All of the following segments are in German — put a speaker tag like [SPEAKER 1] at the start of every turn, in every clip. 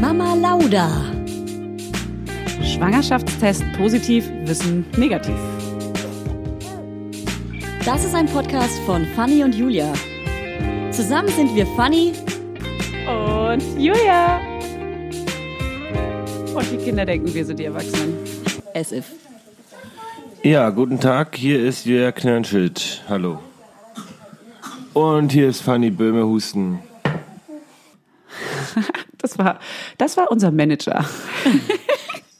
[SPEAKER 1] Mama Lauda.
[SPEAKER 2] Schwangerschaftstest positiv, Wissen negativ.
[SPEAKER 1] Das ist ein Podcast von Fanny und Julia. Zusammen sind wir Fanny
[SPEAKER 2] Und Julia! Und die Kinder denken, wir sind die Erwachsenen.
[SPEAKER 1] as if.
[SPEAKER 3] Ja, guten Tag, hier ist Julia Knirnschild. Hallo. Und hier ist Fanny Böhme-Husten.
[SPEAKER 2] Das war, das war unser Manager.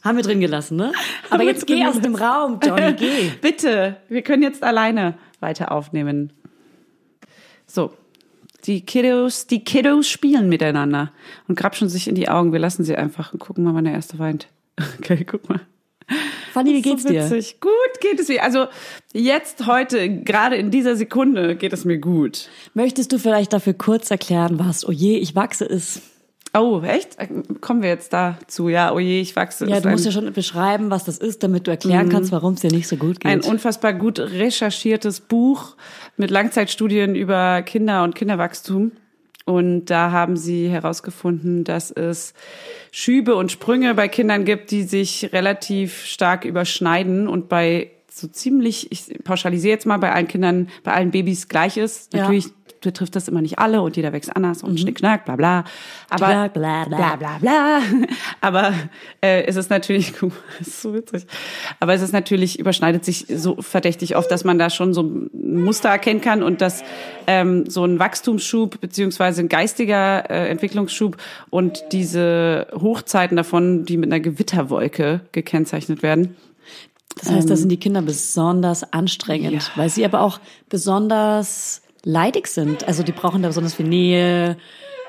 [SPEAKER 1] Haben wir drin gelassen, ne? Aber jetzt geh aus dem Raum, Johnny, geh.
[SPEAKER 2] Bitte, wir können jetzt alleine weiter aufnehmen. So, die Kiddos, die Kiddos spielen miteinander und grapschen sich in die Augen. Wir lassen sie einfach und gucken mal, wann der erste weint. Okay, guck mal.
[SPEAKER 1] Fanny, wie
[SPEAKER 2] Das
[SPEAKER 1] geht's
[SPEAKER 2] ist so
[SPEAKER 1] dir?
[SPEAKER 2] witzig. Gut geht es mir. Also jetzt heute, gerade in dieser Sekunde, geht es mir gut.
[SPEAKER 1] Möchtest du vielleicht dafür kurz erklären, was oh je, ich wachse ist?
[SPEAKER 2] Oh, echt? Kommen wir jetzt dazu? Ja, oh je, ich wachse.
[SPEAKER 1] Ja,
[SPEAKER 2] Ist
[SPEAKER 1] du musst
[SPEAKER 2] ein-
[SPEAKER 1] ja schon beschreiben, was das ist, damit du erklären kannst, warum es dir nicht so gut geht.
[SPEAKER 2] Ein unfassbar gut recherchiertes Buch mit Langzeitstudien über Kinder und Kinderwachstum. Und da haben sie herausgefunden, dass es Schübe und Sprünge bei Kindern gibt, die sich relativ stark überschneiden und bei so ziemlich, ich pauschalisiere jetzt mal, bei allen Kindern, bei allen Babys gleich ist.
[SPEAKER 1] Ja. Mhm.
[SPEAKER 2] Natürlich betrifft das immer nicht alle und jeder wächst anders und schnickschnack, bla bla.
[SPEAKER 1] Bla,
[SPEAKER 2] Aber
[SPEAKER 1] bla, bla.
[SPEAKER 2] bla bla bla. Aber äh, es ist natürlich, guck mal, das ist so witzig. Aber es ist natürlich, überschneidet sich so verdächtig oft, dass man da schon so ein Muster erkennen kann und dass ähm, so ein Wachstumsschub beziehungsweise ein geistiger äh, Entwicklungsschub und diese Hochzeiten davon, die mit einer Gewitterwolke gekennzeichnet werden.
[SPEAKER 1] Das heißt,
[SPEAKER 2] Ähm,
[SPEAKER 1] da sind die Kinder besonders anstrengend, weil sie aber auch besonders leidig sind. Also die brauchen da besonders viel Nähe,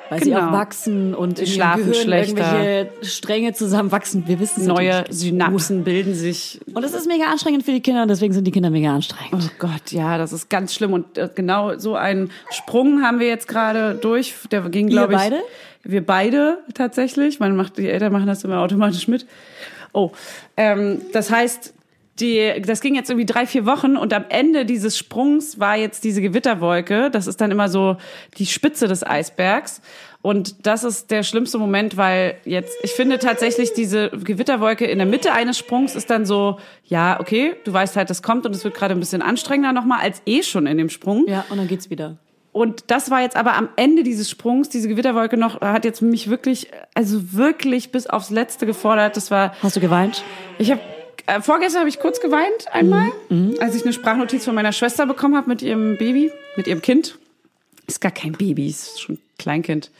[SPEAKER 1] weil sie
[SPEAKER 2] Genau.
[SPEAKER 1] auch wachsen und in ihrem
[SPEAKER 2] schlafen
[SPEAKER 1] Gehirn
[SPEAKER 2] schlechter.
[SPEAKER 1] irgendwelche Stränge zusammenwachsen. Wir wissen es
[SPEAKER 2] Neue
[SPEAKER 1] natürlich.
[SPEAKER 2] Synapsen bilden sich
[SPEAKER 1] Und es ist mega anstrengend für die Kinder und deswegen sind die Kinder mega anstrengend.
[SPEAKER 2] Oh Gott, ja, das ist ganz schlimm. Und äh, genau so einen Sprung haben wir jetzt gerade durch. Der ging, glaube ich.
[SPEAKER 1] beide?
[SPEAKER 2] Wir beide tatsächlich. Man macht, die Eltern machen das immer automatisch mit. Oh, ähm, das heißt, die, das ging jetzt irgendwie drei, vier Wochen und am Ende dieses Sprungs war jetzt diese Gewitterwolke. Das ist dann immer so die Spitze des Eisbergs. Und das ist der schlimmste Moment, weil jetzt, ich finde tatsächlich diese Gewitterwolke in der Mitte eines Sprungs ist dann so, ja, okay, du weißt halt, das kommt und es wird gerade ein bisschen anstrengender nochmal als eh schon in dem Sprung.
[SPEAKER 1] Ja, und dann geht's wieder.
[SPEAKER 2] Und das war jetzt aber am Ende dieses Sprungs, diese Gewitterwolke noch, hat jetzt mich wirklich, also wirklich bis aufs Letzte gefordert. Das war,
[SPEAKER 1] Hast du geweint?
[SPEAKER 2] ich habe äh, vorgestern habe ich kurz geweint einmal, als ich eine Sprachnotiz von meiner Schwester bekommen habe mit ihrem Baby, mit ihrem Kind. Ist gar kein Baby, ist schon ein Kleinkind.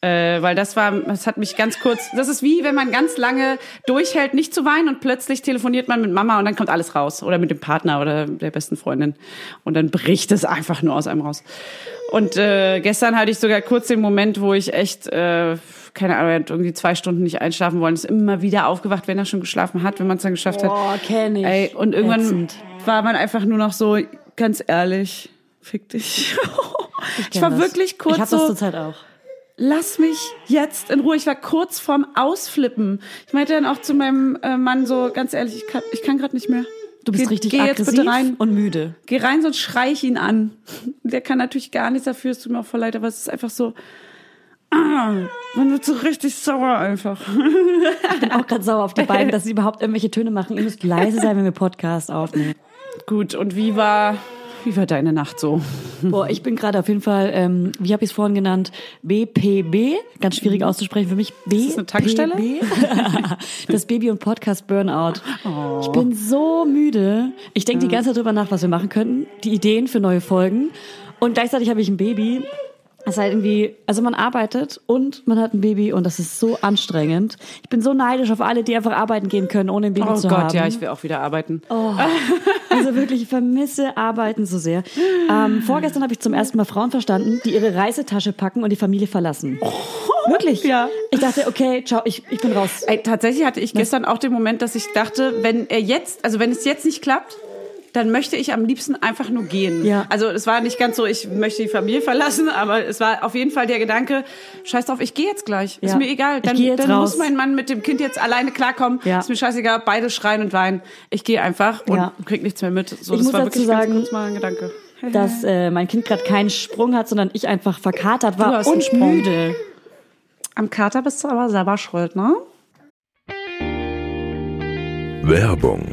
[SPEAKER 2] Äh, weil das war, das hat mich ganz kurz, das ist wie, wenn man ganz lange durchhält, nicht zu weinen und plötzlich telefoniert man mit Mama und dann kommt alles raus. Oder mit dem Partner oder der besten Freundin. Und dann bricht es einfach nur aus einem raus. Und äh, gestern hatte ich sogar kurz den Moment, wo ich echt, äh, keine Ahnung, irgendwie zwei Stunden nicht einschlafen wollen. Ist immer wieder aufgewacht, wenn er schon geschlafen hat, wenn man es dann geschafft hat.
[SPEAKER 1] Boah, Oh, kenn ich.
[SPEAKER 2] Äh, Ey, und irgendwann
[SPEAKER 1] Ätzend.
[SPEAKER 2] war man einfach nur noch so, ganz ehrlich, fick dich. Ich, war
[SPEAKER 1] kenn das.
[SPEAKER 2] wirklich kurz
[SPEAKER 1] Ich hab
[SPEAKER 2] so
[SPEAKER 1] das zurzeit auch.
[SPEAKER 2] lass mich jetzt in Ruhe. Ich war kurz vorm Ausflippen. Ich meinte dann auch zu meinem äh, Mann so, ganz ehrlich, ich kann, ich kann gerade nicht mehr.
[SPEAKER 1] Du bist
[SPEAKER 2] geh,
[SPEAKER 1] richtig
[SPEAKER 2] geh
[SPEAKER 1] aggressiv
[SPEAKER 2] jetzt bitte rein.
[SPEAKER 1] und müde.
[SPEAKER 2] Geh rein, sonst schrei ich ihn an. Der kann natürlich gar nichts dafür, es tut mir auch voll leid, aber es ist einfach so, ah, man wird so richtig sauer einfach.
[SPEAKER 1] Ich bin auch gerade sauer auf die beiden, dass sie überhaupt irgendwelche Töne machen. Ihr müsst leise sein, wenn wir Podcast aufnehmen.
[SPEAKER 2] Gut, und wie war, wie war deine Nacht so?
[SPEAKER 1] Boah, ich bin gerade auf jeden Fall, ähm, wie habe ich es vorhin genannt, BPB, ganz schwierig auszusprechen für mich. B ist
[SPEAKER 2] Mhm. das eine Tankstelle?
[SPEAKER 1] das Baby- und Podcast-Burnout.
[SPEAKER 2] Oh.
[SPEAKER 1] Ich bin so müde. Ich denke die ganze Zeit drüber nach, was wir machen könnten, die Ideen für neue Folgen. Und gleichzeitig habe ich ein Baby. Es ist halt irgendwie, also man arbeitet und man hat ein Baby und das ist so anstrengend. Ich bin so neidisch auf alle, die einfach arbeiten gehen können, ohne ein Baby
[SPEAKER 2] Oh
[SPEAKER 1] zu
[SPEAKER 2] Gott,
[SPEAKER 1] haben.
[SPEAKER 2] ja, ich will auch wieder arbeiten.
[SPEAKER 1] Oh, also wirklich, ich vermisse Arbeiten so sehr. Ähm, vorgestern habe ich zum ersten Mal Frauen verstanden, die ihre Reisetasche packen und die Familie verlassen. wirklich?
[SPEAKER 2] ja.
[SPEAKER 1] Ich dachte, okay, ciao, ich, ich bin raus.
[SPEAKER 2] Ey, tatsächlich hatte ich gestern auch den Moment, dass ich dachte, wenn er jetzt, also wenn es jetzt nicht klappt, dann möchte ich am liebsten einfach nur gehen.
[SPEAKER 1] Ja.
[SPEAKER 2] Also es war nicht ganz so, ich möchte die Familie verlassen, aber es war auf jeden Fall der Gedanke, scheiß drauf, ich gehe jetzt gleich.
[SPEAKER 1] Ja.
[SPEAKER 2] Ist mir egal.
[SPEAKER 1] Ich
[SPEAKER 2] Dann,
[SPEAKER 1] geh jetzt
[SPEAKER 2] dann
[SPEAKER 1] raus.
[SPEAKER 2] muss mein Mann mit dem Kind jetzt alleine klarkommen.
[SPEAKER 1] Ja.
[SPEAKER 2] Ist mir scheißegal, beide schreien und weinen. Ich gehe einfach und
[SPEAKER 1] Ja.
[SPEAKER 2] krieg nichts mehr mit. So,
[SPEAKER 1] Ich
[SPEAKER 2] das
[SPEAKER 1] muss
[SPEAKER 2] war
[SPEAKER 1] dazu
[SPEAKER 2] wirklich
[SPEAKER 1] sagen,
[SPEAKER 2] ganz kurz mal ein Gedanke.
[SPEAKER 1] Dass äh, mein Kind gerade keinen Sprung hat, sondern ich einfach verkatert war
[SPEAKER 2] Du hast einen
[SPEAKER 1] und
[SPEAKER 2] Sprung.
[SPEAKER 1] müde.
[SPEAKER 2] Am Kater bist du aber selber schuld, ne?
[SPEAKER 4] Werbung.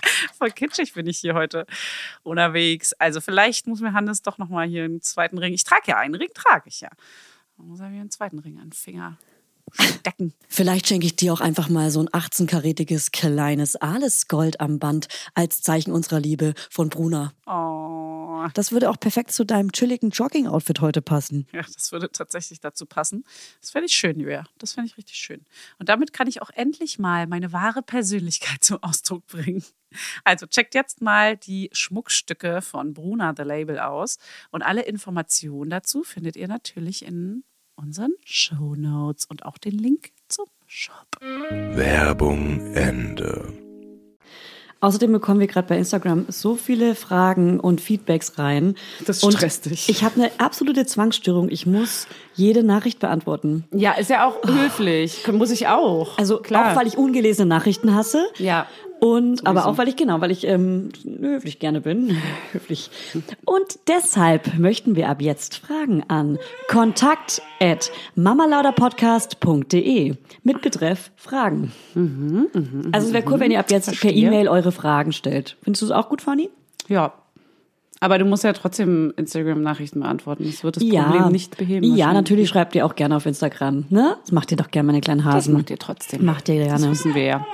[SPEAKER 2] Voll kitschig bin ich hier heute unterwegs. Also vielleicht muss mir Hannes doch noch mal hier einen zweiten Ring. Ich trage ja einen Ring, trage ich ja. Dann muss er mir einen zweiten Ring an den Finger stecken.
[SPEAKER 1] Vielleicht schenke ich dir auch einfach mal so ein 18-karätiges kleines Aalesgold am Band als Zeichen unserer Liebe von Bruna.
[SPEAKER 2] Oh,
[SPEAKER 1] Das würde auch perfekt zu deinem chilligen Jogging-Outfit heute passen.
[SPEAKER 2] ja, das würde tatsächlich dazu passen. Das fände ich schön, Julia. Das fände ich richtig schön. Und damit kann ich auch endlich mal meine wahre Persönlichkeit zum Ausdruck bringen. Also checkt jetzt mal die Schmuckstücke von Bruna The Label aus. Und alle Informationen dazu findet ihr natürlich in unseren Show Notes und auch den Link zum Shop.
[SPEAKER 4] Werbung Ende.
[SPEAKER 1] Außerdem bekommen wir gerade bei Instagram so viele Fragen und Feedbacks rein.
[SPEAKER 2] Das
[SPEAKER 1] Und
[SPEAKER 2] stresst dich.
[SPEAKER 1] Ich habe eine absolute Zwangsstörung. Ich muss jede Nachricht beantworten.
[SPEAKER 2] Ja, ist ja auch höflich. Muss ich auch.
[SPEAKER 1] Also auch weil ich ungelesene Nachrichten hasse.
[SPEAKER 2] Ja.
[SPEAKER 1] Und aber auch weil ich genau, weil ich ähm, höflich gerne bin, höflich. Und deshalb möchten wir ab jetzt Fragen an kontakt at mamalauderpodcast.de mit Betreff Fragen.
[SPEAKER 2] Mhm,
[SPEAKER 1] also es wäre cool, wenn ihr ab jetzt per
[SPEAKER 2] Verstehe.
[SPEAKER 1] E-Mail eure Fragen stellt. Findest du es auch gut, Fanny?
[SPEAKER 2] Ja. Aber du musst ja trotzdem Instagram-Nachrichten beantworten. Das wird das Problem nicht beheben.
[SPEAKER 1] Ja, natürlich schreibt ihr auch gerne auf Instagram. Ne? Das macht ihr doch gerne, meine kleinen
[SPEAKER 2] Das
[SPEAKER 1] Hasen.
[SPEAKER 2] macht ihr trotzdem.
[SPEAKER 1] Macht ihr gerne.
[SPEAKER 2] Das wissen wir ja.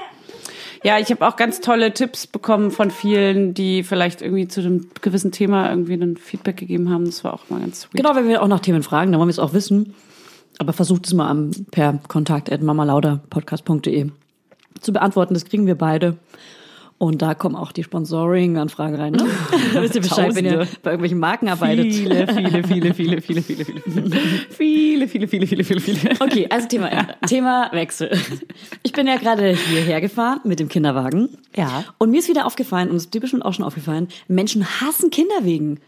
[SPEAKER 2] Ja, ich habe auch ganz tolle Tipps bekommen von vielen, die vielleicht irgendwie zu einem gewissen Thema irgendwie ein Feedback gegeben haben. Das war auch mal ganz sweet.
[SPEAKER 1] Genau, wenn wir auch nach Themen fragen, dann wollen wir es auch wissen. Aber versucht es mal am, per kontakt at mamalauderpodcast.de zu beantworten. Das kriegen wir beide. Und da kommen auch die Sponsoring-Anfragen rein. Ne? Wisst ihr Bescheid, wenn ihr bei irgendwelchen Marken arbeitet.
[SPEAKER 2] Viele, viele, viele, viele, viele, viele, viele, viele, viele, viele, viele, viele, viele.
[SPEAKER 1] Okay, also Thema, Thema Wechsel. Ich bin ja gerade hierher gefahren mit dem Kinderwagen.
[SPEAKER 2] Ja.
[SPEAKER 1] Und mir ist wieder aufgefallen, und es ist dir bestimmt auch schon aufgefallen, Menschen hassen Kinderwegen.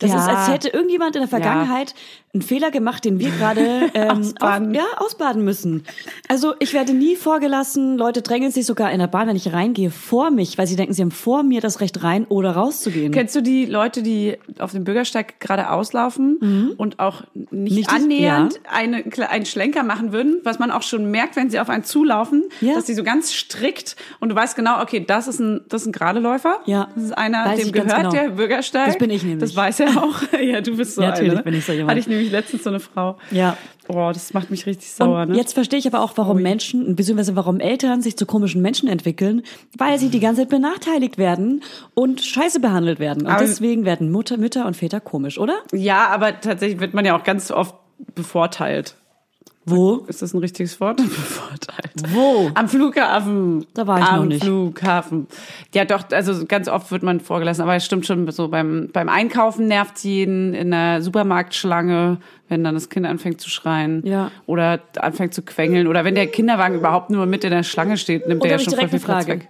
[SPEAKER 1] Das
[SPEAKER 2] Ja.
[SPEAKER 1] ist, als hätte irgendjemand in der Vergangenheit einen Fehler gemacht, den wir gerade ähm,
[SPEAKER 2] Ausbaden.
[SPEAKER 1] Auf, ja, ausbaden müssen. Also ich werde nie vorgelassen, Leute drängeln sich sogar in der Bahn, wenn ich reingehe, vor mich, weil sie denken, sie haben vor mir das Recht rein oder rauszugehen.
[SPEAKER 2] Kennst du die Leute, die auf dem Bürgersteig geradeaus laufen und auch nicht,
[SPEAKER 1] Mhm. Nicht-
[SPEAKER 2] annähernd
[SPEAKER 1] ja.
[SPEAKER 2] eine, kle- einen Schlenker machen würden, was man auch schon merkt, wenn sie auf einen zulaufen,
[SPEAKER 1] Ja.
[SPEAKER 2] dass die so ganz strikt und du weißt genau, okay, das ist ein, das ist ein gerade Läufer.
[SPEAKER 1] Ja.
[SPEAKER 2] Das ist einer,
[SPEAKER 1] Weiß
[SPEAKER 2] dem
[SPEAKER 1] ich ganz
[SPEAKER 2] gehört
[SPEAKER 1] genau.
[SPEAKER 2] der Bürgersteig.
[SPEAKER 1] Das bin ich nämlich.
[SPEAKER 2] Das weiß er auch. ja, du bist so
[SPEAKER 1] Natürlich
[SPEAKER 2] eine. ne?
[SPEAKER 1] bin ich so jemand.
[SPEAKER 2] Hatte ich nämlich letztens so eine Frau.
[SPEAKER 1] Ja.
[SPEAKER 2] Oh, das macht mich richtig
[SPEAKER 1] Und
[SPEAKER 2] sauer, ne?
[SPEAKER 1] jetzt verstehe ich aber auch, warum Menschen, beziehungsweise warum Eltern sich zu komischen Menschen entwickeln, weil sie die ganze Zeit benachteiligt werden und scheiße behandelt werden. Und
[SPEAKER 2] Aber-
[SPEAKER 1] deswegen werden Mutter, Mütter und Väter komisch, oder?
[SPEAKER 2] ja, aber tatsächlich wird man ja auch ganz oft bevorteilt.
[SPEAKER 1] Wo?
[SPEAKER 2] Ist das ein richtiges Wort? Bevorteilt.
[SPEAKER 1] Wo?
[SPEAKER 2] Am Flughafen.
[SPEAKER 1] Da war ich
[SPEAKER 2] Am
[SPEAKER 1] noch nicht.
[SPEAKER 2] Flughafen. Ja, doch, also ganz oft wird man vorgelassen, aber es stimmt schon, so beim, beim Einkaufen nervt jeden in der Supermarktschlange, wenn dann das Kind anfängt zu schreien.
[SPEAKER 1] Ja.
[SPEAKER 2] Oder anfängt zu quengeln. Oder wenn der Kinderwagen überhaupt nur mit in der Schlange steht, nimmt
[SPEAKER 1] Und
[SPEAKER 2] der ja
[SPEAKER 1] Oh, da hab ich
[SPEAKER 2] schon voll
[SPEAKER 1] direkt
[SPEAKER 2] viel
[SPEAKER 1] eine Frage.
[SPEAKER 2] Platz weg.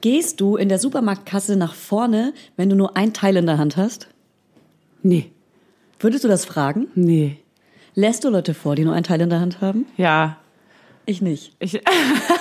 [SPEAKER 1] Gehst du in der Supermarktkasse nach vorne, wenn du nur ein Teil in der Hand hast?
[SPEAKER 2] Nee,
[SPEAKER 1] Würdest du das fragen?
[SPEAKER 2] nee.
[SPEAKER 1] Lässt du Leute vor, die nur ein Teil in der Hand haben?
[SPEAKER 2] Ja.
[SPEAKER 1] Ich nicht.
[SPEAKER 2] Ich,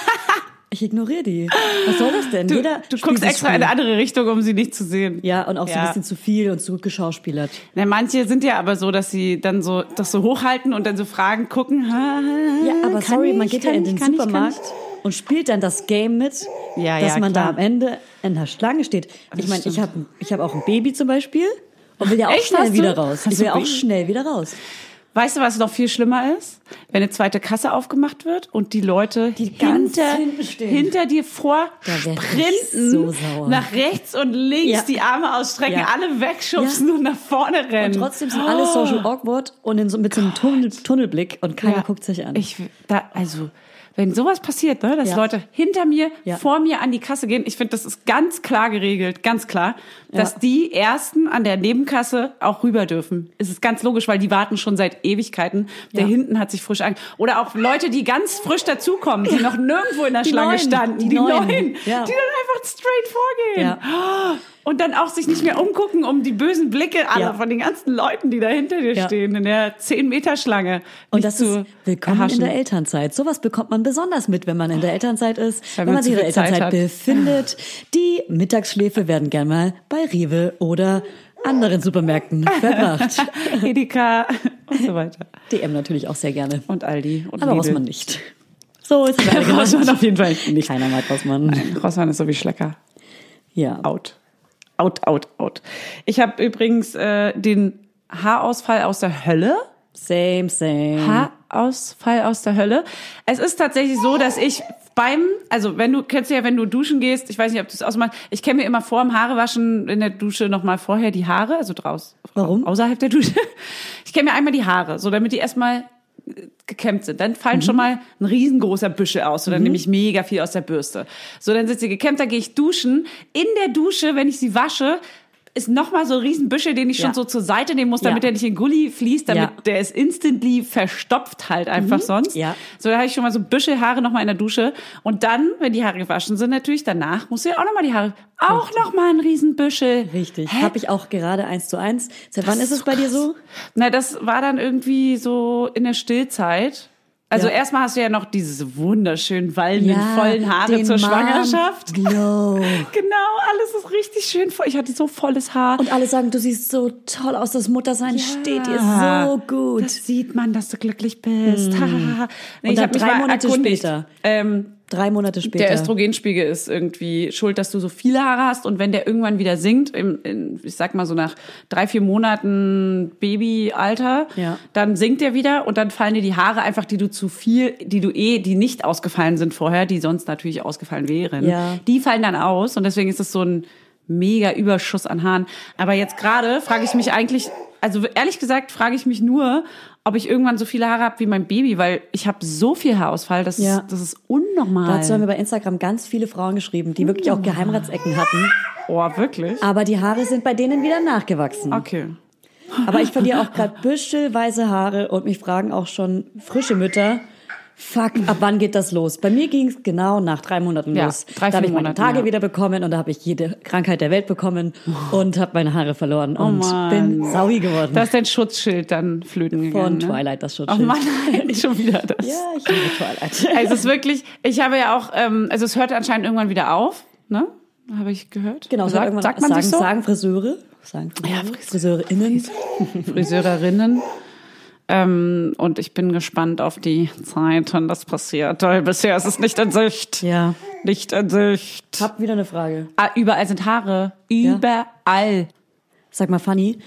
[SPEAKER 1] Ich ignoriere die. Was soll das denn?
[SPEAKER 2] Du,
[SPEAKER 1] Jeder
[SPEAKER 2] du
[SPEAKER 1] spielt
[SPEAKER 2] guckst
[SPEAKER 1] ein
[SPEAKER 2] extra
[SPEAKER 1] Spiel.
[SPEAKER 2] in eine andere Richtung, um sie nicht zu sehen.
[SPEAKER 1] Ja, und auch so ein
[SPEAKER 2] Ja.
[SPEAKER 1] bisschen zu viel und zurückgeschauspielert.
[SPEAKER 2] Na, Ne, manche sind ja aber so, dass sie dann so das so hochhalten und dann so Fragen gucken. Ha, ha,
[SPEAKER 1] Ja, aber
[SPEAKER 2] Äh, kann
[SPEAKER 1] sorry,
[SPEAKER 2] ich,
[SPEAKER 1] man geht ja
[SPEAKER 2] kann
[SPEAKER 1] in
[SPEAKER 2] ich,
[SPEAKER 1] den
[SPEAKER 2] kann ich, kann
[SPEAKER 1] Supermarkt und spielt dann das Game mit,
[SPEAKER 2] Ja,
[SPEAKER 1] dass
[SPEAKER 2] ja,
[SPEAKER 1] man da
[SPEAKER 2] klar.
[SPEAKER 1] am Ende in der Schlange steht. Ich meine, ich habe ich hab auch ein Baby zum Beispiel und will ja auch
[SPEAKER 2] Echt?
[SPEAKER 1] schnell
[SPEAKER 2] Hast du-
[SPEAKER 1] wieder raus.
[SPEAKER 2] hast
[SPEAKER 1] Ich will
[SPEAKER 2] du
[SPEAKER 1] ja auch
[SPEAKER 2] Baby?
[SPEAKER 1] schnell wieder raus.
[SPEAKER 2] Ich. Weißt du, was noch viel schlimmer ist? Wenn eine zweite Kasse aufgemacht wird und die Leute
[SPEAKER 1] ganz
[SPEAKER 2] hinter,
[SPEAKER 1] hinten stehen.
[SPEAKER 2] hinter dir vor
[SPEAKER 1] Da wär ich
[SPEAKER 2] sprinten,
[SPEAKER 1] so sauer.
[SPEAKER 2] nach rechts und links
[SPEAKER 1] Ja.
[SPEAKER 2] die Arme ausstrecken,
[SPEAKER 1] Ja.
[SPEAKER 2] alle wegschubsen und nach vorne rennen.
[SPEAKER 1] Und trotzdem sind
[SPEAKER 2] oh.
[SPEAKER 1] alle social awkward und in so, mit so einem Tunnel, Tunnelblick und keiner
[SPEAKER 2] Ja.
[SPEAKER 1] guckt sich an.
[SPEAKER 2] Ich, da, also, wenn sowas passiert, ne, dass
[SPEAKER 1] Ja.
[SPEAKER 2] Leute hinter mir,
[SPEAKER 1] Ja.
[SPEAKER 2] vor mir an die Kasse gehen, ich finde, das ist ganz klar geregelt, ganz klar, dass die Ersten an der Nebenkasse auch rüber dürfen. Es ist ganz logisch, weil die warten schon seit Ewigkeiten. Der
[SPEAKER 1] Ja.
[SPEAKER 2] hinten hat sich frisch an. Oder auch Leute, die ganz frisch dazukommen, die noch nirgendwo in der
[SPEAKER 1] Die
[SPEAKER 2] Schlange
[SPEAKER 1] Neuen,
[SPEAKER 2] standen.
[SPEAKER 1] die
[SPEAKER 2] Die,
[SPEAKER 1] Neuen.
[SPEAKER 2] Neuen,
[SPEAKER 1] Ja.
[SPEAKER 2] die dann einfach straight vorgehen. Oh, Und dann auch sich nicht mehr umgucken, um die bösen Blicke aller
[SPEAKER 1] Ja.
[SPEAKER 2] von den ganzen Leuten, die da hinter dir
[SPEAKER 1] Ja.
[SPEAKER 2] stehen, in der 10-Meter-Schlange.
[SPEAKER 1] Und
[SPEAKER 2] nicht
[SPEAKER 1] das
[SPEAKER 2] zu
[SPEAKER 1] ist willkommen
[SPEAKER 2] erhaschen.
[SPEAKER 1] in der Elternzeit. Sowas bekommt man besonders mit, wenn man in der Elternzeit ist, wenn,
[SPEAKER 2] Wenn
[SPEAKER 1] man
[SPEAKER 2] man
[SPEAKER 1] sich in
[SPEAKER 2] zu
[SPEAKER 1] der
[SPEAKER 2] viel Zeit
[SPEAKER 1] Elternzeit
[SPEAKER 2] hat.
[SPEAKER 1] befindet. Die Mittagsschläfe werden gern mal bei Rewe oder anderen Supermärkten verbracht.
[SPEAKER 2] Edeka und so weiter.
[SPEAKER 1] DM natürlich auch sehr gerne.
[SPEAKER 2] Und Aldi und
[SPEAKER 1] Aber
[SPEAKER 2] Lidl.
[SPEAKER 1] Rossmann nicht. So ist es leider gemacht.
[SPEAKER 2] Rossmann auf jeden Fall nicht.
[SPEAKER 1] Keiner mag Rossmann.
[SPEAKER 2] Rossmann ist so wie Schlecker.
[SPEAKER 1] Ja.
[SPEAKER 2] Out. Out, out, out. Ich habe übrigens äh, den Haarausfall aus der Hölle.
[SPEAKER 1] Same, same.
[SPEAKER 2] Haarausfall aus der Hölle. Es ist tatsächlich so, dass ich beim, also wenn du, kennst du ja, wenn du duschen gehst, ich weiß nicht, ob du es ausmachst, ich kenne mir immer vor dem Haarewaschen in der Dusche nochmal vorher die Haare, also draus.
[SPEAKER 1] Warum?
[SPEAKER 2] Außerhalb der Dusche. Ich kenne mir einmal die Haare, so damit die erstmal gekämmt sind. Dann fallen
[SPEAKER 1] Mhm.
[SPEAKER 2] schon mal ein riesengroßer Büschel aus. So, dann nehme ich mega viel aus der Bürste. So, dann sind sie gekämmt, dann gehe ich duschen. In der Dusche, wenn ich sie wasche, ist nochmal so ein Riesenbüschel, den ich
[SPEAKER 1] Ja.
[SPEAKER 2] schon so zur Seite nehmen muss, damit
[SPEAKER 1] Ja.
[SPEAKER 2] der nicht in den Gully fließt, damit
[SPEAKER 1] Ja. Mhm.
[SPEAKER 2] der ist instantly verstopft halt einfach sonst.
[SPEAKER 1] Ja.
[SPEAKER 2] So, da habe ich schon mal so Büschelhaare nochmal in der Dusche. Und dann, wenn die Haare gewaschen sind, natürlich danach musst du ja auch nochmal die Haare, auch nochmal ein Riesenbüschel.
[SPEAKER 1] Richtig.
[SPEAKER 2] Hä?
[SPEAKER 1] Habe ich auch gerade eins zu eins. Seit wann ist es bei dir so?
[SPEAKER 2] Na, das war dann irgendwie so in der Stillzeit. Also
[SPEAKER 1] Ja.
[SPEAKER 2] erstmal hast du ja noch diese wunderschönen wallenden
[SPEAKER 1] Ja,
[SPEAKER 2] vollen Haare
[SPEAKER 1] den
[SPEAKER 2] zur
[SPEAKER 1] Mom
[SPEAKER 2] Schwangerschaft.
[SPEAKER 1] Glow.
[SPEAKER 2] Genau, alles ist richtig schön voll. Ich hatte so volles Haar.
[SPEAKER 1] Und alle sagen, du siehst so toll aus, das Muttersein steht dir
[SPEAKER 2] Ja.
[SPEAKER 1] so gut. Hm.
[SPEAKER 2] Das sieht man, dass du glücklich bist. Ha, ha, ha. nee,
[SPEAKER 1] Und
[SPEAKER 2] ich
[SPEAKER 1] dann
[SPEAKER 2] habe mich
[SPEAKER 1] drei
[SPEAKER 2] mal
[SPEAKER 1] Monate
[SPEAKER 2] erkundigt.
[SPEAKER 1] später.
[SPEAKER 2] Ähm,
[SPEAKER 1] Drei Monate später.
[SPEAKER 2] Der Östrogenspiegel ist irgendwie schuld, dass du so viele Haare hast und wenn der irgendwann wieder sinkt, im, in, ich sag mal so nach drei, vier Monaten Babyalter,
[SPEAKER 1] Ja.
[SPEAKER 2] dann sinkt der wieder und dann fallen dir die Haare einfach, die du zu viel, die du eh, die nicht ausgefallen sind vorher, die sonst natürlich ausgefallen wären,
[SPEAKER 1] Ja.
[SPEAKER 2] die fallen dann aus und deswegen ist es so ein mega Überschuss an Haaren. Aber jetzt gerade frage ich mich eigentlich, also ehrlich gesagt frage ich mich nur, ob ich irgendwann so viele Haare habe wie mein Baby, weil ich habe so viel Haarausfall, das,
[SPEAKER 1] Ja.
[SPEAKER 2] ist, das ist unnormal.
[SPEAKER 1] Dazu haben wir bei Instagram ganz viele Frauen geschrieben, die wirklich
[SPEAKER 2] Mm.
[SPEAKER 1] auch Geheimratsecken hatten.
[SPEAKER 2] Oh, wirklich?
[SPEAKER 1] Aber die Haare sind bei denen wieder nachgewachsen.
[SPEAKER 2] Okay.
[SPEAKER 1] Aber ich verliere auch gerade büschelweise Haare und mich fragen auch schon frische Mütter, fuck, ab wann geht das los? Bei mir ging es genau nach drei Monaten
[SPEAKER 2] Ja,
[SPEAKER 1] los.
[SPEAKER 2] drei,
[SPEAKER 1] da habe
[SPEAKER 2] vier
[SPEAKER 1] ich meine
[SPEAKER 2] Monate,
[SPEAKER 1] Tage
[SPEAKER 2] ja.
[SPEAKER 1] wieder bekommen und da habe ich jede Krankheit der Welt bekommen und habe meine Haare verloren und
[SPEAKER 2] Oh Mann.
[SPEAKER 1] bin saui geworden.
[SPEAKER 2] Da ist dein Schutzschild dann flöten
[SPEAKER 1] Von
[SPEAKER 2] gegangen. ne?
[SPEAKER 1] Twilight, das
[SPEAKER 2] Oh
[SPEAKER 1] Schutzschild.
[SPEAKER 2] Mann, nein, schon wieder das.
[SPEAKER 1] Ja, ich liebe Twilight.
[SPEAKER 2] Also es ist wirklich, ich habe ja auch, ähm, also es hört anscheinend irgendwann wieder auf, ne? Habe ich gehört.
[SPEAKER 1] Genau,
[SPEAKER 2] sagt,
[SPEAKER 1] irgendwann
[SPEAKER 2] sagt man
[SPEAKER 1] sagen,
[SPEAKER 2] sich so?
[SPEAKER 1] sagen Friseure. Sagen Friseure,
[SPEAKER 2] Ja, Friseure.
[SPEAKER 1] Friseurinnen.
[SPEAKER 2] Friseurinnen. Ähm, und ich bin gespannt auf die Zeit, wann das passiert. Weil bisher ist es nicht in Sicht.
[SPEAKER 1] Ja.
[SPEAKER 2] Nicht in Sicht.
[SPEAKER 1] Hab wieder eine Frage.
[SPEAKER 2] Ah, überall sind Haare. Überall.
[SPEAKER 1] Sag mal, Fanny,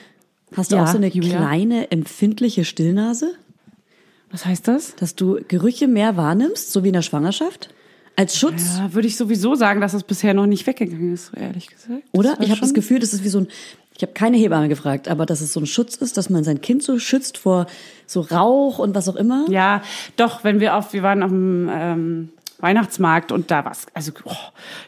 [SPEAKER 1] hast du
[SPEAKER 2] Ja,
[SPEAKER 1] auch so eine
[SPEAKER 2] Julia?
[SPEAKER 1] kleine, empfindliche Stillnase?
[SPEAKER 2] Was heißt das?
[SPEAKER 1] Dass du Gerüche mehr wahrnimmst, so wie in der Schwangerschaft? Als Schutz?
[SPEAKER 2] Ja, würde ich sowieso sagen, dass es bisher noch nicht weggegangen ist, ehrlich gesagt.
[SPEAKER 1] Oder? Ich habe
[SPEAKER 2] schon-
[SPEAKER 1] das Gefühl, das ist wie so ein, ich habe keine Hebamme gefragt, aber dass es so ein Schutz ist, dass man sein Kind so schützt vor so Rauch und was auch immer.
[SPEAKER 2] Ja, doch, wenn wir auf, wir waren auf dem ähm, Weihnachtsmarkt und da war's, also oh,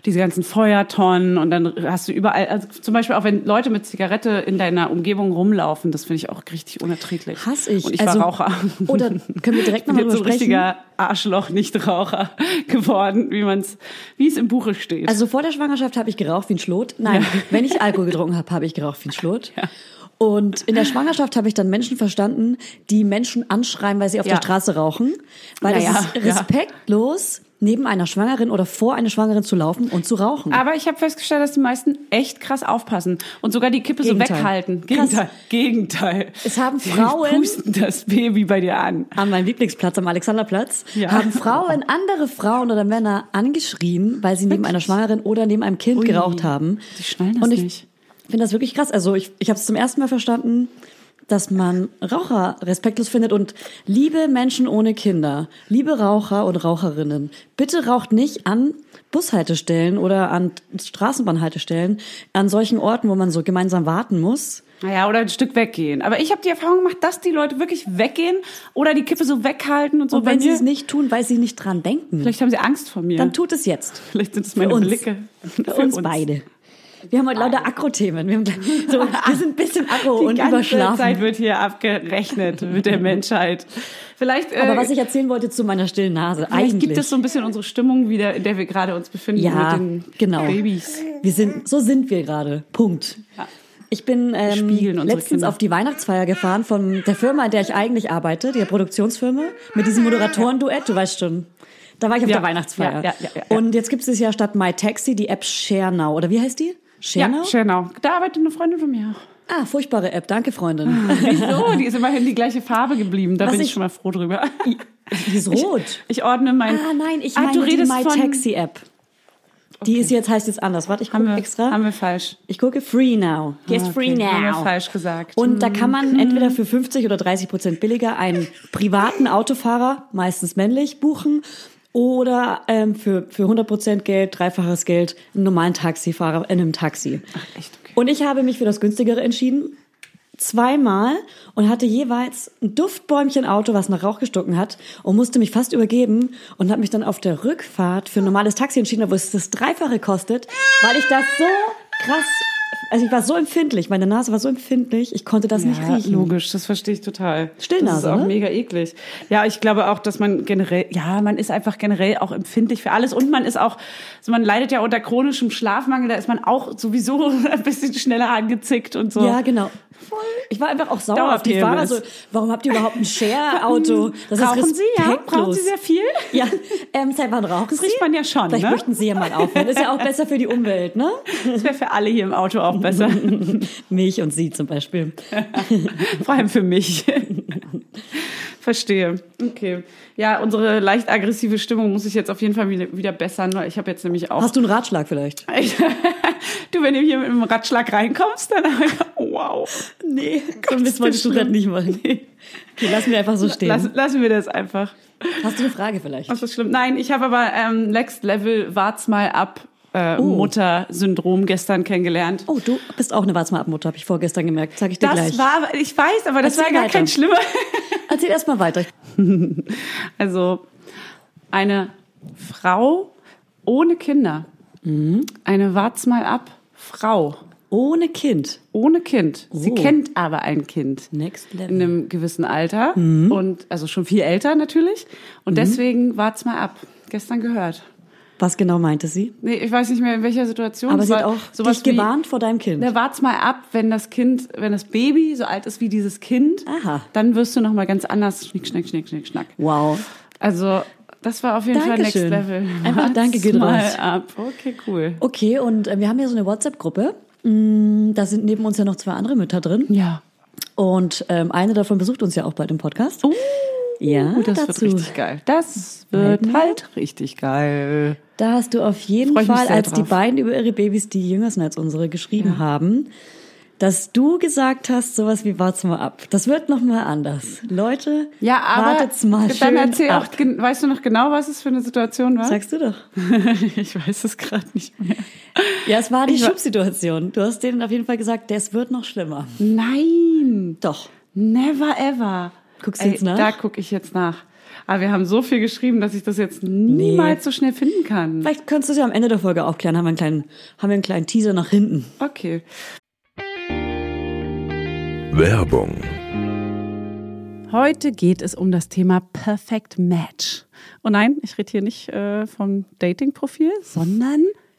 [SPEAKER 2] diese ganzen Feuertonnen und dann hast du überall, also zum Beispiel auch wenn Leute mit Zigarette in deiner Umgebung rumlaufen, das finde ich auch richtig unerträglich.
[SPEAKER 1] Hass ich.
[SPEAKER 2] Und ich
[SPEAKER 1] Also-
[SPEAKER 2] war Raucher.
[SPEAKER 1] Oder können wir direkt
[SPEAKER 2] Ich bin
[SPEAKER 1] nochmal drüber
[SPEAKER 2] jetzt so ein
[SPEAKER 1] sprechen?
[SPEAKER 2] richtiger Arschloch-Nicht-Raucher geworden, wie man's, wie es im Buche steht.
[SPEAKER 1] Also vor der Schwangerschaft habe ich geraucht wie ein Schlot. Nein, wenn ich Alkohol getrunken habe, habe ich geraucht wie ein Schlot. Und in der Schwangerschaft habe ich dann Menschen verstanden, die Menschen anschreien, weil sie auf
[SPEAKER 2] Ja.
[SPEAKER 1] der Straße rauchen. Weil
[SPEAKER 2] Naja,
[SPEAKER 1] das ist
[SPEAKER 2] ja.
[SPEAKER 1] respektlos neben einer Schwangeren oder vor einer Schwangeren zu laufen und zu rauchen.
[SPEAKER 2] Aber ich habe festgestellt, dass die meisten echt krass aufpassen und sogar die Kippe so
[SPEAKER 1] Gegenteil.
[SPEAKER 2] weghalten.
[SPEAKER 1] Krass.
[SPEAKER 2] Gegenteil. Gegenteil.
[SPEAKER 1] Es haben
[SPEAKER 2] Die
[SPEAKER 1] Frauen-
[SPEAKER 2] pusten das Baby bei dir an.
[SPEAKER 1] an meinem Lieblingsplatz am Alexanderplatz
[SPEAKER 2] Ja.
[SPEAKER 1] haben Frauen andere Frauen oder Männer angeschrien, weil sie neben einer Schwangeren oder neben einem Kind
[SPEAKER 2] Ui.
[SPEAKER 1] geraucht haben.
[SPEAKER 2] Die schnallen das
[SPEAKER 1] Und ich
[SPEAKER 2] nicht.
[SPEAKER 1] finde das wirklich krass. Also ich, ich habe es zum ersten Mal verstanden, dass man Raucher respektlos findet und liebe Menschen ohne Kinder, liebe Raucher und Raucherinnen, bitte raucht nicht an Bushaltestellen oder an Straßenbahnhaltestellen, an solchen Orten, wo man so gemeinsam warten muss.
[SPEAKER 2] Naja, oder ein Stück weggehen. Aber ich habe die Erfahrung gemacht, dass die Leute wirklich weggehen oder die Kippe so weghalten und so.
[SPEAKER 1] Und
[SPEAKER 2] bei
[SPEAKER 1] wenn sie
[SPEAKER 2] mir,
[SPEAKER 1] es nicht tun, weil sie nicht dran denken,
[SPEAKER 2] vielleicht haben sie Angst vor mir.
[SPEAKER 1] dann tut es jetzt.
[SPEAKER 2] vielleicht sind es meine
[SPEAKER 1] Für uns.
[SPEAKER 2] Blicke.
[SPEAKER 1] Für
[SPEAKER 2] Äh,
[SPEAKER 1] uns beide. Wir haben heute lauter Akro-Themen. Wir, haben gleich- so, wir sind ein bisschen Akro
[SPEAKER 2] Die
[SPEAKER 1] und
[SPEAKER 2] ganze Zeit
[SPEAKER 1] überschlafen.
[SPEAKER 2] wird hier abgerechnet mit der Menschheit. Vielleicht, äh,
[SPEAKER 1] Aber was ich erzählen wollte zu meiner stillen Nase,
[SPEAKER 2] vielleicht
[SPEAKER 1] eigentlich.
[SPEAKER 2] gibt es so ein bisschen unsere Stimmung wieder, in der wir gerade uns befinden
[SPEAKER 1] ja,
[SPEAKER 2] mit den
[SPEAKER 1] genau.
[SPEAKER 2] Babys.
[SPEAKER 1] Wir sind, so sind wir gerade. Punkt. Ich bin ähm,
[SPEAKER 2] spiegeln unsere
[SPEAKER 1] letztens
[SPEAKER 2] Kinder.
[SPEAKER 1] auf die Weihnachtsfeier gefahren von der Firma, in der ich eigentlich arbeite, der Produktionsfirma, mit diesem Moderatoren-Duett, du weißt schon. Da war ich auf
[SPEAKER 2] Ah. Ja,
[SPEAKER 1] der Weihnachtsfeier.
[SPEAKER 2] ja, ja, ja, ja.
[SPEAKER 1] Und jetzt gibt es dieses Jahr statt My Taxi die App Share Now. Oder wie heißt die? Share
[SPEAKER 2] Ja,
[SPEAKER 1] Now?
[SPEAKER 2] Schernau. Da arbeitet eine Freundin von mir.
[SPEAKER 1] ah, furchtbare App. Danke, Freundin.
[SPEAKER 2] Ah, Wieso? Die ist immerhin die gleiche Farbe geblieben. Da
[SPEAKER 1] Was
[SPEAKER 2] bin ich,
[SPEAKER 1] ich-
[SPEAKER 2] schon mal froh drüber.
[SPEAKER 1] Die ist rot.
[SPEAKER 2] Ich ordne mein.
[SPEAKER 1] Ah, nein, ich
[SPEAKER 2] Ah,
[SPEAKER 1] meine
[SPEAKER 2] du
[SPEAKER 1] die
[SPEAKER 2] redest
[SPEAKER 1] My
[SPEAKER 2] von,
[SPEAKER 1] Taxi App. Die ist jetzt, heißt jetzt anders. Warte, ich
[SPEAKER 2] Haben wir,
[SPEAKER 1] gucke extra.
[SPEAKER 2] Haben wir falsch. Ah,
[SPEAKER 1] ich gucke Free Now. Die ist Free
[SPEAKER 2] Okay, Haben wir
[SPEAKER 1] Now.
[SPEAKER 2] falsch Mhm. gesagt.
[SPEAKER 1] Und da kann man entweder für 50 oder 30 Prozent billiger einen privaten Autofahrer, meistens männlich, buchen oder ähm, für, für 100 Prozent Geld, dreifaches Geld, einen normalen Taxifahrer in einem Taxi.
[SPEAKER 2] echt? Okay.
[SPEAKER 1] Und ich habe mich für das günstigere entschieden, zweimal und hatte jeweils ein Duftbäumchen Auto, was nach Rauch gestunken hat und musste mich fast übergeben und habe mich dann auf der Rückfahrt für ein normales Taxi entschieden, obwohl es das Dreifache kostet, weil ich das so krass, also ich war so empfindlich, meine Nase war so empfindlich, ich konnte das nicht
[SPEAKER 2] Ja,
[SPEAKER 1] riechen.
[SPEAKER 2] logisch, das verstehe ich total.
[SPEAKER 1] Stillnase,
[SPEAKER 2] Das ist auch
[SPEAKER 1] ne?
[SPEAKER 2] mega eklig. Ja, ich glaube auch, dass man generell, ja, man ist einfach generell auch empfindlich für alles und man ist auch, also man leidet ja unter chronischem Schlafmangel, da ist man auch sowieso ein bisschen schneller angezickt und so.
[SPEAKER 1] Ja, genau. Ich war einfach auch sauer auf die
[SPEAKER 2] Dauer-PMS.
[SPEAKER 1] Fahrer. So, warum habt ihr überhaupt ein Share-Auto? genau Das ist
[SPEAKER 2] Rauchen Sie, ja?
[SPEAKER 1] respektlos.
[SPEAKER 2] Rauchen Sie sehr viel?
[SPEAKER 1] Ja, ähm, seit wann rauchen Sie?
[SPEAKER 2] riecht man ja schon,
[SPEAKER 1] Vielleicht
[SPEAKER 2] ne?
[SPEAKER 1] möchten Sie ja mal aufhören. Ist ja auch besser für die Umwelt, ne?
[SPEAKER 2] Das wäre für alle hier im Auto auch besser.
[SPEAKER 1] Mich und Sie zum Beispiel.
[SPEAKER 2] Vor allem für mich. Verstehe. Okay. Ja, unsere leicht aggressive Stimmung muss ich jetzt auf jeden Fall wieder wieder bessern, weil ich habe jetzt nämlich auch
[SPEAKER 1] Hast du einen Ratschlag vielleicht?
[SPEAKER 2] Ich, du, wenn du hier mit einem Ratschlag reinkommst, dann wow.
[SPEAKER 1] Nee, komm, das
[SPEAKER 2] ist
[SPEAKER 1] wolltest du
[SPEAKER 2] schlimm.
[SPEAKER 1] gerade nicht machen. Okay, lass mir einfach so stehen.
[SPEAKER 2] Lass, lassen wir das einfach.
[SPEAKER 1] Hast du eine Frage vielleicht?
[SPEAKER 2] Das ist schlimm. Nein, ich habe aber ähm, Next Level Warts mal ab äh, Mutter-Syndrom gestern kennengelernt.
[SPEAKER 1] Oh, du bist auch eine Wartsmalabmutter, habe ich vorgestern gemerkt. Sag ich dir
[SPEAKER 2] Das
[SPEAKER 1] gleich.
[SPEAKER 2] war, ich weiß, aber das war
[SPEAKER 1] Erzähl
[SPEAKER 2] gar
[SPEAKER 1] weiter.
[SPEAKER 2] kein schlimmer.
[SPEAKER 1] Erzähl erst mal weiter.
[SPEAKER 2] Also eine Frau ohne Kinder. Eine Warts mal ab Frau
[SPEAKER 1] Ohne Kind.
[SPEAKER 2] ohne Kind. Sie
[SPEAKER 1] Oh.
[SPEAKER 2] kennt aber ein Kind.
[SPEAKER 1] Next
[SPEAKER 2] in
[SPEAKER 1] Level.
[SPEAKER 2] einem gewissen Alter
[SPEAKER 1] Mhm.
[SPEAKER 2] und also schon viel älter natürlich. Und deswegen wart's mal ab. Gestern gehört.
[SPEAKER 1] Was genau meinte sie?
[SPEAKER 2] Nee, ich weiß nicht mehr in welcher Situation.
[SPEAKER 1] Aber
[SPEAKER 2] Es
[SPEAKER 1] sie hat
[SPEAKER 2] war
[SPEAKER 1] auch dich
[SPEAKER 2] wie- Ne.
[SPEAKER 1] gewarnt vor deinem Kind.
[SPEAKER 2] Na, wart's mal ab, wenn das Kind, wenn das Baby so alt ist wie dieses Kind,
[SPEAKER 1] Aha.
[SPEAKER 2] dann wirst du noch mal ganz anders. Schnick, schnack, schnick, schnick, schnack.
[SPEAKER 1] Wow.
[SPEAKER 2] Also das war auf jeden
[SPEAKER 1] Dankeschön.
[SPEAKER 2] Fall Next Level.
[SPEAKER 1] Einfach
[SPEAKER 2] Wart's
[SPEAKER 1] Danke geht
[SPEAKER 2] mal
[SPEAKER 1] raus.
[SPEAKER 2] ab. Okay, cool.
[SPEAKER 1] Okay, und äh, wir haben ja so eine WhatsApp-Gruppe. Mm, Da sind neben uns ja noch zwei andere Mütter drin.
[SPEAKER 2] Ja.
[SPEAKER 1] Und ähm, eine davon besucht uns ja auch bald im Podcast.
[SPEAKER 2] Uh,
[SPEAKER 1] ja,
[SPEAKER 2] das
[SPEAKER 1] dazu.
[SPEAKER 2] wird richtig geil. Das wird
[SPEAKER 1] Melden wir.
[SPEAKER 2] halt richtig geil.
[SPEAKER 1] Da hast du auf jeden
[SPEAKER 2] Freu ich mich
[SPEAKER 1] Fall,
[SPEAKER 2] sehr
[SPEAKER 1] als die
[SPEAKER 2] drauf.
[SPEAKER 1] beiden über ihre Babys, die jünger sind als unsere, geschrieben haben, dass du gesagt hast, sowas wie wart's mal ab. Das wird nochmal anders. Leute,
[SPEAKER 2] Ja, aber
[SPEAKER 1] wartet's mal
[SPEAKER 2] dann
[SPEAKER 1] schön
[SPEAKER 2] erzähl
[SPEAKER 1] ab.
[SPEAKER 2] auch, gen- weißt du noch genau, was es für eine Situation war?
[SPEAKER 1] Sagst du doch.
[SPEAKER 2] ich weiß es gerade nicht mehr.
[SPEAKER 1] Ja, es war die
[SPEAKER 2] Ich wa-
[SPEAKER 1] Schubsituation. Du hast denen auf jeden Fall gesagt, das wird noch schlimmer.
[SPEAKER 2] Nein,
[SPEAKER 1] Doch.
[SPEAKER 2] never ever.
[SPEAKER 1] Guckst du
[SPEAKER 2] Ey,
[SPEAKER 1] jetzt nach?
[SPEAKER 2] Da gucke ich jetzt nach. Aber wir haben so viel geschrieben, dass ich das jetzt niemals so schnell finden kann.
[SPEAKER 1] Vielleicht kannst du es ja am Ende der Folge aufklären. Haben wir einen kleinen, haben wir einen kleinen Teaser nach hinten.
[SPEAKER 2] Okay.
[SPEAKER 4] Werbung,
[SPEAKER 2] Heute geht es um das Thema Perfect Match. Und nein, ich rede hier nicht äh, vom Dating-Profil, sondern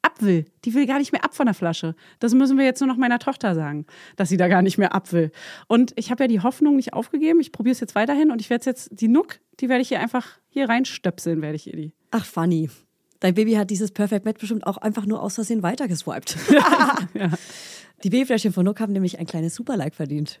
[SPEAKER 2] ab will. Die will gar nicht mehr ab von der Flasche. Das müssen wir jetzt nur noch meiner Tochter sagen, dass sie da gar nicht mehr ab will. Und ich habe ja die Hoffnung nicht aufgegeben. Ich probiere es jetzt weiterhin und ich werde jetzt die Nuck, die werde ich hier einfach hier reinstöpseln, werde ich ihr die.
[SPEAKER 1] Ach, funny. Dein Baby hat dieses Perfect Match bestimmt auch einfach nur aus Versehen weitergeswiped. Die Babyfläschchen von Nook haben nämlich ein kleines Superlike verdient.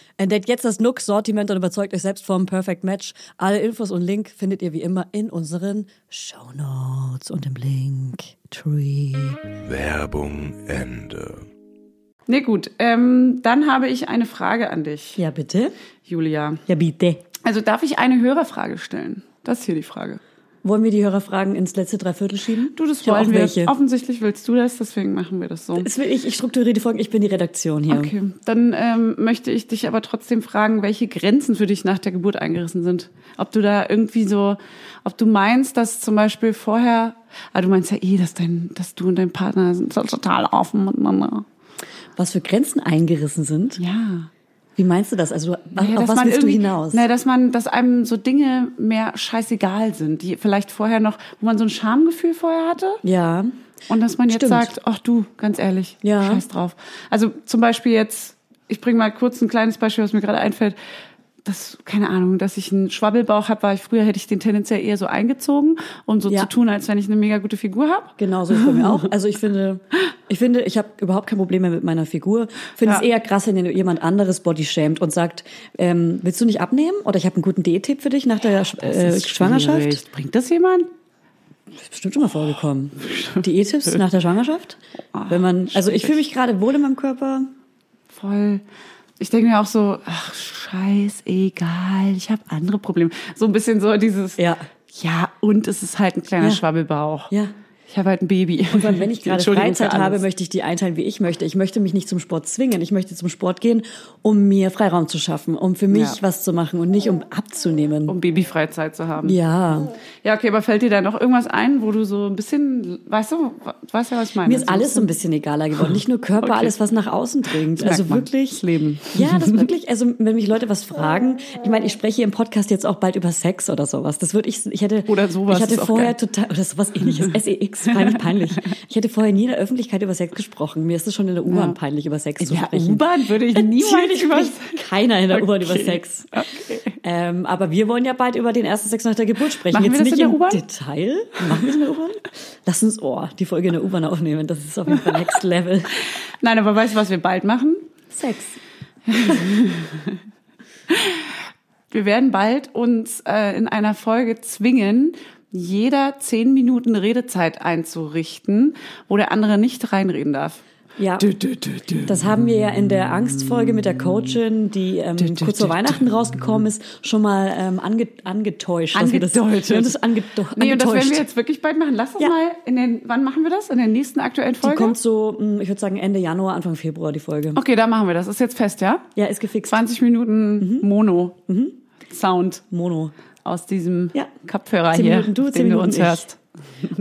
[SPEAKER 1] entdeckt jetzt das Nook-Sortiment und überzeugt euch selbst vom Perfect Match. Alle Infos und Link findet ihr wie immer in unseren Show Notes und im Link Tree.
[SPEAKER 4] Werbung Ende.
[SPEAKER 2] Nee, gut. Ähm, dann habe ich eine Frage an dich,
[SPEAKER 1] Ja, bitte.
[SPEAKER 2] Julia.
[SPEAKER 1] Ja, bitte.
[SPEAKER 2] Also darf ich eine Hörerfrage stellen? Das ist hier die Frage.
[SPEAKER 1] Wollen wir die Hörerfragen ins letzte Dreiviertel schieben?
[SPEAKER 2] Du, das
[SPEAKER 1] Ich hab
[SPEAKER 2] wollen
[SPEAKER 1] auch
[SPEAKER 2] wir.
[SPEAKER 1] welche.
[SPEAKER 2] Offensichtlich willst du das, deswegen machen wir das so.
[SPEAKER 1] Es will ich, ich strukturiere die Folgen, ich bin die Redaktion hier.
[SPEAKER 2] Okay, dann ähm, möchte ich dich aber trotzdem fragen, welche Grenzen für dich nach der Geburt eingerissen sind. Ob du da irgendwie so, ob du meinst, dass zum Beispiel vorher, ah, du meinst ja eh, dass dein, dass du und dein Partner sind so total offen miteinander.
[SPEAKER 1] Was für Grenzen eingerissen sind?
[SPEAKER 2] Ja.
[SPEAKER 1] Wie meinst du das? Also,
[SPEAKER 2] Naja,
[SPEAKER 1] auf
[SPEAKER 2] dass
[SPEAKER 1] was
[SPEAKER 2] man
[SPEAKER 1] willst du
[SPEAKER 2] irgendwie-
[SPEAKER 1] hinaus?
[SPEAKER 2] Naja, dass man, dass einem so Dinge mehr scheißegal sind, die vielleicht vorher noch, wo man so ein Schamgefühl vorher hatte.
[SPEAKER 1] ja.
[SPEAKER 2] Und dass man jetzt
[SPEAKER 1] Stimmt.
[SPEAKER 2] sagt, ach du, ganz ehrlich,
[SPEAKER 1] Ja.
[SPEAKER 2] scheiß drauf. Also zum Beispiel jetzt, ich bringe mal kurz ein kleines Beispiel, was mir gerade einfällt. Das, keine Ahnung, dass ich einen Schwabbelbauch habe, war ich früher, hätte ich den tendenziell eher so eingezogen, um so
[SPEAKER 1] Ja.
[SPEAKER 2] zu tun, als wenn ich eine mega gute Figur habe.
[SPEAKER 1] Genau, so ist bei mir auch. Also ich finde, ich finde, ich habe überhaupt kein Problem mehr mit meiner Figur. Finde es
[SPEAKER 2] Ja.
[SPEAKER 1] eher krass, wenn jemand anderes body shamed und sagt, ähm, willst du nicht abnehmen? Oder ich habe einen guten Diät-Tipp für dich nach der Sch- äh, Schwangerschaft.
[SPEAKER 2] Bringt das jemand?
[SPEAKER 1] Das ist bestimmt schon mal vorgekommen. Diät-Tipps nach der Schwangerschaft?
[SPEAKER 2] Ah,
[SPEAKER 1] Wenn man, also ich fühle mich gerade wohl in meinem Körper.
[SPEAKER 2] Voll. Ich denke mir auch so, ach, scheißegal, ich habe andere Probleme. So ein bisschen so dieses,
[SPEAKER 1] Ja.
[SPEAKER 2] ja und es ist halt ein kleiner
[SPEAKER 1] Ja.
[SPEAKER 2] Schwabbelbauch.
[SPEAKER 1] Ja.
[SPEAKER 2] Ich habe halt ein Baby.
[SPEAKER 1] Und wenn ich gerade
[SPEAKER 2] Entschuldigung für
[SPEAKER 1] Freizeit habe,
[SPEAKER 2] alles.
[SPEAKER 1] möchte ich die einteilen, wie ich möchte. Ich möchte mich nicht zum Sport zwingen. Ich möchte zum Sport gehen, um mir Freiraum zu schaffen, um für mich
[SPEAKER 2] Ja.
[SPEAKER 1] was zu machen und nicht um abzunehmen.
[SPEAKER 2] um Babyfreizeit zu haben.
[SPEAKER 1] ja.
[SPEAKER 2] Ja, okay, aber fällt dir da noch irgendwas ein, wo du so ein bisschen, weißt du, weißt du, was ich meine?
[SPEAKER 1] Mir ist alles so ein bisschen egaler geworden. Nicht nur Körper,
[SPEAKER 2] Okay.
[SPEAKER 1] alles, was nach außen dringt.
[SPEAKER 2] merkt
[SPEAKER 1] Also
[SPEAKER 2] man.
[SPEAKER 1] wirklich.
[SPEAKER 2] Das Leben.
[SPEAKER 1] Ja, das wirklich. Also, wenn mich Leute was fragen, ich meine, ich spreche hier im Podcast jetzt auch bald über Sex oder sowas. Das würde ich, ich hätte.
[SPEAKER 2] Oder sowas,
[SPEAKER 1] Ich hatte
[SPEAKER 2] ist auch
[SPEAKER 1] vorher
[SPEAKER 2] geil.
[SPEAKER 1] total, oder sowas ähnliches. SEX, peinlich, peinlich. Ich hätte vorher nie in der Öffentlichkeit über Sex gesprochen. Mir ist es schon in der U-Bahn peinlich, über Sex zu
[SPEAKER 2] der
[SPEAKER 1] sprechen.
[SPEAKER 2] U-Bahn würde ich niemals
[SPEAKER 1] Natürlich
[SPEAKER 2] über-
[SPEAKER 1] spricht Keiner in der U-Bahn über
[SPEAKER 2] Okay.
[SPEAKER 1] Sex. Ähm, aber wir wollen ja bald über den ersten Sex nach der Geburt sprechen.
[SPEAKER 2] Machen wir
[SPEAKER 1] Jetzt
[SPEAKER 2] das
[SPEAKER 1] nicht
[SPEAKER 2] in der
[SPEAKER 1] im
[SPEAKER 2] U-Bahn?
[SPEAKER 1] Detail. Machen wir das in der U-Bahn? Lass uns oh, die Folge in der U-Bahn aufnehmen. Das ist auf jeden Fall Next Level.
[SPEAKER 2] Nein, aber weißt du, was wir bald machen?
[SPEAKER 1] Sex.
[SPEAKER 2] Wir werden bald uns äh, in einer Folge zwingen, jeder zehn Minuten Redezeit einzurichten, wo der andere nicht reinreden darf.
[SPEAKER 1] Ja, das haben wir ja in der Angstfolge mit der Coachin, die ähm, kurz vor Weihnachten rausgekommen ist, schon mal ähm, ange angetäuscht. dass wir das-
[SPEAKER 2] Angedeutet.
[SPEAKER 1] Wir haben das angedo
[SPEAKER 2] Nee, und das werden
[SPEAKER 1] angetäuscht.
[SPEAKER 2] wir jetzt wirklich bald machen. Lass das
[SPEAKER 1] Ja.
[SPEAKER 2] mal in den, wann machen wir das? In der nächsten aktuellen
[SPEAKER 1] die
[SPEAKER 2] Folge?
[SPEAKER 1] kommt so, mh, ich würde sagen, Ende Januar, Anfang Februar, die Folge.
[SPEAKER 2] okay, da machen wir das. Ist jetzt fest, ja?
[SPEAKER 1] Ja, ist gefixt.
[SPEAKER 2] 20
[SPEAKER 1] Mhm.
[SPEAKER 2] Minuten Mono. Sound.
[SPEAKER 1] Mono.
[SPEAKER 2] aus diesem
[SPEAKER 1] Ja.
[SPEAKER 2] Kopfhörer
[SPEAKER 1] Zehn
[SPEAKER 2] hier,
[SPEAKER 1] Minuten du,
[SPEAKER 2] auf
[SPEAKER 1] zehn
[SPEAKER 2] den du
[SPEAKER 1] Minuten
[SPEAKER 2] uns
[SPEAKER 1] ich.
[SPEAKER 2] hörst.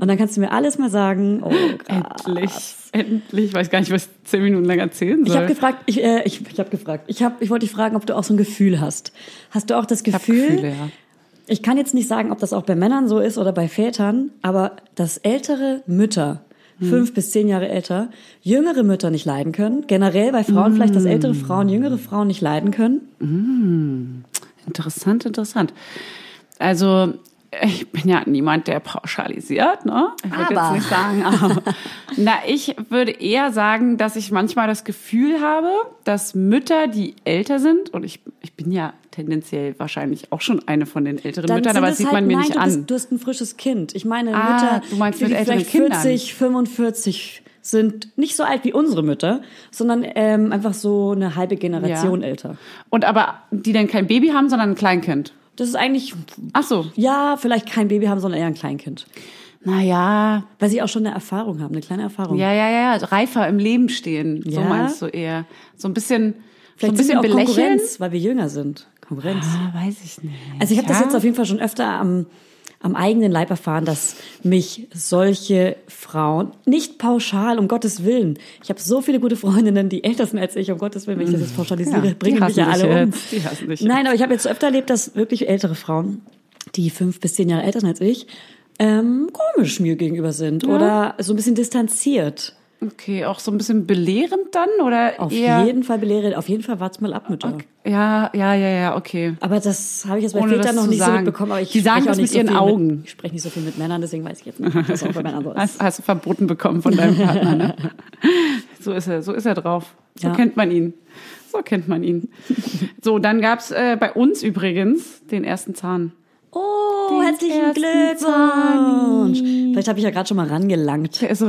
[SPEAKER 1] Und dann kannst du mir alles mal sagen. Oh, krass.
[SPEAKER 2] Endlich. Endlich. Ich weiß gar nicht, was ich zehn Minuten lang erzählen
[SPEAKER 1] Ich habe
[SPEAKER 2] soll.
[SPEAKER 1] gefragt, ich, äh, ich, ich habe gefragt, ich, hab, ich wollte dich fragen, ob du auch so ein Gefühl hast. Hast du auch das
[SPEAKER 2] hab
[SPEAKER 1] Gefühl?
[SPEAKER 2] Gefühle, ja.
[SPEAKER 1] Ich kann jetzt nicht sagen, ob das auch bei Männern so ist oder bei Vätern, aber dass ältere Mütter,
[SPEAKER 2] Hm.
[SPEAKER 1] fünf bis zehn Jahre älter, jüngere Mütter nicht leiden können. Generell bei Frauen vielleicht, dass ältere
[SPEAKER 2] Hm.
[SPEAKER 1] Frauen jüngere Frauen nicht leiden können.
[SPEAKER 2] Interessant, interessant. Also, ich bin ja niemand, der pauschalisiert, ne? Ich würde jetzt
[SPEAKER 1] Aber.
[SPEAKER 2] nicht sagen, aber. Na, ich würde eher sagen, dass ich manchmal das Gefühl habe, dass Mütter, die älter sind, und ich, ich bin ja tendenziell wahrscheinlich auch schon eine von den älteren Müttern,
[SPEAKER 1] sind
[SPEAKER 2] aber
[SPEAKER 1] es
[SPEAKER 2] das sieht
[SPEAKER 1] halt-
[SPEAKER 2] man mir
[SPEAKER 1] nein,
[SPEAKER 2] nicht
[SPEAKER 1] du
[SPEAKER 2] an.
[SPEAKER 1] Bist, du hast ein frisches Kind. Ich meine,
[SPEAKER 2] Ah,
[SPEAKER 1] Mütter,
[SPEAKER 2] du meinst
[SPEAKER 1] die
[SPEAKER 2] mit älteren
[SPEAKER 1] vielleicht
[SPEAKER 2] Kindern.
[SPEAKER 1] 40, 45 sind nicht so alt wie unsere Mütter, sondern ähm, einfach so eine halbe Generation
[SPEAKER 2] Ja.
[SPEAKER 1] älter.
[SPEAKER 2] Und aber die dann kein Baby haben, sondern ein Kleinkind.
[SPEAKER 1] Das ist eigentlich,
[SPEAKER 2] Ach so.
[SPEAKER 1] ja, vielleicht kein Baby haben, sondern eher ein Kleinkind.
[SPEAKER 2] Naja,
[SPEAKER 1] Weil sie auch schon eine Erfahrung haben, eine kleine Erfahrung.
[SPEAKER 2] ja, ja, ja, reifer im Leben stehen, so
[SPEAKER 1] Ja.
[SPEAKER 2] meinst du eher. So ein bisschen,
[SPEAKER 1] Vielleicht
[SPEAKER 2] so ein bisschen
[SPEAKER 1] sind wir auch
[SPEAKER 2] belächeln.
[SPEAKER 1] Konkurrenz, weil wir jünger sind. Konkurrenz.
[SPEAKER 2] Ah, weiß ich nicht.
[SPEAKER 1] Also ich habe das
[SPEAKER 2] Ja.
[SPEAKER 1] jetzt auf jeden Fall schon öfter am, am eigenen Leib erfahren, dass mich solche Frauen, nicht pauschal, um Gottes Willen, ich habe so viele gute Freundinnen, die älter sind als ich, um Gottes Willen, wenn ich das jetzt pauschalisiere,
[SPEAKER 2] Hm. Ja, die
[SPEAKER 1] bringen mich
[SPEAKER 2] hassen
[SPEAKER 1] ja
[SPEAKER 2] dich
[SPEAKER 1] alle um.
[SPEAKER 2] jetzt, die hassen dich
[SPEAKER 1] Nein, aber ich habe jetzt so öfter erlebt, dass wirklich ältere Frauen, die fünf bis zehn Jahre älter sind als ich, ähm, komisch mir gegenüber sind oder so ein bisschen distanziert.
[SPEAKER 2] Okay, auch so ein bisschen belehrend dann oder
[SPEAKER 1] Auf
[SPEAKER 2] eher?
[SPEAKER 1] jeden Fall belehre, auf jeden Fall wart's mal ab, Mütter.
[SPEAKER 2] Ja, ja, ja, ja, okay.
[SPEAKER 1] Aber das habe ich jetzt bei
[SPEAKER 2] Ohne das
[SPEAKER 1] Vätern noch
[SPEAKER 2] zu
[SPEAKER 1] nicht so
[SPEAKER 2] sagen.
[SPEAKER 1] mitbekommen. Aber ich
[SPEAKER 2] Die sagen
[SPEAKER 1] spreche auch
[SPEAKER 2] das
[SPEAKER 1] nicht
[SPEAKER 2] mit
[SPEAKER 1] so
[SPEAKER 2] ihren
[SPEAKER 1] viel
[SPEAKER 2] Augen.
[SPEAKER 1] Mit, ich spreche nicht so viel mit Männern, deswegen weiß ich jetzt nicht, ob das auch bei Männern so ist.
[SPEAKER 2] Hast, hast du verboten bekommen von deinem Partner, ne? So ist er, so ist er drauf. So
[SPEAKER 1] Ja.
[SPEAKER 2] kennt man ihn. So kennt man ihn. So, dann gab's äh, bei uns übrigens den ersten Zahn.
[SPEAKER 1] Oh,
[SPEAKER 2] Den
[SPEAKER 1] herzlichen
[SPEAKER 2] ersten
[SPEAKER 1] Glückwunsch. Vielleicht habe ich ja gerade schon mal rangelangt.
[SPEAKER 2] Der ist so,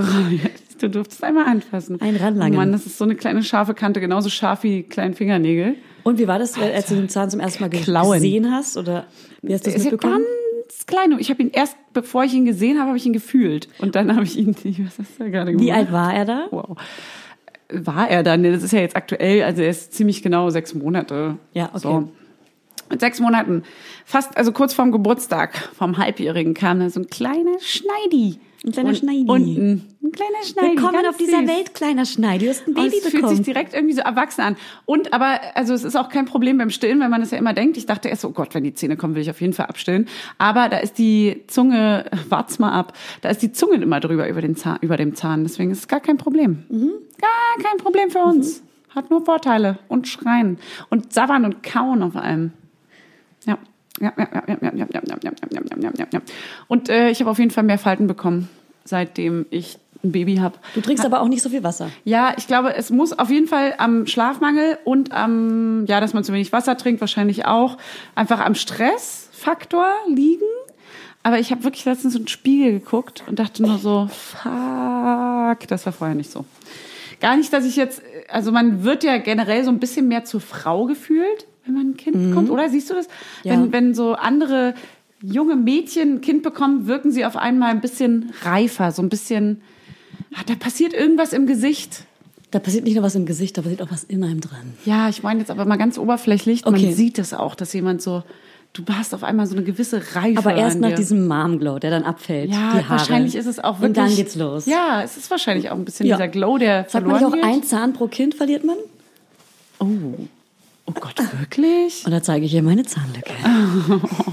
[SPEAKER 2] du durftest einmal anfassen. Oh
[SPEAKER 1] Ein Ranlangen.
[SPEAKER 2] Mann, das ist so eine kleine scharfe Kante, genauso scharf wie kleinen Fingernägel.
[SPEAKER 1] Und wie war das, als du den Zahn zum ersten Mal ge-
[SPEAKER 2] Klauen.
[SPEAKER 1] gesehen hast? Oder wie hast du
[SPEAKER 2] Der
[SPEAKER 1] das
[SPEAKER 2] ist ja
[SPEAKER 1] mitbekommen?
[SPEAKER 2] ganz klein. Ich habe ihn erst, bevor ich ihn gesehen habe, habe ich ihn gefühlt. Und dann habe ich ihn, was hast du da gerade gemacht?
[SPEAKER 1] Wie alt war er da?
[SPEAKER 2] Wow. War er dann? Das ist ja jetzt aktuell, also er ist ziemlich genau sechs Monate.
[SPEAKER 1] Ja, okay.
[SPEAKER 2] Mit sechs Monaten, fast, also kurz vorm Geburtstag, vom Halbjährigen, kam dann so ein kleiner Schneidi.
[SPEAKER 1] Ein kleiner
[SPEAKER 2] Und-
[SPEAKER 1] Schneidi.
[SPEAKER 2] Unten. Ein kleiner Schneidi.
[SPEAKER 1] Willkommen
[SPEAKER 2] ganz
[SPEAKER 1] auf dieser
[SPEAKER 2] süß.
[SPEAKER 1] Welt, kleiner Schneid. Du hast ein
[SPEAKER 2] Und
[SPEAKER 1] Baby
[SPEAKER 2] es fühlt sich
[SPEAKER 1] bekommen.
[SPEAKER 2] direkt irgendwie so erwachsen an. Und aber, also es ist auch kein Problem beim Stillen, weil man es ja immer denkt. Ich dachte erst so, oh Gott, wenn die Zähne kommen, will ich auf jeden Fall abstillen. Aber da ist die Zunge, wart's mal ab, da ist die Zunge immer drüber über, den Zahn, über dem Zahn. Deswegen ist es gar kein Problem.
[SPEAKER 1] Mhm.
[SPEAKER 2] Gar kein Problem für uns. Hat nur Vorteile und schreien und sabbern und kauen auf allem. Ja. Ja, ja, ja, ja, ja, ja, ja, ja, ja, ja, ja, ja, ja, ja. Und äh, ich habe auf jeden Fall mehr Falten bekommen, seitdem ich ein Baby habe.
[SPEAKER 1] Du trinkst aber auch nicht so viel Wasser.
[SPEAKER 2] Ja, ich glaube, es muss auf jeden Fall am Schlafmangel und am, ja, dass man zu wenig Wasser trinkt, wahrscheinlich auch, einfach am Stressfaktor liegen. Aber ich habe wirklich letztens in den Spiegel geguckt und dachte nur so, fuck, das war vorher nicht so. Gar nicht, dass ich jetzt, also man wird ja generell so ein bisschen mehr zur Frau gefühlt, wenn man ein Kind bekommt, oder? Siehst du das?
[SPEAKER 1] Ja.
[SPEAKER 2] Wenn, wenn so andere junge Mädchen ein Kind bekommen, wirken sie auf einmal ein bisschen reifer, so ein bisschen, ah, da passiert irgendwas im Gesicht.
[SPEAKER 1] Da passiert nicht nur was im Gesicht, da passiert auch was in einem dran.
[SPEAKER 2] Ja, ich meine jetzt aber mal ganz oberflächlich,
[SPEAKER 1] Okay.
[SPEAKER 2] man sieht das auch, dass jemand so, du hast auf einmal so eine gewisse Reife.
[SPEAKER 1] Aber erst
[SPEAKER 2] an
[SPEAKER 1] nach
[SPEAKER 2] dir.
[SPEAKER 1] diesem Mom-Glow, der dann abfällt.
[SPEAKER 2] ja,
[SPEAKER 1] die Haare.
[SPEAKER 2] wahrscheinlich ist es auch wirklich.
[SPEAKER 1] Und dann geht's los.
[SPEAKER 2] Ja, es ist wahrscheinlich auch ein bisschen
[SPEAKER 1] Ja.
[SPEAKER 2] dieser Glow, der
[SPEAKER 1] Sagt man
[SPEAKER 2] verloren
[SPEAKER 1] nicht auch,
[SPEAKER 2] geht.
[SPEAKER 1] ein Zahn pro Kind verliert man?
[SPEAKER 2] oh Gott, wirklich?
[SPEAKER 1] Und da zeige ich ihr meine Zahnlücke.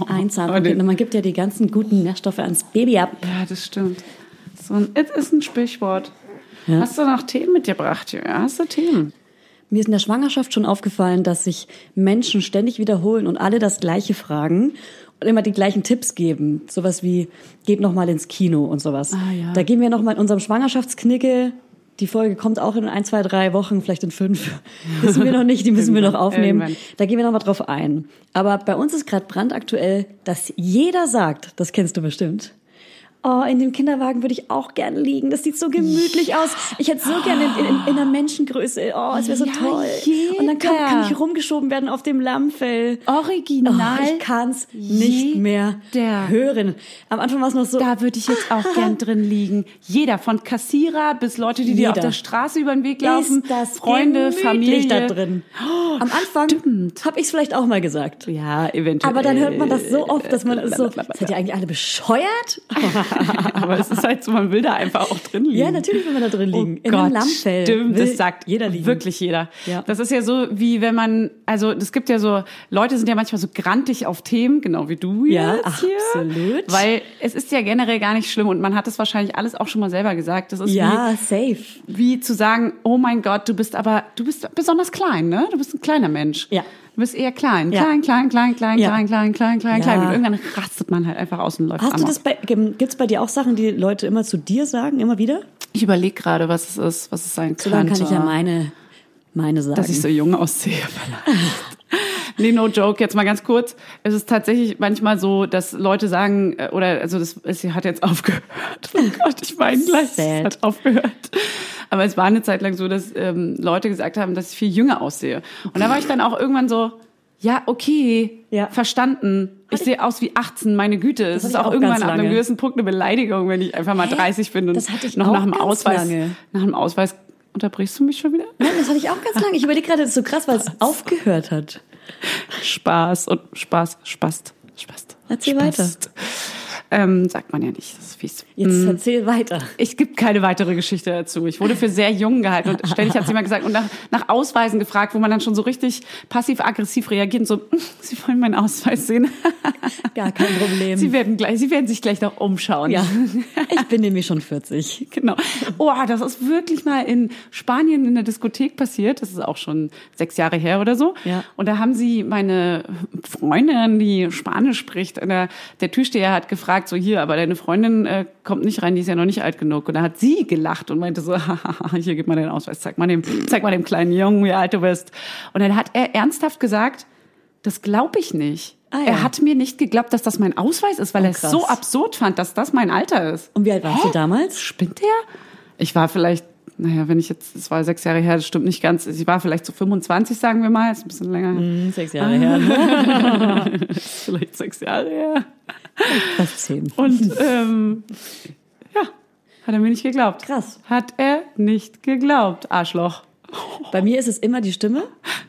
[SPEAKER 1] Ein Zahn pro
[SPEAKER 2] Oh, den-
[SPEAKER 1] Kind. Und man gibt ja die ganzen guten Nährstoffe ans Baby ab.
[SPEAKER 2] Ja, das stimmt. So ein, es ist ein Sprichwort. Hast du noch Themen mitgebracht, Julia? Hast du Themen?
[SPEAKER 1] Mir ist in der Schwangerschaft schon aufgefallen, dass sich Menschen ständig wiederholen und alle das Gleiche fragen und immer die gleichen Tipps geben. Sowas wie, geht noch mal ins Kino und sowas.
[SPEAKER 2] Ah, ja.
[SPEAKER 1] Da gehen wir noch mal in unserem Schwangerschaftsknicke. Die Folge kommt auch in ein, zwei, drei Wochen, vielleicht in fünf. Wissen wir noch nicht, die müssen wir noch aufnehmen.
[SPEAKER 2] Irgendwann.
[SPEAKER 1] Da gehen wir noch mal drauf ein. Aber bei uns ist gerade brandaktuell, dass jeder sagt, das kennst du bestimmt, Oh, in dem Kinderwagen würde ich auch gerne liegen. Das sieht so gemütlich aus. Ich hätte so gerne in, in, in einer Menschengröße. Oh, es wäre so
[SPEAKER 2] Ja,
[SPEAKER 1] toll. Und dann kann,
[SPEAKER 2] jeder.
[SPEAKER 1] kann ich rumgeschoben werden auf dem Lammfell. Oh,
[SPEAKER 2] Original.
[SPEAKER 1] ich kann's nicht mehr
[SPEAKER 2] jeder.
[SPEAKER 1] hören. Am Anfang war es noch so,
[SPEAKER 2] Da würde ich jetzt auch gern drin liegen. Jeder, von Kassierer bis Leute, die dir
[SPEAKER 1] Jeder.
[SPEAKER 2] auf der Straße über den Weg laufen,
[SPEAKER 1] ist das
[SPEAKER 2] Freunde,
[SPEAKER 1] gemütlich
[SPEAKER 2] Familie.
[SPEAKER 1] da drin.
[SPEAKER 2] Oh,
[SPEAKER 1] Am Anfang habe ich es vielleicht auch mal gesagt.
[SPEAKER 2] Ja, eventuell.
[SPEAKER 1] Aber dann hört man das so oft, dass man ist so, seid ihr eigentlich alle bescheuert?
[SPEAKER 2] Aber es ist halt so, man will da einfach auch drin liegen. Oh
[SPEAKER 1] Ja, natürlich will man da drin liegen. In einem Lammfell.
[SPEAKER 2] Stimmt,
[SPEAKER 1] will
[SPEAKER 2] das sagt
[SPEAKER 1] jeder liegen.
[SPEAKER 2] Wirklich jeder.
[SPEAKER 1] Ja.
[SPEAKER 2] Das ist ja so, wie wenn man, also es gibt ja so, Leute sind ja manchmal so grantig auf Themen, genau wie du
[SPEAKER 1] Ja,
[SPEAKER 2] jetzt hier.
[SPEAKER 1] absolut.
[SPEAKER 2] Weil es ist ja generell gar nicht schlimm und man hat das wahrscheinlich alles auch schon mal selber gesagt. Das ist
[SPEAKER 1] Ja, safe.
[SPEAKER 2] wie, wie zu sagen, oh mein Gott, du bist aber, du bist besonders klein, ne? Du bist ein kleiner Mensch.
[SPEAKER 1] Ja.
[SPEAKER 2] Du bist eher klein,
[SPEAKER 1] Ja.
[SPEAKER 2] klein, klein, klein, klein,
[SPEAKER 1] Ja.
[SPEAKER 2] klein, klein, klein, klein,
[SPEAKER 1] Ja.
[SPEAKER 2] klein. Und irgendwann rastet man halt einfach aus und läuft
[SPEAKER 1] Hast du
[SPEAKER 2] amok.
[SPEAKER 1] das bei, gibt's bei dir auch Sachen, die Leute immer zu dir sagen, immer wieder?
[SPEAKER 2] Ich überlege gerade, was es ist, was es sein
[SPEAKER 1] So lange
[SPEAKER 2] könnte.
[SPEAKER 1] kann ich ja meine, meine sagen.
[SPEAKER 2] dass ich so jung aussehe. vielleicht. Nee, no joke, jetzt mal ganz kurz. Es ist tatsächlich manchmal so, dass Leute sagen, äh, oder also das, es hat jetzt aufgehört. Oh Gott, ich weine gleich. Es
[SPEAKER 1] Sad.
[SPEAKER 2] hat aufgehört. Aber es war eine Zeit lang so, dass ähm, Leute gesagt haben, dass ich viel jünger aussehe. Und da war ich dann auch irgendwann so, ja, okay,
[SPEAKER 1] Ja.
[SPEAKER 2] verstanden. Ich sehe aus wie 18, meine Güte.
[SPEAKER 1] hatte
[SPEAKER 2] Es ist
[SPEAKER 1] ich
[SPEAKER 2] auch,
[SPEAKER 1] auch
[SPEAKER 2] irgendwann
[SPEAKER 1] ganz
[SPEAKER 2] ab einem
[SPEAKER 1] lange.
[SPEAKER 2] gewissen Punkt eine Beleidigung, wenn ich einfach mal
[SPEAKER 1] Hä?
[SPEAKER 2] 30 bin und
[SPEAKER 1] Das hatte ich
[SPEAKER 2] noch
[SPEAKER 1] auch
[SPEAKER 2] nach dem
[SPEAKER 1] ganz
[SPEAKER 2] Ausweis.
[SPEAKER 1] lange.
[SPEAKER 2] Nach dem Ausweis unterbrichst du mich schon wieder?
[SPEAKER 1] Nein, das hatte ich auch ganz lange. Ich überlege gerade, das ist so krass, weil es aufgehört hat.
[SPEAKER 2] Spaß und Spaß, Spast, Spast.
[SPEAKER 1] Erzähl
[SPEAKER 2] Spast. Ähm, sagt man ja nicht, das ist fies. Mm.
[SPEAKER 1] Jetzt erzähl weiter.
[SPEAKER 2] Ich gibt keine weitere Geschichte dazu. Ich wurde für sehr jung gehalten und ständig hat jemand gesagt und nach, nach Ausweisen gefragt, wo man dann schon so richtig passiv-aggressiv reagiert und so, "Mm, Sie wollen meinen Ausweis sehen.
[SPEAKER 1] Gar kein Problem.
[SPEAKER 2] Sie werden gleich, Sie werden sich gleich noch umschauen.
[SPEAKER 1] ja, ich bin nämlich schon 40.
[SPEAKER 2] Genau. Oh, das ist wirklich mal in Spanien in der Diskothek passiert. Das ist auch schon sechs Jahre her oder so.
[SPEAKER 1] Ja.
[SPEAKER 2] Und da haben sie meine Freundin, die Spanisch spricht, an der, der Türsteher hat gefragt, so hier, aber deine Freundin äh, kommt nicht rein, die ist ja noch nicht alt genug. Und da hat sie gelacht und meinte so, hahaha, hier gib mal deinen Ausweis, zeig mal dem, zeig mal dem kleinen Jungen, wie alt du bist. Und dann hat er ernsthaft gesagt, das glaube ich nicht.
[SPEAKER 1] Ah, ja. Oh,
[SPEAKER 2] Er hat mir nicht geglaubt, dass das mein Ausweis ist, weil er es
[SPEAKER 1] krass.
[SPEAKER 2] so absurd fand, dass das mein Alter ist.
[SPEAKER 1] Und wie alt warst
[SPEAKER 2] Hä?
[SPEAKER 1] du damals?
[SPEAKER 2] Spinnt der? Ich war vielleicht, naja, wenn ich jetzt, es war sechs Jahre her, das stimmt nicht ganz. Ich war vielleicht so 25, sagen wir mal, ist ein bisschen länger, her.
[SPEAKER 1] Hm, Sechs Jahre her. Ne?
[SPEAKER 2] vielleicht sechs Jahre her.
[SPEAKER 1] Fast Ah, zehn.
[SPEAKER 2] Und ähm, ja, hat er mir nicht geglaubt.
[SPEAKER 1] Krass.
[SPEAKER 2] Hat er nicht geglaubt, Arschloch.
[SPEAKER 1] Bei mir ist es immer die Stimme.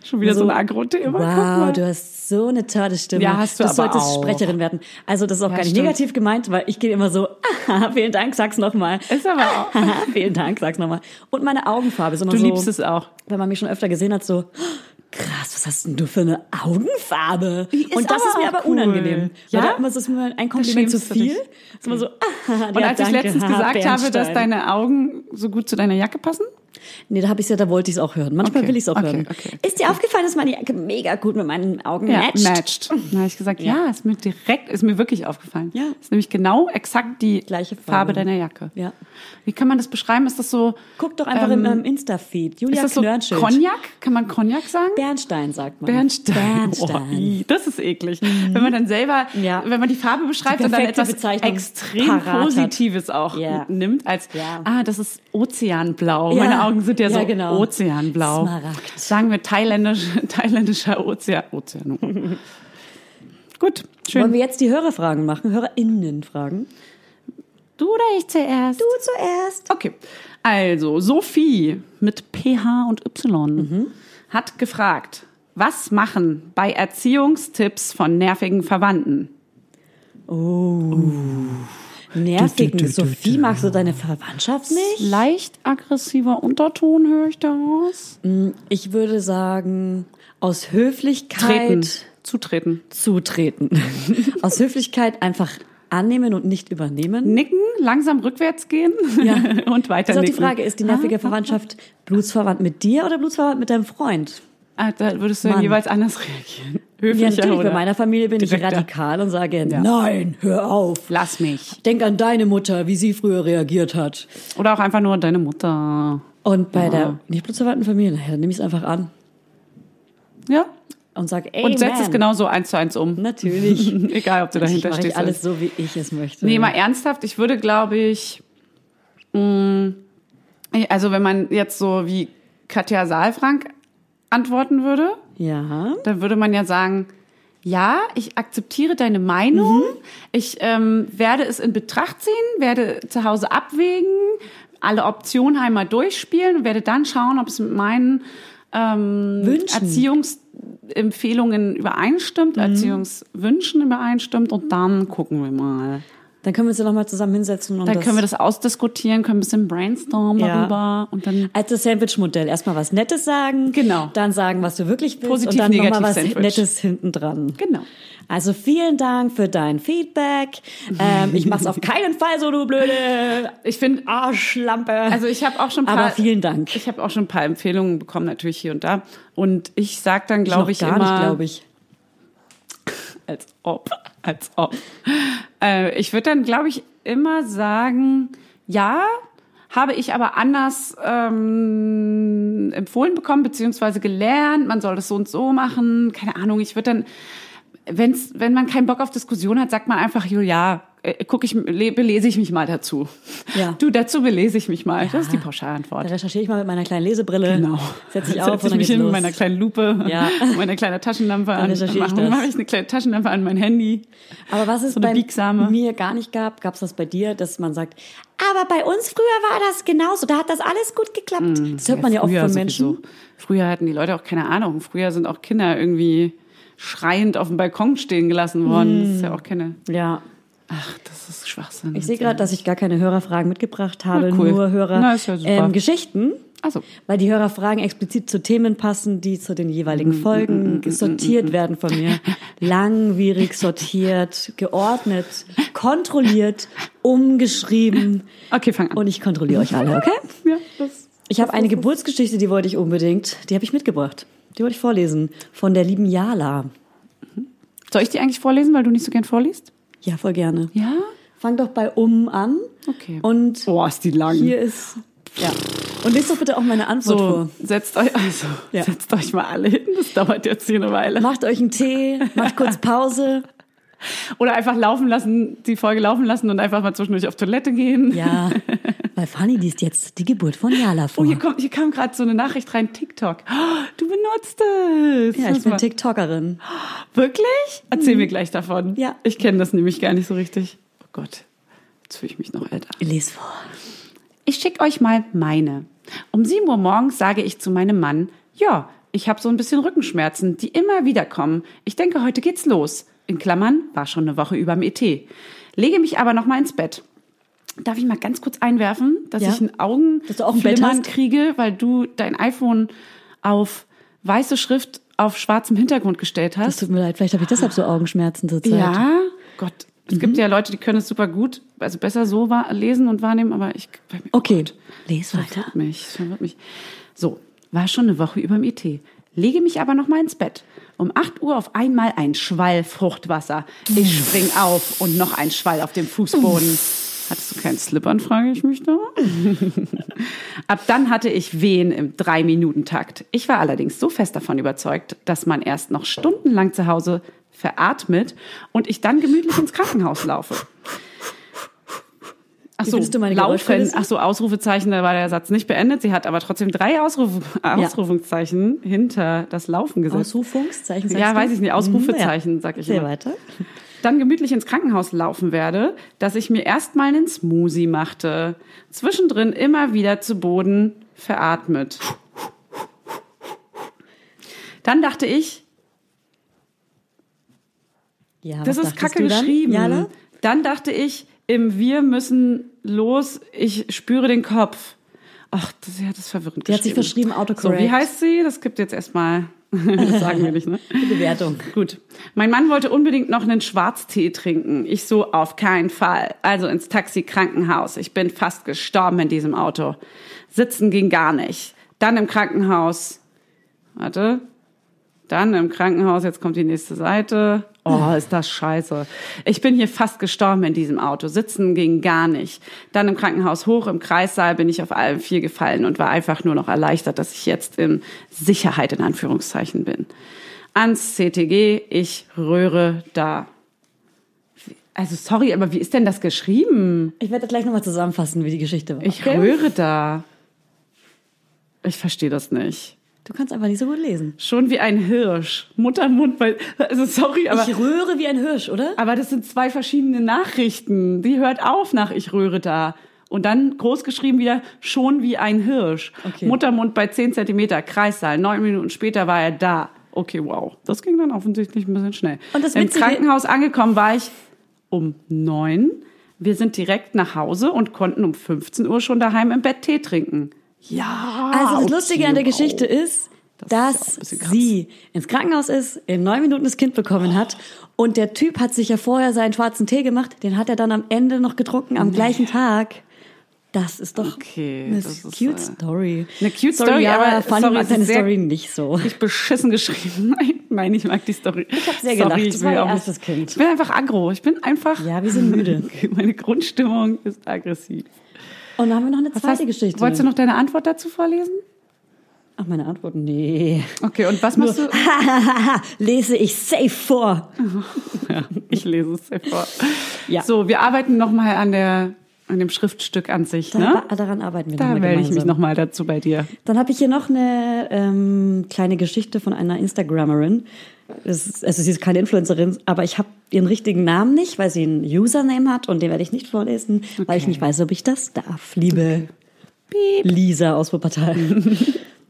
[SPEAKER 2] Schon wieder so,
[SPEAKER 1] So,
[SPEAKER 2] ein Agro-Thema. guck mal.
[SPEAKER 1] Also, Wow, du hast so eine tolle Stimme.
[SPEAKER 2] Ja, hast du
[SPEAKER 1] Du
[SPEAKER 2] aber
[SPEAKER 1] solltest
[SPEAKER 2] auch.
[SPEAKER 1] Sprecherin werden. Also das ist auch
[SPEAKER 2] Ja,
[SPEAKER 1] gar nicht
[SPEAKER 2] stimmt.
[SPEAKER 1] negativ gemeint, weil ich gehe immer so, ah, vielen Dank, sag's nochmal.
[SPEAKER 2] Ist aber auch.
[SPEAKER 1] vielen Dank, sag's nochmal. Und meine Augenfarbe ist immer
[SPEAKER 2] Du
[SPEAKER 1] so,
[SPEAKER 2] liebst es auch.
[SPEAKER 1] wenn man mich schon öfter gesehen hat, so, krass, was hast denn du für eine Augenfarbe?
[SPEAKER 2] ist
[SPEAKER 1] Und das
[SPEAKER 2] aber
[SPEAKER 1] ist mir
[SPEAKER 2] auch
[SPEAKER 1] aber
[SPEAKER 2] cool.
[SPEAKER 1] unangenehm.
[SPEAKER 2] Ja?
[SPEAKER 1] Weil da immer ist es mir ein Kompliment zu
[SPEAKER 2] schämst du dich.
[SPEAKER 1] viel. Ist immer so, ah,
[SPEAKER 2] Mhm. Und als ich letztens gesagt habe, dass deine Augen so gut zu deiner Jacke passen,
[SPEAKER 1] Nee, da habe ich ja, da wollte ich es auch hören. Manchmal
[SPEAKER 2] Okay,
[SPEAKER 1] will ich es auch
[SPEAKER 2] okay,
[SPEAKER 1] hören.
[SPEAKER 2] okay, okay.
[SPEAKER 1] ist dir aufgefallen, dass meine Jacke mega gut mit meinen Augen matcht?
[SPEAKER 2] matched. Dann habe ich gesagt, ja. ist mir direkt, ist mir wirklich aufgefallen.
[SPEAKER 1] Ja.
[SPEAKER 2] Ist nämlich genau exakt die
[SPEAKER 1] Gleiche
[SPEAKER 2] Farbe.
[SPEAKER 1] Farbe.
[SPEAKER 2] deiner Jacke.
[SPEAKER 1] Ja.
[SPEAKER 2] Wie kann man das beschreiben? Ist das so,
[SPEAKER 1] Guck doch einfach
[SPEAKER 2] Ähm,
[SPEAKER 1] im, ähm, Insta-Feed. Julia
[SPEAKER 2] ist das so
[SPEAKER 1] Knörnschild.
[SPEAKER 2] Cognac? Kann man Cognac sagen?
[SPEAKER 1] Bernstein sagt man.
[SPEAKER 2] Bernstein. Oh,
[SPEAKER 1] Bernstein. Mhm.
[SPEAKER 2] ii, das ist eklig. Wenn man dann selber,
[SPEAKER 1] Ja.
[SPEAKER 2] wenn man die Farbe beschreibt
[SPEAKER 1] Die
[SPEAKER 2] und dann
[SPEAKER 1] perfekte
[SPEAKER 2] etwas
[SPEAKER 1] Bezeichnung
[SPEAKER 2] extrem
[SPEAKER 1] parat hat.
[SPEAKER 2] Positives auch
[SPEAKER 1] Ja.
[SPEAKER 2] nimmt, als,
[SPEAKER 1] Ja.
[SPEAKER 2] ah, das ist Ozeanblau.
[SPEAKER 1] Ja.
[SPEAKER 2] Meine Augen sind ja,
[SPEAKER 1] Ja,
[SPEAKER 2] so
[SPEAKER 1] genau.
[SPEAKER 2] Ozeanblau.
[SPEAKER 1] Smaragd.
[SPEAKER 2] Sagen wir thailändisch, thailändischer Ozean. Ozean. Gut, schön.
[SPEAKER 1] Wollen wir jetzt die Hörerfragen machen? HörerInnenfragen?
[SPEAKER 2] Du oder ich zuerst?
[SPEAKER 1] Du zuerst.
[SPEAKER 2] Okay. Also, Sophie mit PH und Y
[SPEAKER 1] Mhm.
[SPEAKER 2] hat gefragt, was machen bei Erziehungstipps von nervigen Verwandten?
[SPEAKER 1] Nervigen. Sophie, magst du deine Verwandtschaft nicht?
[SPEAKER 2] Leicht aggressiver Unterton höre ich daraus.
[SPEAKER 1] Ich würde sagen, aus Höflichkeit
[SPEAKER 2] Treten.
[SPEAKER 1] Halt.
[SPEAKER 2] Zutreten.
[SPEAKER 1] zutreten. aus Höflichkeit einfach annehmen und nicht übernehmen.
[SPEAKER 2] Nicken, langsam rückwärts gehen und weiter
[SPEAKER 1] Das ist auch die
[SPEAKER 2] nicken.
[SPEAKER 1] Frage, ist die
[SPEAKER 2] Ah.
[SPEAKER 1] nervige Verwandtschaft blutsverwandt mit dir oder blutsverwandt mit deinem Freund?
[SPEAKER 2] Ah, da würdest du dann
[SPEAKER 1] Mann.
[SPEAKER 2] jeweils anders reagieren.
[SPEAKER 1] Ja,
[SPEAKER 2] Höflicher
[SPEAKER 1] natürlich.
[SPEAKER 2] oder?
[SPEAKER 1] Bei meiner Familie bin
[SPEAKER 2] direkter?
[SPEAKER 1] ich radikal und sage, nein, hör auf.
[SPEAKER 2] Lass mich.
[SPEAKER 1] Denk an deine Mutter, wie sie früher reagiert hat.
[SPEAKER 2] Oder auch einfach nur deine Mutter.
[SPEAKER 1] Und bei der nicht blutsverwandten Familie, naja, dann nehme ich es einfach an
[SPEAKER 2] Ja.
[SPEAKER 1] und sage, ey,
[SPEAKER 2] Und setz es
[SPEAKER 1] man."
[SPEAKER 2] genauso eins zu eins um.
[SPEAKER 1] Natürlich.
[SPEAKER 2] Egal, ob du
[SPEAKER 1] Ich
[SPEAKER 2] dahinter
[SPEAKER 1] mache
[SPEAKER 2] stehst.
[SPEAKER 1] ich
[SPEAKER 2] oder
[SPEAKER 1] alles so, wie ich es möchte.
[SPEAKER 2] Nee, mal ernsthaft, ich würde, glaube ich, mh, also wenn man jetzt so wie Katja Saalfrank antworten würde,
[SPEAKER 1] ja.
[SPEAKER 2] dann würde man ja sagen, ja, ich akzeptiere deine Meinung,
[SPEAKER 1] Mhm.
[SPEAKER 2] ich ähm, werde es in Betracht ziehen, werde zu Hause abwägen, alle Optionen einmal durchspielen und werde dann schauen, ob es mit meinen ähm,
[SPEAKER 1] Wünschen. Mhm.
[SPEAKER 2] Erziehungsempfehlungen übereinstimmt, Erziehungswünschen übereinstimmt und dann gucken wir mal.
[SPEAKER 1] Dann können wir uns ja nochmal zusammen hinsetzen und
[SPEAKER 2] Dann können wir das ausdiskutieren, können ein bisschen brainstormen
[SPEAKER 1] Ja.
[SPEAKER 2] darüber und dann
[SPEAKER 1] als das Sandwich-Modell erstmal was Nettes sagen,
[SPEAKER 2] Genau.
[SPEAKER 1] dann sagen, was du wirklich willst und
[SPEAKER 2] Positiv,
[SPEAKER 1] dann nochmal
[SPEAKER 2] negativ
[SPEAKER 1] was
[SPEAKER 2] Sandwich.
[SPEAKER 1] Nettes hinten dran.
[SPEAKER 2] Genau.
[SPEAKER 1] Also vielen Dank für dein Feedback. Ähm, ich mach's auf keinen Fall so, du blöde
[SPEAKER 2] ich finde
[SPEAKER 1] ah, Arschlampe.
[SPEAKER 2] Also ich habe auch schon ein paar.
[SPEAKER 1] Aber vielen Dank.
[SPEAKER 2] Ich habe auch schon ein paar Empfehlungen bekommen, natürlich hier und da. Und ich sag dann, glaube ich,
[SPEAKER 1] noch gar
[SPEAKER 2] immer,
[SPEAKER 1] nicht, glaube ich.
[SPEAKER 2] als ob, als ob. Äh, ich würde dann, glaube ich, immer sagen, ja, habe ich aber anders ähm, empfohlen bekommen, beziehungsweise gelernt, man soll das so und so machen. Keine Ahnung, ich würde dann, wenn's, wenn man keinen Bock auf Diskussion hat, sagt man einfach, jo, ja, äh, guck ich, le- belese ich mich mal dazu.
[SPEAKER 1] Ja.
[SPEAKER 2] Du, dazu belese ich mich mal. Das ist die
[SPEAKER 1] Ja. Da
[SPEAKER 2] Pauschalantwort.
[SPEAKER 1] recherchiere ich mal mit meiner kleinen Lesebrille.
[SPEAKER 2] Genau.
[SPEAKER 1] Setze ich auf
[SPEAKER 2] Setz
[SPEAKER 1] und
[SPEAKER 2] ich
[SPEAKER 1] dann
[SPEAKER 2] mich
[SPEAKER 1] geht's
[SPEAKER 2] hin
[SPEAKER 1] los.
[SPEAKER 2] mit meiner kleinen Lupe,
[SPEAKER 1] Ja.
[SPEAKER 2] meiner kleinen Taschenlampe an.
[SPEAKER 1] recherchiere ich
[SPEAKER 2] Mache
[SPEAKER 1] das.
[SPEAKER 2] mache ich eine kleine Taschenlampe an mein Handy.
[SPEAKER 1] Aber was es
[SPEAKER 2] So eine
[SPEAKER 1] bei
[SPEAKER 2] biegsame.
[SPEAKER 1] mir gar nicht gab, gab's das bei dir, dass man sagt, aber bei uns früher war das genauso, da hat das alles gut geklappt. das hört man ja oft
[SPEAKER 2] Hm, früher
[SPEAKER 1] von Menschen.
[SPEAKER 2] sowieso. Früher hatten die Leute auch keine Ahnung. Früher sind auch Kinder irgendwie schreiend auf dem Balkon stehen gelassen worden. Das ist ja auch keine.
[SPEAKER 1] Ja,
[SPEAKER 2] Ach, das ist Schwachsinn.
[SPEAKER 1] Hm. ich sehe gerade, dass ich gar keine Hörerfragen mitgebracht habe,
[SPEAKER 2] Na, cool.
[SPEAKER 1] nur Hörer
[SPEAKER 2] Na, ist ja super.
[SPEAKER 1] ähm, Geschichten.
[SPEAKER 2] Also,
[SPEAKER 1] Weil die Hörerfragen explizit zu Themen passen, die zu den jeweiligen
[SPEAKER 2] Mm,
[SPEAKER 1] Folgen sortiert werden von mir. Langwierig sortiert, geordnet, kontrolliert, umgeschrieben.
[SPEAKER 2] okay, fang an.
[SPEAKER 1] Und ich kontrolliere euch alle, okay?
[SPEAKER 2] ja, das
[SPEAKER 1] Ich habe eine Geburtsgeschichte, die wollte ich unbedingt, die habe ich mitgebracht. Die wollte ich vorlesen. Von der lieben Jala.
[SPEAKER 2] Soll ich die eigentlich vorlesen, weil du nicht so gern vorliest?
[SPEAKER 1] Ja, voll gerne.
[SPEAKER 2] Ja?
[SPEAKER 1] Fang doch bei um an.
[SPEAKER 2] Okay.
[SPEAKER 1] Und
[SPEAKER 2] Boah, ist die lang.
[SPEAKER 1] hier ist. Ja. Und lest doch bitte auch meine Antwort vor.
[SPEAKER 2] so, setzt euch, also,
[SPEAKER 1] Ja.
[SPEAKER 2] setzt euch mal alle hin. Das dauert jetzt hier eine Weile.
[SPEAKER 1] Macht euch einen Tee, macht kurz Pause.
[SPEAKER 2] Oder einfach laufen lassen, die Folge laufen lassen und einfach mal zwischendurch auf Toilette gehen.
[SPEAKER 1] Ja, weil Fanny liest jetzt die Geburt von Jala vor.
[SPEAKER 2] Oh, hier, kommt, hier kam gerade so eine Nachricht rein, TikTok. Oh, du benutzt es.
[SPEAKER 1] ja, ich bin TikTokerin.
[SPEAKER 2] Wirklich? Erzähl mir gleich davon.
[SPEAKER 1] Ja.
[SPEAKER 2] Ich kenne das nämlich gar nicht so richtig. Oh Gott, jetzt fühle ich mich noch älter.
[SPEAKER 1] Lies vor.
[SPEAKER 2] Ich schicke euch mal meine. Um 7 Uhr morgens sage ich zu meinem Mann, ja, ich habe so ein bisschen Rückenschmerzen, die immer wieder kommen. Ich denke, heute geht's los. In Klammern, war schon eine Woche überm ET. Lege mich aber noch mal ins Bett. Darf ich mal ganz kurz einwerfen, dass
[SPEAKER 1] Ja.
[SPEAKER 2] ich einen Augen
[SPEAKER 1] Dass du auch ein Bett
[SPEAKER 2] Flimmern
[SPEAKER 1] hast?
[SPEAKER 2] kriege, weil du dein iPhone auf weiße Schrift auf schwarzem Hintergrund gestellt hast?
[SPEAKER 1] Das tut mir leid, vielleicht habe ich deshalb so Augenschmerzen zurzeit.
[SPEAKER 2] Ja, Gott. Es gibt
[SPEAKER 1] Mhm.
[SPEAKER 2] ja Leute, die können es super gut, also besser so wa- lesen und wahrnehmen, aber ich bei mir
[SPEAKER 1] Okay, les weiter.
[SPEAKER 2] verwirrt mich, es verwirrt mich. So, war schon eine Woche überm IT. Lege mich aber noch mal ins Bett. Um 8 Uhr auf einmal ein Schwall Fruchtwasser. Ich spring auf und noch ein Schwall auf dem Fußboden. Hattest du keinen Slippern, frage ich mich da. Ab dann hatte ich Wehen im Drei-Minuten-Takt. Ich war allerdings so fest davon überzeugt, dass man erst noch stundenlang zu Hause veratmet und ich dann gemütlich ins Krankenhaus laufe. Ach
[SPEAKER 1] Wie
[SPEAKER 2] so,
[SPEAKER 1] findest du meine
[SPEAKER 2] laufen,
[SPEAKER 1] Geräuschkulisse?
[SPEAKER 2] ach so, Ausrufezeichen, da war der Satz nicht beendet. Sie hat aber trotzdem drei Ausruf Ausrufungszeichen hinter das Laufen gesetzt.
[SPEAKER 1] Ausrufungszeichen. sagst
[SPEAKER 2] ja,
[SPEAKER 1] du?
[SPEAKER 2] weiß ich nicht, Ausrufezeichen, sag ich
[SPEAKER 1] Sehr
[SPEAKER 2] immer
[SPEAKER 1] weiter.
[SPEAKER 2] dann gemütlich ins Krankenhaus laufen werde, dass ich mir erstmal einen Smoothie machte. Zwischendrin immer wieder zu Boden veratmet. Dann dachte ich,
[SPEAKER 1] Ja, was
[SPEAKER 2] das ist
[SPEAKER 1] dachtest
[SPEAKER 2] kacke
[SPEAKER 1] du dann, ne?
[SPEAKER 2] geschrieben.
[SPEAKER 1] Jala?
[SPEAKER 2] Dann dachte ich, im Wir müssen los, ich spüre den Kopf. Ach, das, ja, das ist verwirrend
[SPEAKER 1] Die hat sich verschrieben, autocorrect.
[SPEAKER 2] So, wie heißt sie? Das gibt jetzt erstmal, das sagen wir nicht, ne?
[SPEAKER 1] Die Bewertung.
[SPEAKER 2] Gut. Mein Mann wollte unbedingt noch einen Schwarztee trinken. Ich so, auf keinen Fall. Also ins Taxi Krankenhaus. Ich bin fast gestorben in diesem Auto. Sitzen ging gar nicht. Dann im Krankenhaus. Warte. Dann im Krankenhaus, jetzt kommt die nächste Seite. Oh, ist das scheiße. Ich bin hier fast gestorben in diesem Auto. Sitzen ging gar nicht. Dann im Krankenhaus hoch, im Kreissaal bin ich auf allen vier gefallen und war einfach nur noch erleichtert, dass ich jetzt in Sicherheit in Anführungszeichen bin. Ans CTG, ich röhre da. Also sorry, aber wie ist denn das geschrieben?
[SPEAKER 1] Ich werde das gleich nochmal zusammenfassen, wie die Geschichte war.
[SPEAKER 2] Ich
[SPEAKER 1] okay?
[SPEAKER 2] röhre da. Ich verstehe das nicht.
[SPEAKER 1] Du kannst einfach nicht so gut lesen.
[SPEAKER 2] Schon wie ein Hirsch. Muttermund, weil, also sorry, aber.
[SPEAKER 1] ich röhre wie ein Hirsch, oder?
[SPEAKER 2] Aber das sind zwei verschiedene Nachrichten. Die hört auf nach Ich rühre da. Und dann großgeschrieben wieder, schon wie ein Hirsch.
[SPEAKER 1] Okay.
[SPEAKER 2] Muttermund bei 10 Zentimeter, Kreissaal. Neun Minuten später war er da. Okay, wow. Das ging dann offensichtlich ein bisschen schnell.
[SPEAKER 1] Und das
[SPEAKER 2] Im
[SPEAKER 1] Witzige-
[SPEAKER 2] Krankenhaus angekommen war ich um neun. Wir sind direkt nach Hause und konnten um 15 Uhr schon daheim im Bett Tee trinken. Ja.
[SPEAKER 1] Also das
[SPEAKER 2] okay,
[SPEAKER 1] Lustige an der
[SPEAKER 2] wow.
[SPEAKER 1] Geschichte ist,
[SPEAKER 2] Das ist
[SPEAKER 1] dass
[SPEAKER 2] auch ein bisschen krass.
[SPEAKER 1] sie ins Krankenhaus ist, in neun Minuten das Kind bekommen hat und der Typ hat sich ja vorher seinen schwarzen Tee gemacht, den hat er dann am Ende noch getrunken am gleichen Tag. Das ist doch
[SPEAKER 2] Okay,
[SPEAKER 1] eine
[SPEAKER 2] das ist,
[SPEAKER 1] cute
[SPEAKER 2] äh,
[SPEAKER 1] Story.
[SPEAKER 2] eine cute
[SPEAKER 1] sorry,
[SPEAKER 2] Story,
[SPEAKER 1] aber,
[SPEAKER 2] aber
[SPEAKER 1] Fanny
[SPEAKER 2] sorry,
[SPEAKER 1] mag
[SPEAKER 2] es ist
[SPEAKER 1] deine
[SPEAKER 2] sehr-
[SPEAKER 1] Story nicht so.
[SPEAKER 2] Ich beschissen geschrieben. Nein, nein, ich mag die Story. Ich
[SPEAKER 1] hab sehr
[SPEAKER 2] Sorry,
[SPEAKER 1] gelacht.
[SPEAKER 2] Ich
[SPEAKER 1] Das
[SPEAKER 2] will
[SPEAKER 1] war ihr
[SPEAKER 2] auch nicht-
[SPEAKER 1] erstes Kind.
[SPEAKER 2] Ich bin einfach aggro. Ich bin einfach.
[SPEAKER 1] Ja, wir sind müde.
[SPEAKER 2] Meine Grundstimmung ist aggressiv.
[SPEAKER 1] Und dann haben wir noch eine zweite
[SPEAKER 2] hast-
[SPEAKER 1] Geschichte.
[SPEAKER 2] Wolltest du noch deine Antwort dazu vorlesen?
[SPEAKER 1] Ach, meine Antwort? Nee.
[SPEAKER 2] Okay, und was machst du?
[SPEAKER 1] Lese ich safe vor.
[SPEAKER 2] Ja, ich lese es dir vor.
[SPEAKER 1] Ja.
[SPEAKER 2] So, wir arbeiten nochmal an der an dem Schriftstück an sich,
[SPEAKER 1] Da,
[SPEAKER 2] ne?
[SPEAKER 1] Daran arbeiten wir
[SPEAKER 2] Da
[SPEAKER 1] nochmal
[SPEAKER 2] melde ich mich
[SPEAKER 1] gemeinsam.
[SPEAKER 2] nochmal dazu bei dir.
[SPEAKER 1] Dann habe ich hier noch eine ähm, kleine Geschichte von einer Instagrammerin. Es, ist- also sie ist keine Influencerin, aber ich habe ihren richtigen Namen nicht, weil sie einen Username hat und den werde ich nicht vorlesen, weil ich nicht weiß, ob ich das darf, liebe Lisa aus Wuppertal.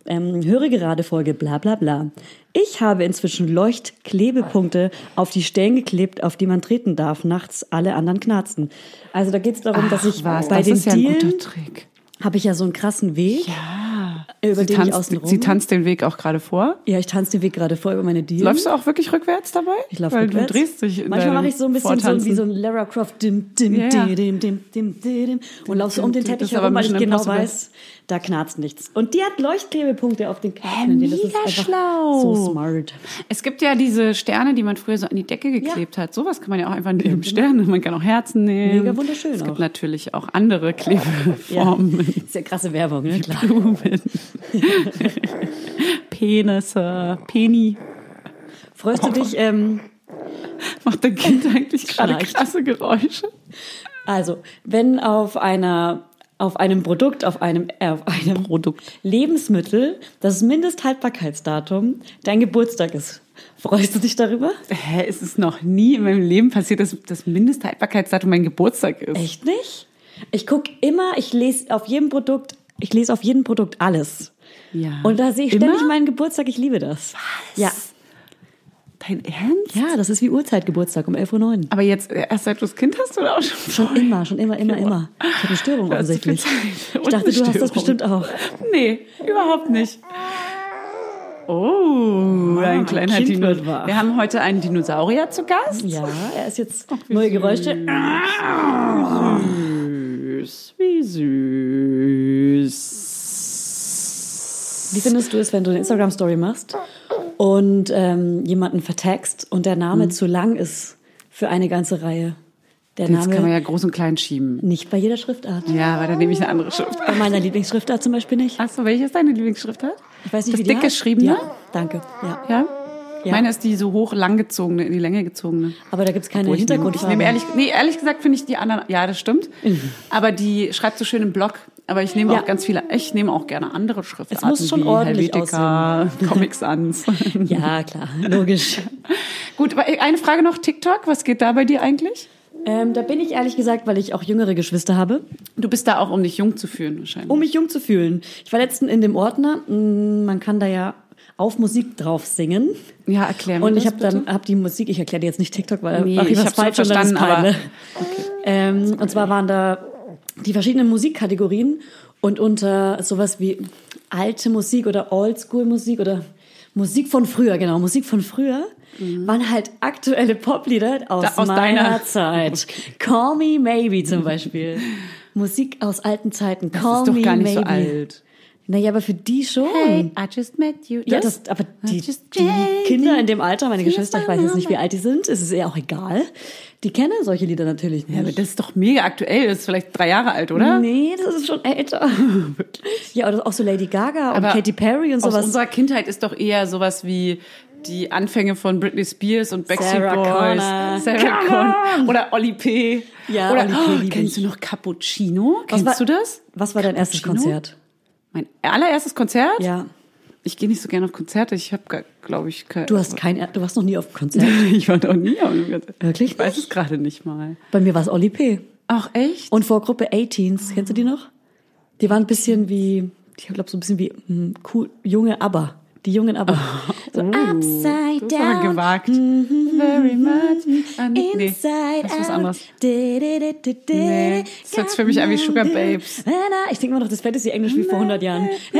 [SPEAKER 1] ähm, höre gerade Folge bla bla bla. Ich habe inzwischen Leuchtklebepunkte auf die Stellen geklebt, auf die man treten darf, nachts alle anderen knarzen. Also da geht es darum, dass ich bei
[SPEAKER 2] das
[SPEAKER 1] den
[SPEAKER 2] ist ja ein
[SPEAKER 1] Dielen
[SPEAKER 2] guter Trick.
[SPEAKER 1] habe ich ja so einen krassen Weg,
[SPEAKER 2] Ja.
[SPEAKER 1] über
[SPEAKER 2] Sie
[SPEAKER 1] den ich
[SPEAKER 2] tanzt,
[SPEAKER 1] außen rum.
[SPEAKER 2] sie tanzt den Weg auch gerade vor.
[SPEAKER 1] Ja, ich tanze den Weg gerade vor über meine Deals.
[SPEAKER 2] Läufst du auch wirklich rückwärts dabei?
[SPEAKER 1] Hm? Ich laufe
[SPEAKER 2] Weil
[SPEAKER 1] rückwärts.
[SPEAKER 2] du drehst dich in
[SPEAKER 1] Manchmal
[SPEAKER 2] deinem
[SPEAKER 1] mache ich so ein bisschen so, wie
[SPEAKER 2] Vortanzen.
[SPEAKER 1] so ein Lara Croft dim dim
[SPEAKER 2] Ja, ja.
[SPEAKER 1] di, dim dim dim di, dim und laufe so um den
[SPEAKER 2] dim,
[SPEAKER 1] Teppich
[SPEAKER 2] das ist aber
[SPEAKER 1] herum, weil ich
[SPEAKER 2] Mission
[SPEAKER 1] genau
[SPEAKER 2] Impossible.
[SPEAKER 1] weiß, da knarzt nichts. Und die hat Leuchtklebepunkte auf den
[SPEAKER 2] Hä,
[SPEAKER 1] Karten. das ist
[SPEAKER 2] mega
[SPEAKER 1] einfach
[SPEAKER 2] schlau.
[SPEAKER 1] So smart.
[SPEAKER 2] Es gibt ja diese Sterne, die man früher so an die Decke geklebt hat. Sowas kann man ja auch einfach nehmen. Sterne, man kann auch Herzen nehmen.
[SPEAKER 1] Genau. Mega wunderschön
[SPEAKER 2] Es gibt
[SPEAKER 1] auch.
[SPEAKER 2] natürlich auch andere Klebeformen.
[SPEAKER 1] Ist ja krasse Werbung, ne? Klar.
[SPEAKER 2] Blumen. Penisse, Peni.
[SPEAKER 1] Freust du dich? Ähm,
[SPEAKER 2] Macht dein Kind eigentlich gerade
[SPEAKER 1] Schnarcht.
[SPEAKER 2] krasse Geräusche?
[SPEAKER 1] also, wenn auf einer auf einem Produkt, auf einem, äh, auf einem
[SPEAKER 2] Produkt.
[SPEAKER 1] Lebensmittel, das Mindesthaltbarkeitsdatum dein Geburtstag ist. Freust du dich darüber?
[SPEAKER 2] Hä, es ist noch nie in meinem Leben passiert, dass das Mindesthaltbarkeitsdatum mein Geburtstag ist.
[SPEAKER 1] Echt nicht? Ich gucke immer, ich lese auf jedem Produkt, ich lese auf jedem Produkt alles.
[SPEAKER 2] Ja.
[SPEAKER 1] Und da sehe ich
[SPEAKER 2] Immer?
[SPEAKER 1] ständig meinen Geburtstag, ich liebe das. Was? Ja.
[SPEAKER 2] Dein Ernst?
[SPEAKER 1] Ja, das ist wie Uhrzeitgeburtstag um 11.09 Uhr.
[SPEAKER 2] Aber jetzt, äh, erst seit du das Kind hast oder auch schon?
[SPEAKER 1] Schon immer, schon immer, immer, immer. Ich habe eine Störung
[SPEAKER 2] hast zu viel
[SPEAKER 1] offensichtlich.
[SPEAKER 2] Zeit.
[SPEAKER 1] Ich dachte, du hast das bestimmt auch.
[SPEAKER 2] Nee, überhaupt nicht. Oh, ein kleiner
[SPEAKER 1] Kind wird
[SPEAKER 2] Dinosaurier.
[SPEAKER 1] wach.
[SPEAKER 2] Wir haben heute einen Dinosaurier zu Gast.
[SPEAKER 1] Ja, er ist jetzt neue Geräusche.
[SPEAKER 2] Süß, wie süß.
[SPEAKER 1] Wie findest du es, wenn du eine Instagram-Story machst und ähm, jemanden vertext und der Name
[SPEAKER 2] Mhm.
[SPEAKER 1] zu lang ist für eine ganze Reihe? Der
[SPEAKER 2] Jetzt kann man
[SPEAKER 1] Name
[SPEAKER 2] ja groß und klein schieben.
[SPEAKER 1] nicht bei jeder Schriftart.
[SPEAKER 2] Ja, weil dann nehme ich eine andere Schrift.
[SPEAKER 1] Bei meiner Lieblingsschriftart zum Beispiel nicht.
[SPEAKER 2] Achso, welche ist deine Lieblingsschriftart?
[SPEAKER 1] Ich weiß nicht,
[SPEAKER 2] das
[SPEAKER 1] wie die
[SPEAKER 2] dick
[SPEAKER 1] heißt.
[SPEAKER 2] geschriebene?
[SPEAKER 1] Ja, danke. Ja.
[SPEAKER 2] Ja.
[SPEAKER 1] Ja.
[SPEAKER 2] Meine ist die so hoch langgezogene, in die Länge gezogene.
[SPEAKER 1] Aber da gibt's keine
[SPEAKER 2] Wo ich nehme, ich
[SPEAKER 1] Hintergrundfarbe.
[SPEAKER 2] nehme ehrlich, nee, ehrlich gesagt finde ich die anderen, ja, das stimmt. Aber die schreibt so schön im Blog. Aber ich nehme
[SPEAKER 1] Mhm. Ja.
[SPEAKER 2] auch ganz viele, ich nehme auch gerne andere Schriftarten.
[SPEAKER 1] Es muss schon
[SPEAKER 2] wie
[SPEAKER 1] ordentlich
[SPEAKER 2] Helvetica, Comic Sans.
[SPEAKER 1] ja, klar, logisch.
[SPEAKER 2] Gut, aber eine Frage noch, TikTok, was geht da bei dir eigentlich?
[SPEAKER 1] ähm, da bin ich ehrlich gesagt, weil ich auch jüngere Geschwister habe,
[SPEAKER 2] Du bist da auch, um dich jung zu fühlen wahrscheinlich.
[SPEAKER 1] um mich jung zu fühlen. Ich war letztens in dem Ordner, mh, man kann da ja auf Musik drauf singen.
[SPEAKER 2] ja, erklär mir
[SPEAKER 1] Und ich
[SPEAKER 2] das
[SPEAKER 1] habe
[SPEAKER 2] bitte.
[SPEAKER 1] dann hab die Musik, ich erkläre dir jetzt nicht TikTok, weil da
[SPEAKER 2] Nee,
[SPEAKER 1] mache
[SPEAKER 2] ich
[SPEAKER 1] ich was
[SPEAKER 2] hab's schon
[SPEAKER 1] falsch und dann ist Peile.
[SPEAKER 2] verstanden,
[SPEAKER 1] Ähm, und zwar waren da die verschiedenen Musikkategorien und unter sowas wie alte Musik oder Oldschool-Musik oder Musik von früher, genau, Musik von früher, waren halt aktuelle Poplieder aus,
[SPEAKER 2] Mhm. Da- aus
[SPEAKER 1] meiner
[SPEAKER 2] deiner-
[SPEAKER 1] Zeit. Call Me Maybe zum Beispiel. Musik aus alten Zeiten. Call
[SPEAKER 2] ist doch
[SPEAKER 1] Me
[SPEAKER 2] gar nicht so
[SPEAKER 1] Maybe.
[SPEAKER 2] alt. Hm.
[SPEAKER 1] Naja, aber für die schon.
[SPEAKER 2] I just met you.
[SPEAKER 1] Ja, das, aber die, die Kinder in dem Alter, meine Geschwister, ich weiß jetzt nicht, wie alt die sind, es ist ja auch egal. Die kennen solche Lieder natürlich
[SPEAKER 2] Ja, aber
[SPEAKER 1] nicht.
[SPEAKER 2] das ist doch mega aktuell. Das ist vielleicht drei Jahre alt, oder?
[SPEAKER 1] Nee, das ist schon älter. ja, oder auch so Lady Gaga und
[SPEAKER 2] Aber
[SPEAKER 1] Katy Perry und
[SPEAKER 2] Aus
[SPEAKER 1] sowas.
[SPEAKER 2] unserer Kindheit ist doch eher sowas wie die Anfänge von Britney Spears und Backstreet
[SPEAKER 1] Sarah
[SPEAKER 2] Boys,
[SPEAKER 1] Connor.
[SPEAKER 2] Sarah Connor oder Oli P.
[SPEAKER 1] Ja,
[SPEAKER 2] oder
[SPEAKER 1] Oli
[SPEAKER 2] oh,
[SPEAKER 1] P. lieb ich.
[SPEAKER 2] kennst du noch Cappuccino?
[SPEAKER 1] Was
[SPEAKER 2] Kennst
[SPEAKER 1] war-
[SPEAKER 2] du das?
[SPEAKER 1] Was war dein erstes
[SPEAKER 2] Cappuccino?
[SPEAKER 1] Konzert?
[SPEAKER 2] Mein allererstes Konzert?
[SPEAKER 1] Ja,
[SPEAKER 2] Ich gehe nicht so gerne auf Konzerte. Ich habe, glaube ich, kein.
[SPEAKER 1] du hast kein, du warst noch nie auf einem Konzert.
[SPEAKER 2] ich war noch nie auf einem Konzert.
[SPEAKER 1] Wirklich
[SPEAKER 2] Ich weiß
[SPEAKER 1] nicht?
[SPEAKER 2] es gerade nicht mal.
[SPEAKER 1] Bei mir war es Oli P.
[SPEAKER 2] Ach echt?
[SPEAKER 1] Und Vorgruppe 18s, kennst du die noch? Die waren ein bisschen wie, ich glaube so ein bisschen wie hm, cool, junge ABBA. die Jungen aber so upside
[SPEAKER 2] Oh, Das ist aber
[SPEAKER 1] down. Mm-hmm.
[SPEAKER 2] gewagt. Very much. Ah, nee, nee.
[SPEAKER 1] Inside
[SPEAKER 2] Das ist was
[SPEAKER 1] out.
[SPEAKER 2] anderes.
[SPEAKER 1] Di, di, di, di, di,
[SPEAKER 2] Nee, das hört sich für mich an wie Sugar
[SPEAKER 1] got me
[SPEAKER 2] Babes.
[SPEAKER 1] down. And I- Ich denke immer noch, das Fantasy Englisch wie vor 100 Jahren. And I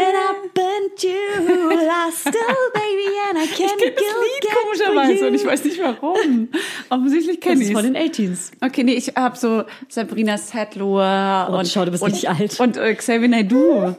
[SPEAKER 1] burnt you, I still baby and I can't
[SPEAKER 2] Ich kenne das Lied komischerweise und ich weiß nicht warum. Offensichtlich
[SPEAKER 1] das
[SPEAKER 2] kenne
[SPEAKER 1] ist
[SPEAKER 2] ich
[SPEAKER 1] von den 18s.
[SPEAKER 2] Okay, nee, ich hab so Sabrina Settler
[SPEAKER 1] Oh,
[SPEAKER 2] und
[SPEAKER 1] schau, du bist
[SPEAKER 2] und,
[SPEAKER 1] richtig alt. Oh.
[SPEAKER 2] Und äh, Xavier Naidoo.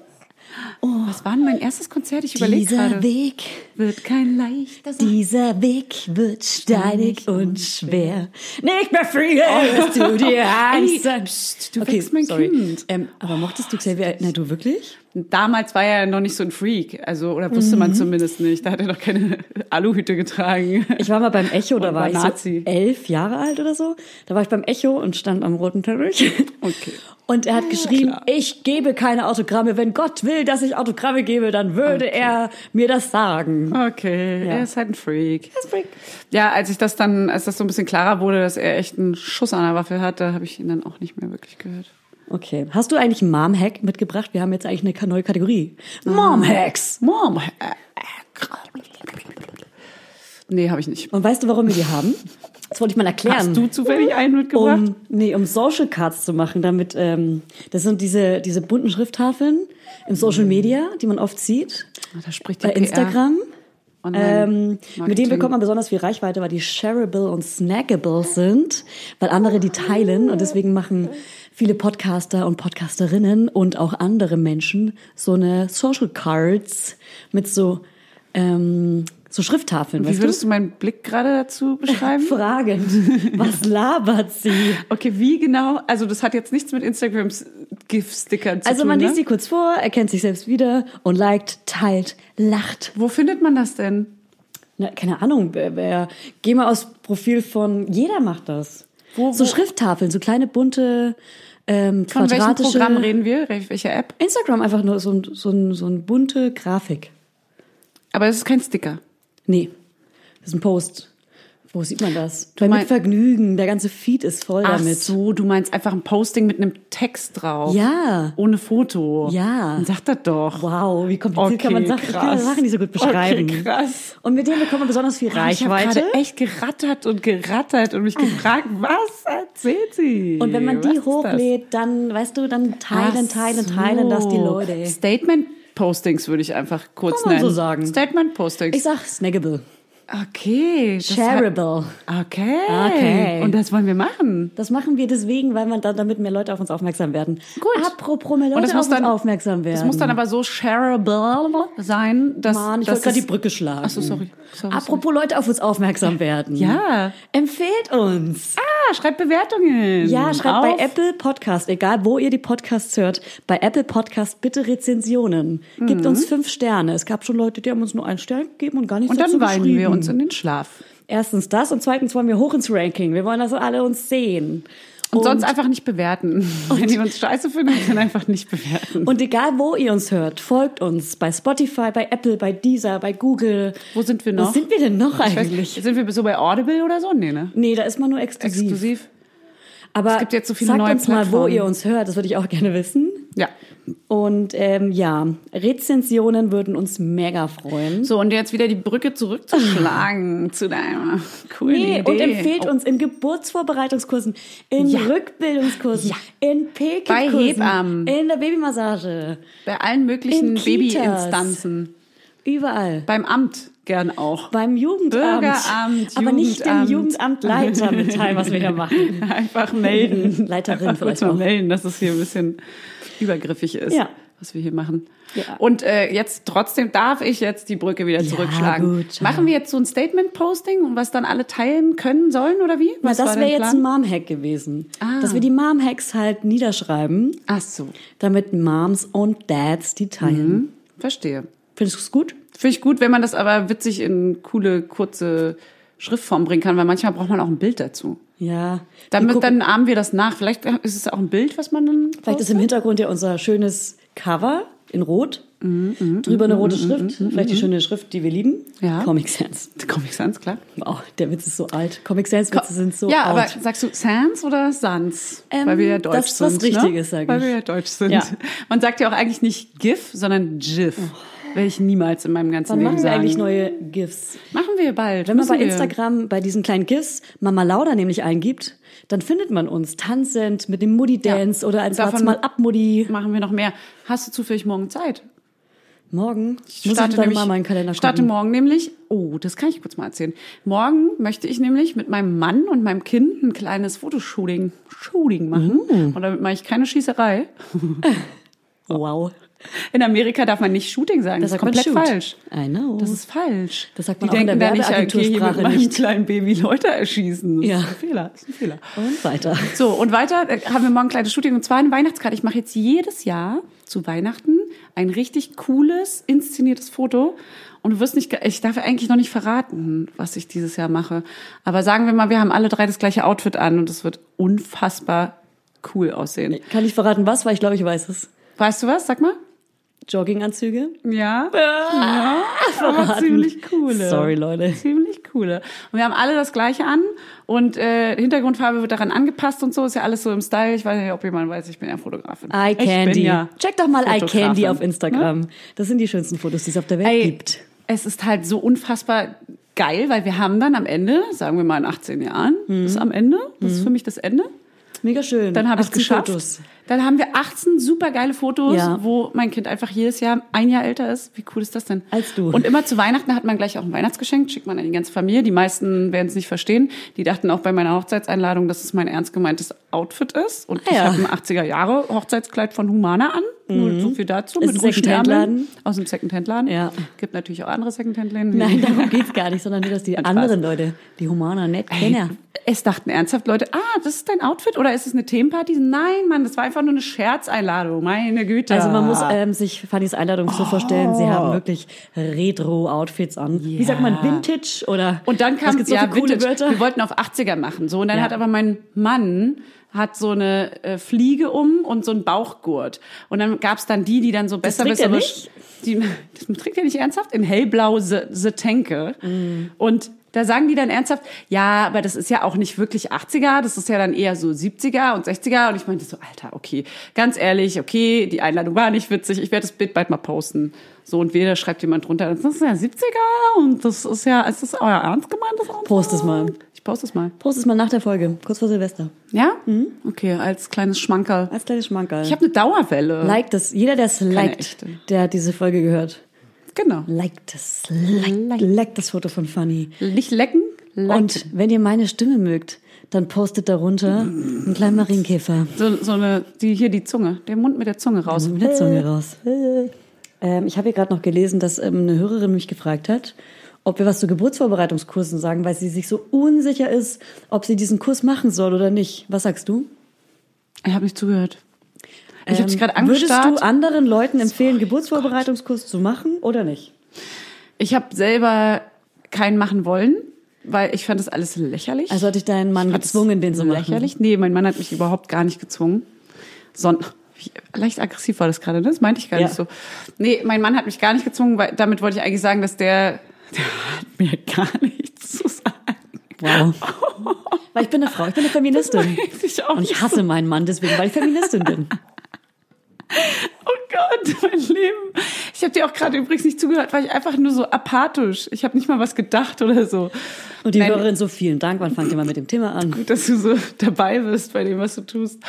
[SPEAKER 2] Was war denn mein erstes Konzert? Ich überlege
[SPEAKER 1] Dieser
[SPEAKER 2] gerade.
[SPEAKER 1] Weg,
[SPEAKER 2] Wird kein leichter sein.
[SPEAKER 1] dieser Weg wird steinig und schwer. Nicht mehr free, bist du dir
[SPEAKER 2] Ey,
[SPEAKER 1] eins.
[SPEAKER 2] pst, du wächst mein Kind.
[SPEAKER 1] Ähm, aber mochtest du Xavier? Na du wirklich?
[SPEAKER 2] Damals war er noch nicht so ein Freak, also oder wusste
[SPEAKER 1] Mhm.
[SPEAKER 2] man zumindest nicht. Da hat er noch keine Aluhüte getragen.
[SPEAKER 1] Ich war mal beim Echo, da
[SPEAKER 2] Und
[SPEAKER 1] war
[SPEAKER 2] war
[SPEAKER 1] ich so
[SPEAKER 2] Nazi.
[SPEAKER 1] elf Jahre alt oder so. Da war ich beim Echo und stand am roten Teppich.
[SPEAKER 2] Okay.
[SPEAKER 1] Und er hat geschrieben, ich gebe keine Autogramme. Wenn Gott will, dass ich Autogramme gebe, dann würde er mir das sagen.
[SPEAKER 2] Okay,
[SPEAKER 1] Ja.
[SPEAKER 2] er ist halt ein Freak. Er ist Freak. Ja, als ich das dann, als das so ein bisschen klarer wurde, dass er echt einen Schuss an der Waffe hat, da habe ich ihn dann auch nicht mehr wirklich gehört.
[SPEAKER 1] Okay. Hast du eigentlich Mom-Hack mitgebracht? Wir haben jetzt eigentlich eine ka- neue Kategorie. Mom-Hacks.
[SPEAKER 2] Mom. äh, Nee, habe ich nicht.
[SPEAKER 1] Und weißt du, warum wir die haben? Das wollte ich mal erklären.
[SPEAKER 2] Hast du zufällig einen mitgebracht?
[SPEAKER 1] um, nee, um Social Cards zu machen, damit ähm, das sind diese diese bunten Schrifttafeln im Social Media, die man oft sieht
[SPEAKER 2] Ah, da spricht die
[SPEAKER 1] bei
[SPEAKER 2] PR.
[SPEAKER 1] Instagram.
[SPEAKER 2] Online
[SPEAKER 1] Ähm, mit
[SPEAKER 2] Marketing.
[SPEAKER 1] denen bekommt man besonders viel Reichweite, weil die shareable und snackable sind, weil andere die teilen und deswegen machen viele Podcaster und Podcasterinnen und auch andere Menschen so eine Social Cards mit so ähm, so Schrifttafeln,
[SPEAKER 2] Wie
[SPEAKER 1] weißt du?
[SPEAKER 2] würdest du meinen Blick gerade dazu
[SPEAKER 1] Mhm.
[SPEAKER 2] beschreiben?
[SPEAKER 1] Fragend, was labert sie?
[SPEAKER 2] Okay, wie genau? Also das hat jetzt nichts mit Instagrams GIF-Stickern zu
[SPEAKER 1] Also
[SPEAKER 2] tun.
[SPEAKER 1] man liest
[SPEAKER 2] ne?
[SPEAKER 1] sie kurz vor, erkennt sich selbst wieder und liked, teilt, lacht.
[SPEAKER 2] Wo findet man das denn?
[SPEAKER 1] Na, keine Ahnung, wer, wer, geh mal aus Profil von, jeder macht das.
[SPEAKER 2] Wo-
[SPEAKER 1] so
[SPEAKER 2] wo-
[SPEAKER 1] Schrifttafeln, so kleine bunte ähm,
[SPEAKER 2] Von welchem
[SPEAKER 1] quadratische.
[SPEAKER 2] Programm reden wir? Wel- Welche App?
[SPEAKER 1] Instagram einfach nur so, ein- so, ein, so eine bunte Grafik.
[SPEAKER 2] Aber es ist kein Sticker.
[SPEAKER 1] Nee, das ist ein Post. Wo sieht man das? Bei
[SPEAKER 2] mein-
[SPEAKER 1] mit Vergnügen, der ganze Feed ist voll
[SPEAKER 2] Ach
[SPEAKER 1] damit.
[SPEAKER 2] so, du meinst einfach ein Posting mit einem Text drauf.
[SPEAKER 1] Ja.
[SPEAKER 2] Ohne Foto.
[SPEAKER 1] Ja.
[SPEAKER 2] Dann sag das doch.
[SPEAKER 1] Wow, wie kompliziert kann man Sachen, kann man Sachen nicht so gut beschreiben.
[SPEAKER 2] Okay, krass.
[SPEAKER 1] Und mit denen bekommt man besonders viel
[SPEAKER 2] Oh, Ich habe
[SPEAKER 1] Reichweite.
[SPEAKER 2] gerade echt gerattert und gerattert und mich gefragt, was erzählt sie?
[SPEAKER 1] Und wenn man
[SPEAKER 2] Was
[SPEAKER 1] die
[SPEAKER 2] ist das?
[SPEAKER 1] hochlädt, dann, weißt du, dann teilen,
[SPEAKER 2] Ach
[SPEAKER 1] teilen, teilen das die
[SPEAKER 2] so.
[SPEAKER 1] Leute.
[SPEAKER 2] Statement-Postings würde ich einfach kurz
[SPEAKER 1] Kann man so
[SPEAKER 2] nennen.
[SPEAKER 1] sagen. Ich
[SPEAKER 2] Statement-Postings.
[SPEAKER 1] sag snackable,
[SPEAKER 2] Okay. das
[SPEAKER 1] shareable.
[SPEAKER 2] Hat, okay.
[SPEAKER 1] Okay.
[SPEAKER 2] Und das wollen wir machen.
[SPEAKER 1] Das machen wir deswegen, weil man dann, damit mehr Leute auf uns aufmerksam werden.
[SPEAKER 2] Gut.
[SPEAKER 1] Apropos mehr Leute
[SPEAKER 2] Und das muss
[SPEAKER 1] auf
[SPEAKER 2] dann-
[SPEAKER 1] uns aufmerksam werden.
[SPEAKER 2] Das muss dann aber so shareable sein, dass...
[SPEAKER 1] Mann, ich
[SPEAKER 2] dass
[SPEAKER 1] wollte gerade
[SPEAKER 2] es-
[SPEAKER 1] die Brücke schlagen.
[SPEAKER 2] Ach so, sorry. Sorry,
[SPEAKER 1] Apropos Leute auf uns aufmerksam werden.
[SPEAKER 2] Ja.
[SPEAKER 1] Empfehlt uns.
[SPEAKER 2] Ah, schreibt Bewertungen.
[SPEAKER 1] Ja, schreibt
[SPEAKER 2] auf.
[SPEAKER 1] bei Apple Podcast, egal wo ihr die Podcasts hört, bei Apple Podcast bitte Rezensionen. Gebt uns fünf Sterne. Es gab schon Leute, die haben uns nur einen Stern gegeben und gar nichts
[SPEAKER 2] Mhm. Und
[SPEAKER 1] dazu
[SPEAKER 2] dann weinen wir
[SPEAKER 1] geschrieben.
[SPEAKER 2] uns in den Schlaf.
[SPEAKER 1] Erstens das und zweitens wollen wir hoch ins Ranking. Wir wollen, dass alle uns sehen.
[SPEAKER 2] Und, sonst einfach nicht bewerten. Wenn ihr uns scheiße findet, dann einfach nicht bewerten.
[SPEAKER 1] Und egal, wo ihr uns hört, folgt uns bei Spotify, bei Apple, bei Deezer, bei Google.
[SPEAKER 2] Wo sind wir noch?
[SPEAKER 1] Wo sind wir denn noch
[SPEAKER 2] Ich weiß
[SPEAKER 1] eigentlich?
[SPEAKER 2] nicht, sind wir so bei Audible oder so? Nee, ne?
[SPEAKER 1] Nee, da ist man nur exklusiv.
[SPEAKER 2] Exklusiv.
[SPEAKER 1] Aber
[SPEAKER 2] Es gibt jetzt so viele
[SPEAKER 1] sagt
[SPEAKER 2] neue
[SPEAKER 1] uns mal, wo
[SPEAKER 2] Plattformen.
[SPEAKER 1] ihr uns hört. Das würde ich auch gerne wissen.
[SPEAKER 2] Ja.
[SPEAKER 1] Und ähm, ja, Rezensionen würden uns mega freuen.
[SPEAKER 2] So, und jetzt wieder die Brücke zurückzuschlagen zu deiner coolen
[SPEAKER 1] Nee,
[SPEAKER 2] Idee.
[SPEAKER 1] und empfehlt
[SPEAKER 2] Oh,
[SPEAKER 1] uns in Geburtsvorbereitungskursen, in
[SPEAKER 2] Ja.
[SPEAKER 1] Rückbildungskursen,
[SPEAKER 2] Ja.
[SPEAKER 1] in Peking,
[SPEAKER 2] Bei Hebammen.
[SPEAKER 1] in der Babymassage,
[SPEAKER 2] bei allen möglichen
[SPEAKER 1] in
[SPEAKER 2] Babyinstanzen.
[SPEAKER 1] überall.
[SPEAKER 2] Beim Amt gern auch.
[SPEAKER 1] Beim Jugendamt.
[SPEAKER 2] Bürgeramt,
[SPEAKER 1] aber nicht dem
[SPEAKER 2] Jugendamt.
[SPEAKER 1] Jugendamtleiter mitteilen, was wir hier machen.
[SPEAKER 2] Einfach melden.
[SPEAKER 1] Leiterin
[SPEAKER 2] Einfach kurz
[SPEAKER 1] vielleicht
[SPEAKER 2] mal
[SPEAKER 1] auch.
[SPEAKER 2] melden, dass es hier ein bisschen übergriffig ist,
[SPEAKER 1] Ja.
[SPEAKER 2] was wir hier machen.
[SPEAKER 1] Ja.
[SPEAKER 2] Und äh, jetzt trotzdem darf ich jetzt die Brücke wieder zurückschlagen.
[SPEAKER 1] gut.
[SPEAKER 2] Machen wir jetzt so ein Statement-Posting und was dann alle teilen können sollen oder wie?
[SPEAKER 1] Na,
[SPEAKER 2] Was
[SPEAKER 1] das
[SPEAKER 2] war
[SPEAKER 1] wäre
[SPEAKER 2] dein
[SPEAKER 1] jetzt
[SPEAKER 2] Plan?
[SPEAKER 1] ein Mom-Hack gewesen.
[SPEAKER 2] Ah.
[SPEAKER 1] Dass wir die Mom-Hacks halt niederschreiben,
[SPEAKER 2] Ach so,
[SPEAKER 1] damit Moms und Dads die
[SPEAKER 2] Mhm.
[SPEAKER 1] teilen.
[SPEAKER 2] verstehe.
[SPEAKER 1] Findest du es gut?
[SPEAKER 2] Finde ich gut, wenn man das aber witzig in coole, kurze Schriftform bringen kann, weil manchmal braucht man auch ein Bild dazu.
[SPEAKER 1] Ja. Wir
[SPEAKER 2] Damit,
[SPEAKER 1] gucken-
[SPEAKER 2] dann ahmen wir das nach. Vielleicht ist es auch ein Bild, was man dann.
[SPEAKER 1] Vielleicht ist im Hintergrund ja unser schönes Cover in Rot.
[SPEAKER 2] Mm,
[SPEAKER 1] Drüber eine rote Schrift. Vielleicht die schöne Schrift, die wir lieben.
[SPEAKER 2] Ja.
[SPEAKER 1] Comic Sans.
[SPEAKER 2] Comic Sans, klar.
[SPEAKER 1] Wow, der Witz ist so alt. Comic Sans Witze sind so
[SPEAKER 2] ja,
[SPEAKER 1] alt.
[SPEAKER 2] aber sagst du Sans oder Sans?
[SPEAKER 1] Ähm,
[SPEAKER 2] Weil wir ja deutsch
[SPEAKER 1] das ist was
[SPEAKER 2] sind.
[SPEAKER 1] Richtiges,
[SPEAKER 2] ne?
[SPEAKER 1] sag
[SPEAKER 2] Weil
[SPEAKER 1] ich.
[SPEAKER 2] wir ja deutsch sind.
[SPEAKER 1] Ja.
[SPEAKER 2] Man sagt ja auch eigentlich nicht GIF, sondern GIF. Werde ich niemals in meinem ganzen
[SPEAKER 1] Wann
[SPEAKER 2] Leben
[SPEAKER 1] Oh. machen wir
[SPEAKER 2] sagen.
[SPEAKER 1] eigentlich neue GIFs?
[SPEAKER 2] machen wir bald.
[SPEAKER 1] Wenn man bei
[SPEAKER 2] Müssen wir.
[SPEAKER 1] Instagram bei diesen kleinen GIFs Mama Lauda nämlich eingibt, dann findet man uns tanzend mit dem Muddy Dance
[SPEAKER 2] Ja.
[SPEAKER 1] oder als
[SPEAKER 2] Davon-
[SPEAKER 1] Warte mal ab Muddy.
[SPEAKER 2] machen wir noch mehr. Hast du zufällig morgen Zeit?
[SPEAKER 1] Morgen muss ich dann mal meinen Kalender
[SPEAKER 2] starte
[SPEAKER 1] gucken.
[SPEAKER 2] morgen nämlich, oh, das kann ich kurz mal erzählen. Morgen möchte ich nämlich mit meinem Mann und meinem Kind ein kleines Fotoshooting Shooting machen.
[SPEAKER 1] Mhm.
[SPEAKER 2] Und damit mache ich keine Schießerei.
[SPEAKER 1] Wow.
[SPEAKER 2] In Amerika darf man nicht Shooting sagen. Das, Oh, ist
[SPEAKER 1] sagt man
[SPEAKER 2] komplett
[SPEAKER 1] shoot.
[SPEAKER 2] falsch.
[SPEAKER 1] I know.
[SPEAKER 2] Das ist falsch.
[SPEAKER 1] Oh. Das sagt
[SPEAKER 2] Die
[SPEAKER 1] man auch in
[SPEAKER 2] denken
[SPEAKER 1] der
[SPEAKER 2] da nicht, ich gehe hier mit
[SPEAKER 1] Werbeagentursprache
[SPEAKER 2] meinem
[SPEAKER 1] nicht.
[SPEAKER 2] kleinen Baby Leute erschießen. Das
[SPEAKER 1] Ja.
[SPEAKER 2] ist ein Fehler. Das ist ein Fehler.
[SPEAKER 1] Und weiter.
[SPEAKER 2] So, und weiter äh, haben wir morgen ein kleines Shooting und zwar eine Weihnachtskarte. Ich mache jetzt jedes Jahr zu Weihnachten ein richtig cooles, inszeniertes Foto. Und du wirst nicht, ge- ich darf ja eigentlich noch nicht verraten, was ich dieses Jahr mache. Aber sagen wir mal, wir haben alle drei das gleiche Outfit an und es wird unfassbar cool aussehen.
[SPEAKER 1] Kann ich verraten, was? Weil ich glaube, ich weiß es.
[SPEAKER 2] Weißt du was? Sag mal.
[SPEAKER 1] Jogginganzüge.
[SPEAKER 2] Ja. Ja. Aber ziemlich coole.
[SPEAKER 1] Sorry, Leute.
[SPEAKER 2] Ziemlich coole. Und wir haben alle das gleiche an und äh, Hintergrundfarbe wird daran angepasst und so. Ist ja alles so im Style. Ich weiß nicht, ob jemand weiß, ich bin ja Fotografin.
[SPEAKER 1] Eye
[SPEAKER 2] Ich bin
[SPEAKER 1] Candy.
[SPEAKER 2] ja
[SPEAKER 1] Check doch mal Eye
[SPEAKER 2] Fotografin.
[SPEAKER 1] Candy auf Instagram. Das sind die schönsten Fotos, die es auf der Welt
[SPEAKER 2] Ne? Ey,
[SPEAKER 1] gibt.
[SPEAKER 2] Es ist halt so unfassbar geil, weil wir haben dann am Ende, sagen wir mal in 18 Jahren,
[SPEAKER 1] Hm.
[SPEAKER 2] ist am Ende, das ist für mich das Ende.
[SPEAKER 1] Mega schön.
[SPEAKER 2] Dann habe ich es
[SPEAKER 1] 18
[SPEAKER 2] geschafft.
[SPEAKER 1] Fotos.
[SPEAKER 2] Dann haben wir 18 super geile Fotos,
[SPEAKER 1] Ja.
[SPEAKER 2] wo mein Kind einfach jedes Jahr ein Jahr älter ist. Wie cool ist das denn?
[SPEAKER 1] Als du.
[SPEAKER 2] Und immer zu Weihnachten hat man gleich auch ein Weihnachtsgeschenk, schickt man an die ganze Familie. Die meisten werden es nicht verstehen. Die dachten auch bei meiner Hochzeitseinladung, dass es mein ernst gemeintes Outfit ist. Und
[SPEAKER 1] Ah ja. Mhm.
[SPEAKER 2] ich habe ein 80er Jahre Hochzeitskleid von Humana an. Nur so viel dazu.
[SPEAKER 1] Ist ein
[SPEAKER 2] roten
[SPEAKER 1] Secondhand-Laden?
[SPEAKER 2] Ärmeln. Aus dem Secondhand-Laden.
[SPEAKER 1] Ja.
[SPEAKER 2] Gibt natürlich auch andere Secondhand-Läden.
[SPEAKER 1] Nein, darum geht's gar nicht, sondern nur, dass die
[SPEAKER 2] Spaß.
[SPEAKER 1] anderen Leute, die Humana nett kennen.
[SPEAKER 2] Es dachten ernsthaft Leute, ah, das ist dein Outfit oder ist es eine Themenparty? Nein, Mann, das war einfach nur eine Scherzeinladung. Meine Güte.
[SPEAKER 1] Also man muss ähm, sich Fannys Einladung so vorstellen, sie
[SPEAKER 2] Oh.
[SPEAKER 1] haben wirklich Retro-Outfits an. Wie sagt man, Vintage oder
[SPEAKER 2] und dann
[SPEAKER 1] was
[SPEAKER 2] kam
[SPEAKER 1] gibt's so
[SPEAKER 2] ja,
[SPEAKER 1] für coole
[SPEAKER 2] Vintage.
[SPEAKER 1] Wörter?
[SPEAKER 2] Wir wollten auf 80er machen, so und dann
[SPEAKER 1] Ja.
[SPEAKER 2] hat aber mein Mann hat so eine äh, Fliege um und so einen Bauchgurt und dann gab's dann die, die dann so besser
[SPEAKER 1] trägt er
[SPEAKER 2] aber
[SPEAKER 1] nicht?
[SPEAKER 2] sch- Die, das trägt er nicht ernsthaft in hellblau se, se Tänke und da sagen die dann ernsthaft, ja, aber das ist ja auch nicht wirklich 80er, das ist ja dann eher so 70er und 60er. Und ich meinte so, Alter, okay, ganz ehrlich, okay, die Einladung war nicht witzig, ich werde das Bild bald mal posten. So, und weder schreibt jemand drunter, das ist ja 70er und das ist ja, ist das euer Ernst gemeint? Das Outfit?
[SPEAKER 1] Post es mal.
[SPEAKER 2] Ich poste es mal.
[SPEAKER 1] Post es mal nach der Folge, kurz vor Silvester.
[SPEAKER 2] Ja?
[SPEAKER 1] Mhm.
[SPEAKER 2] Okay, als kleines Schmankerl.
[SPEAKER 1] Als kleines Schmankerl.
[SPEAKER 2] Ich habe eine Dauerwelle.
[SPEAKER 1] liked es. Jeder, der es liked,
[SPEAKER 2] echte.
[SPEAKER 1] der hat diese Folge gehört.
[SPEAKER 2] Genau.
[SPEAKER 1] Liked es. Liked, liked das Foto von Fanny.
[SPEAKER 2] Nicht lecken.
[SPEAKER 1] Und wenn ihr meine Stimme mögt, dann postet darunter einen kleinen Marienkäfer.
[SPEAKER 2] So, so eine, die, hier die Zunge, den Mund mit der Zunge raus.
[SPEAKER 1] Mit der Zunge raus. Ähm, ich habe hier gerade noch gelesen, dass ähm, eine Hörerin mich gefragt hat, ob wir was zu Geburtsvorbereitungskursen sagen, weil sie sich so unsicher ist, ob sie diesen Kurs machen soll oder nicht. Was sagst du? Ähm,
[SPEAKER 2] Ich habe nicht zugehört. Ich habe dich gerade
[SPEAKER 1] Würdest
[SPEAKER 2] angestarrt.
[SPEAKER 1] du anderen Leuten empfehlen, Geburtsvorbereitungskurs zu machen oder nicht?
[SPEAKER 2] ich habe selber keinen machen wollen, weil ich fand das alles lächerlich.
[SPEAKER 1] Also hat dich dein Mann
[SPEAKER 2] Ich fand
[SPEAKER 1] gezwungen,
[SPEAKER 2] das
[SPEAKER 1] den zu machen?
[SPEAKER 2] Lächerlich? Nee, mein Mann hat mich überhaupt gar nicht gezwungen. Sondern leicht aggressiv war das gerade, ne? das meinte ich gar
[SPEAKER 1] Ja.
[SPEAKER 2] nicht so. Nee, mein Mann hat mich gar nicht gezwungen, weil damit wollte ich eigentlich sagen, dass der, der hat mir gar nichts zu sagen.
[SPEAKER 1] Wow. Weil ich bin eine Frau, ich bin eine Feministin.
[SPEAKER 2] Weiß ich auch
[SPEAKER 1] Und
[SPEAKER 2] nicht
[SPEAKER 1] ich hasse meinen Mann deswegen, weil ich Feministin bin.
[SPEAKER 2] Oh Gott, mein Leben. Ich habe dir auch gerade übrigens nicht zugehört, weil ich einfach nur so apathisch. Ich habe nicht mal was gedacht oder so.
[SPEAKER 1] Und die
[SPEAKER 2] Nein.
[SPEAKER 1] Hörerin so, vielen Dank, wann fangt ihr mal mit dem Thema an?
[SPEAKER 2] Gut, dass du so dabei bist bei dem, was du tust.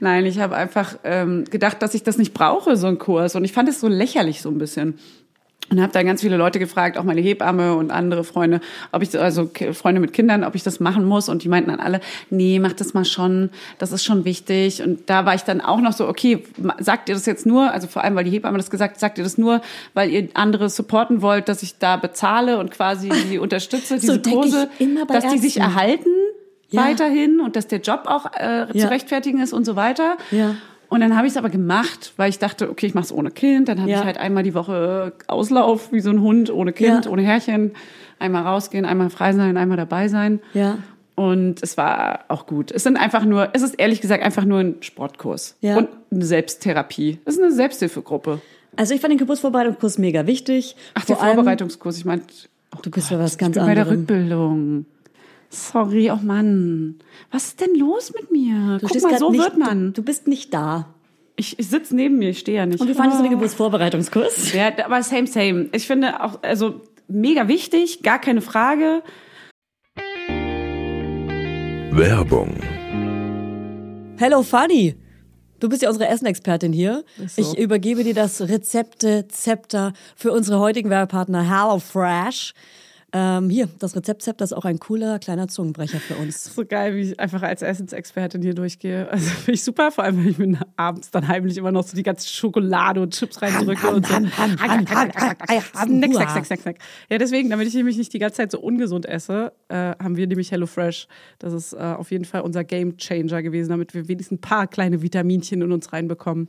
[SPEAKER 2] Nein, ich habe einfach ähm, gedacht, dass ich das nicht brauche, so einen Kurs. Und ich fand es so lächerlich so ein bisschen. Und habe dann ganz viele Leute gefragt, auch meine Hebamme und andere Freunde, ob ich also K- Freunde mit Kindern, ob ich das machen muss. Und die meinten dann alle, nee, mach das mal schon, das ist schon wichtig. Und da war ich dann auch noch so, okay, ma- sagt ihr das jetzt nur, also vor allem, weil die Hebamme das gesagt, hat, sagt ihr das nur, weil ihr andere supporten wollt, dass ich da bezahle und quasi die unterstütze, diese
[SPEAKER 1] denk ich
[SPEAKER 2] Kurse,
[SPEAKER 1] immer bei
[SPEAKER 2] dass die sich
[SPEAKER 1] Ärzten.
[SPEAKER 2] erhalten
[SPEAKER 1] Ja.
[SPEAKER 2] weiterhin und dass der Job auch äh,
[SPEAKER 1] Ja.
[SPEAKER 2] zu rechtfertigen ist und so weiter.
[SPEAKER 1] Ja.
[SPEAKER 2] Und dann habe ich es aber gemacht, weil ich dachte, okay, ich mache es ohne Kind. Dann habe
[SPEAKER 1] Ja.
[SPEAKER 2] ich halt einmal die Woche Auslauf wie so ein Hund, ohne Kind,
[SPEAKER 1] Ja.
[SPEAKER 2] ohne Herrchen. Einmal rausgehen, einmal frei sein, einmal dabei sein.
[SPEAKER 1] Ja.
[SPEAKER 2] Und es war auch gut. Es sind einfach nur, es ist ehrlich gesagt einfach nur ein Sportkurs
[SPEAKER 1] Ja.
[SPEAKER 2] und eine Selbsttherapie. Es ist eine Selbsthilfegruppe.
[SPEAKER 1] Also ich fand den Geburtsvorbereitungskurs mega wichtig.
[SPEAKER 2] Ach, der
[SPEAKER 1] Vor allem-
[SPEAKER 2] Vorbereitungskurs. Ich meine,
[SPEAKER 1] Du bist ja was ganz
[SPEAKER 2] ich bin bei der
[SPEAKER 1] anderem.
[SPEAKER 2] Rückbildung. Sorry, oh Mann. Was ist denn los mit mir?
[SPEAKER 1] Du
[SPEAKER 2] Guck
[SPEAKER 1] stehst
[SPEAKER 2] mal,
[SPEAKER 1] grad
[SPEAKER 2] so
[SPEAKER 1] nicht,
[SPEAKER 2] wird man.
[SPEAKER 1] Du, du bist nicht da.
[SPEAKER 2] Ich, ich sitze neben mir, ich stehe ja nicht.
[SPEAKER 1] Und wir fahren jetzt
[SPEAKER 2] Genau.
[SPEAKER 1] in den Geburtsvorbereitungskurs.
[SPEAKER 2] Ja, aber same, same. Ich finde auch, also mega wichtig, gar keine Frage.
[SPEAKER 4] Werbung,
[SPEAKER 1] Hello Fanny, du bist ja unsere Essenexpertin hier. Ich übergebe dir das Rezepte-Zepter für unsere heutigen Werbepartner Hello Fresh. Ähm, hier, das Rezept-Zepter ist auch ein cooler kleiner Zungenbrecher für uns.
[SPEAKER 2] So geil, wie ich einfach als Essensexpertin hier durchgehe. Also finde ich super, vor allem, wenn ich mir abends dann heimlich immer noch so die ganze Schokolade und Chips reindrücke und so. Snack, snack, snack, snack, snack. Ja, deswegen, damit ich nämlich nicht die ganze Zeit so ungesund esse, äh, haben wir nämlich HelloFresh. Das ist äh, auf jeden Fall unser Game Changer gewesen, damit wir wenigstens ein paar kleine Vitaminchen in uns reinbekommen.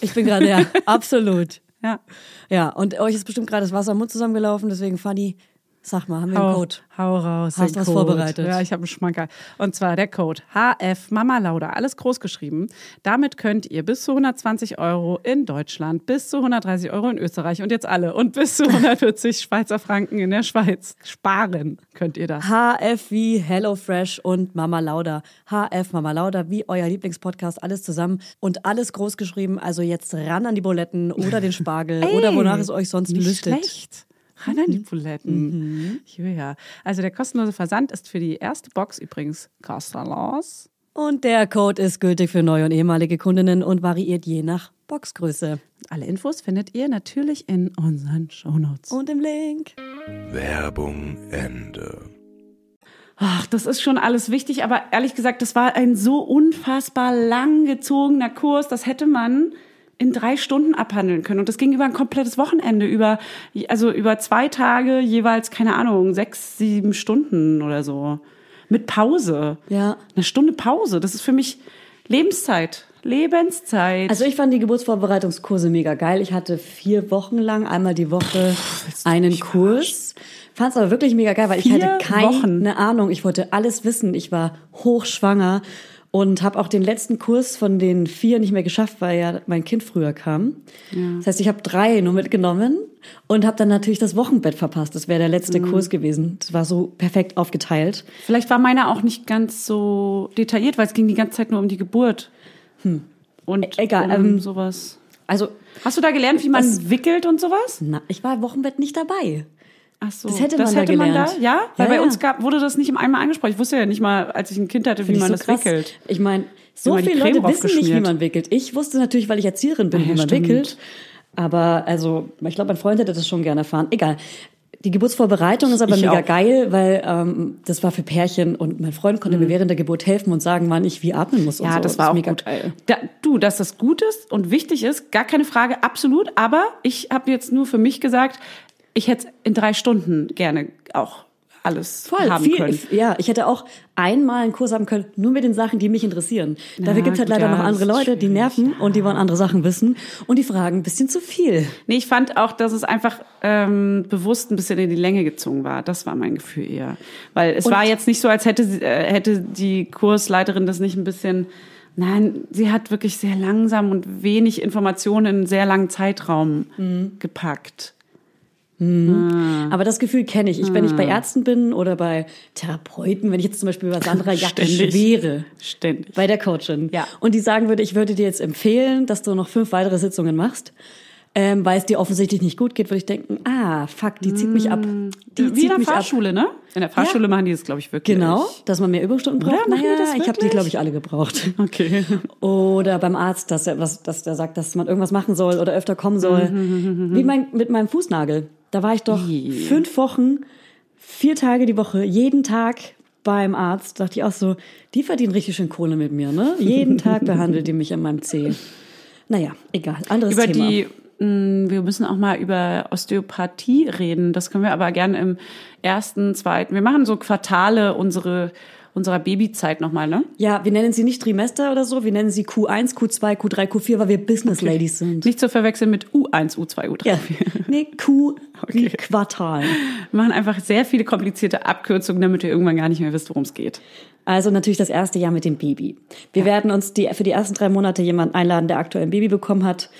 [SPEAKER 1] ich bin gerade, ja, absolut.
[SPEAKER 2] Ja.
[SPEAKER 1] Ja, und euch ist bestimmt gerade das Wasser im Mund zusammengelaufen. Deswegen, Fanny, sag mal, haben wir einen Code?
[SPEAKER 2] hau raus.
[SPEAKER 1] Hast
[SPEAKER 2] den
[SPEAKER 1] was
[SPEAKER 2] Code.
[SPEAKER 1] vorbereitet?
[SPEAKER 2] Ja, ich habe einen Schmankerl. Und zwar der Code HF Mama Lauda, alles groß geschrieben. Damit könnt ihr bis zu 120 Euro in Deutschland, bis zu 130 Euro in Österreich und jetzt alle und bis zu 140 Schweizer Franken in der Schweiz sparen könnt ihr das.
[SPEAKER 1] HF wie HelloFresh und Mama Lauda. HF Mama Lauda wie euer Lieblingspodcast, alles zusammen und alles groß geschrieben. Also jetzt ran an die Buletten oder den Spargel oder wonach es euch sonst
[SPEAKER 2] nicht
[SPEAKER 1] lüstet.
[SPEAKER 2] schlecht. Ran an die
[SPEAKER 1] Mhm.
[SPEAKER 2] Buletten. Ja. Also der kostenlose Versand ist für die erste Box übrigens kostenlos.
[SPEAKER 1] Und der Code ist gültig für neue und ehemalige Kundinnen und variiert je nach Boxgröße.
[SPEAKER 2] Alle Infos findet ihr natürlich in unseren Shownotes.
[SPEAKER 1] Und im Link.
[SPEAKER 4] Werbung, Ende.
[SPEAKER 2] Ach, das ist schon alles wichtig, aber ehrlich gesagt, das war ein so unfassbar langgezogener Kurs, das hätte man in drei Stunden abhandeln können. Und das ging über ein komplettes Wochenende, über, also über zwei Tage jeweils, keine Ahnung, sechs, sieben Stunden oder so. Mit Pause.
[SPEAKER 1] Ja.
[SPEAKER 2] Eine Stunde Pause. Das ist für mich Lebenszeit. Lebenszeit.
[SPEAKER 1] Also ich fand die Geburtsvorbereitungskurse mega geil. Ich hatte vier Wochen lang einmal die Woche einen Kurs. Fand es aber wirklich mega geil, weil ich
[SPEAKER 2] Vier
[SPEAKER 1] hatte keine ne
[SPEAKER 2] Wochen?
[SPEAKER 1] Ahnung. Ich wollte alles wissen. Ich war hochschwanger und habe auch den letzten Kurs von den vier nicht mehr geschafft, weil ja mein Kind früher kam. Das heißt, ich habe drei nur mitgenommen und habe dann natürlich das Wochenbett verpasst. Das wäre der letzte
[SPEAKER 2] Mhm.
[SPEAKER 1] Kurs gewesen. Das war so perfekt aufgeteilt.
[SPEAKER 2] Vielleicht war meiner auch nicht ganz so detailliert, weil es ging die ganze Zeit nur um die Geburt. Hm. Und
[SPEAKER 1] E- egal,
[SPEAKER 2] um
[SPEAKER 1] ähm,
[SPEAKER 2] sowas.
[SPEAKER 1] Also
[SPEAKER 2] Hast du da gelernt, wie man
[SPEAKER 1] Das-
[SPEAKER 2] wickelt und sowas?
[SPEAKER 1] na, ich war im Wochenbett nicht dabei.
[SPEAKER 2] Ach so,
[SPEAKER 1] Das hätte man da gelernt.
[SPEAKER 2] ja? Weil
[SPEAKER 1] Ja,
[SPEAKER 2] bei
[SPEAKER 1] ja.
[SPEAKER 2] uns gab, wurde das nicht im einmal angesprochen. Ich wusste ja nicht mal, als ich ein Kind hatte, wie
[SPEAKER 1] Finde
[SPEAKER 2] man
[SPEAKER 1] ich
[SPEAKER 2] das
[SPEAKER 1] so krass.
[SPEAKER 2] wickelt.
[SPEAKER 1] Ich meine, so
[SPEAKER 2] man die
[SPEAKER 1] viele
[SPEAKER 2] Creme
[SPEAKER 1] Leute wissen nicht, wie
[SPEAKER 2] draufgeschmiert.
[SPEAKER 1] man wickelt. Ich wusste natürlich, weil ich Erzieherin bin,
[SPEAKER 2] Ah ja,
[SPEAKER 1] wie man
[SPEAKER 2] stimmt.
[SPEAKER 1] wickelt. Aber also, ich glaube, mein Freund hätte das schon gerne erfahren. Egal. Die Geburtsvorbereitung ist aber
[SPEAKER 2] Ich
[SPEAKER 1] mega
[SPEAKER 2] auch.
[SPEAKER 1] geil, weil ähm, das war für Pärchen und mein Freund konnte
[SPEAKER 2] Mhm.
[SPEAKER 1] mir während der Geburt helfen und sagen, wann ich wie atmen muss. Und so. ist mega geil.
[SPEAKER 2] Da, du, dass das gut ist und wichtig ist, gar keine Frage, absolut. Aber ich habe jetzt nur für mich gesagt, ich hätte in drei Stunden gerne auch alles
[SPEAKER 1] Voll,
[SPEAKER 2] haben
[SPEAKER 1] viel,
[SPEAKER 2] können.
[SPEAKER 1] ja, ich hätte auch einmal einen Kurs haben können, nur mit den Sachen, die mich interessieren. Dafür gibt's halt
[SPEAKER 2] gut,
[SPEAKER 1] leider
[SPEAKER 2] ja,
[SPEAKER 1] noch
[SPEAKER 2] das
[SPEAKER 1] andere
[SPEAKER 2] ist
[SPEAKER 1] Leute, die
[SPEAKER 2] schwierig,
[SPEAKER 1] nerven und die wollen andere Sachen wissen und die fragen ein bisschen zu viel.
[SPEAKER 2] Nee, ich fand auch, dass es einfach ähm, bewusst ein bisschen in die Länge gezogen war. Das war mein Gefühl eher. Weil es war jetzt nicht so, als hätte, sie- äh, hätte die Kursleiterin das nicht ein bisschen Nein, sie hat wirklich sehr langsam und wenig Informationen in einen sehr langen Zeitraum
[SPEAKER 1] Mhm.
[SPEAKER 2] gepackt.
[SPEAKER 1] Aber das Gefühl kenne ich. ich. Wenn ich bei
[SPEAKER 2] Ah.
[SPEAKER 1] Ärzten bin oder bei Therapeuten, wenn ich jetzt zum Beispiel bei Sandra Jacke
[SPEAKER 2] Ständig.
[SPEAKER 1] schwere,
[SPEAKER 2] Ständig.
[SPEAKER 1] bei der Coachin,
[SPEAKER 2] Ja.
[SPEAKER 1] und die sagen würde, ich würde dir jetzt empfehlen, dass du noch fünf weitere Sitzungen machst, ähm, weil es dir offensichtlich nicht gut geht, würde ich denken, ah, fuck, die zieht mich ab. Die
[SPEAKER 2] Wie in
[SPEAKER 1] zieht
[SPEAKER 2] der
[SPEAKER 1] mich ab.
[SPEAKER 2] Fahrschule, ne? In der Fahrschule machen die das, glaube ich, wirklich.
[SPEAKER 1] Genau, dass man mehr Übungsstunden braucht.
[SPEAKER 2] machen die
[SPEAKER 1] naja,
[SPEAKER 2] das
[SPEAKER 1] ich habe die,
[SPEAKER 2] wirklich?
[SPEAKER 1] glaube ich, alle gebraucht.
[SPEAKER 2] Okay.
[SPEAKER 1] Oder beim Arzt, dass er, was, dass er sagt, dass man irgendwas machen soll oder öfter kommen soll.
[SPEAKER 2] Mhm,
[SPEAKER 1] Wie mein, mit meinem Fußnagel. Da war ich doch fünf Wochen, vier Tage die Woche, jeden Tag beim Arzt. Dachte ich auch so, die verdienen richtig schön Kohle mit mir, ne? Jeden Tag behandelt die mich an meinem Zeh. Naja, egal. Anderes
[SPEAKER 2] Über
[SPEAKER 1] Thema.
[SPEAKER 2] die, mh, wir müssen auch mal über Osteopathie reden. Das können wir aber gerne im ersten, zweiten. Wir machen so Quartale unsere, unserer Babyzeit nochmal, ne?
[SPEAKER 1] ja, wir nennen sie nicht Trimester oder so, wir nennen sie Q1, Q2, Q3, Q4, weil wir Business Ladies sind.
[SPEAKER 2] Nicht zu verwechseln mit U1, U2, U3.
[SPEAKER 1] Ja. Nee, Q wie
[SPEAKER 2] Okay.
[SPEAKER 1] Quartal.
[SPEAKER 2] Wir machen einfach sehr viele komplizierte Abkürzungen, damit ihr irgendwann gar nicht mehr wisst, worum es geht.
[SPEAKER 1] Also natürlich das erste Jahr mit dem Baby. Wir werden uns die, für die ersten drei Monate jemanden einladen, der aktuell ein Baby bekommen hat,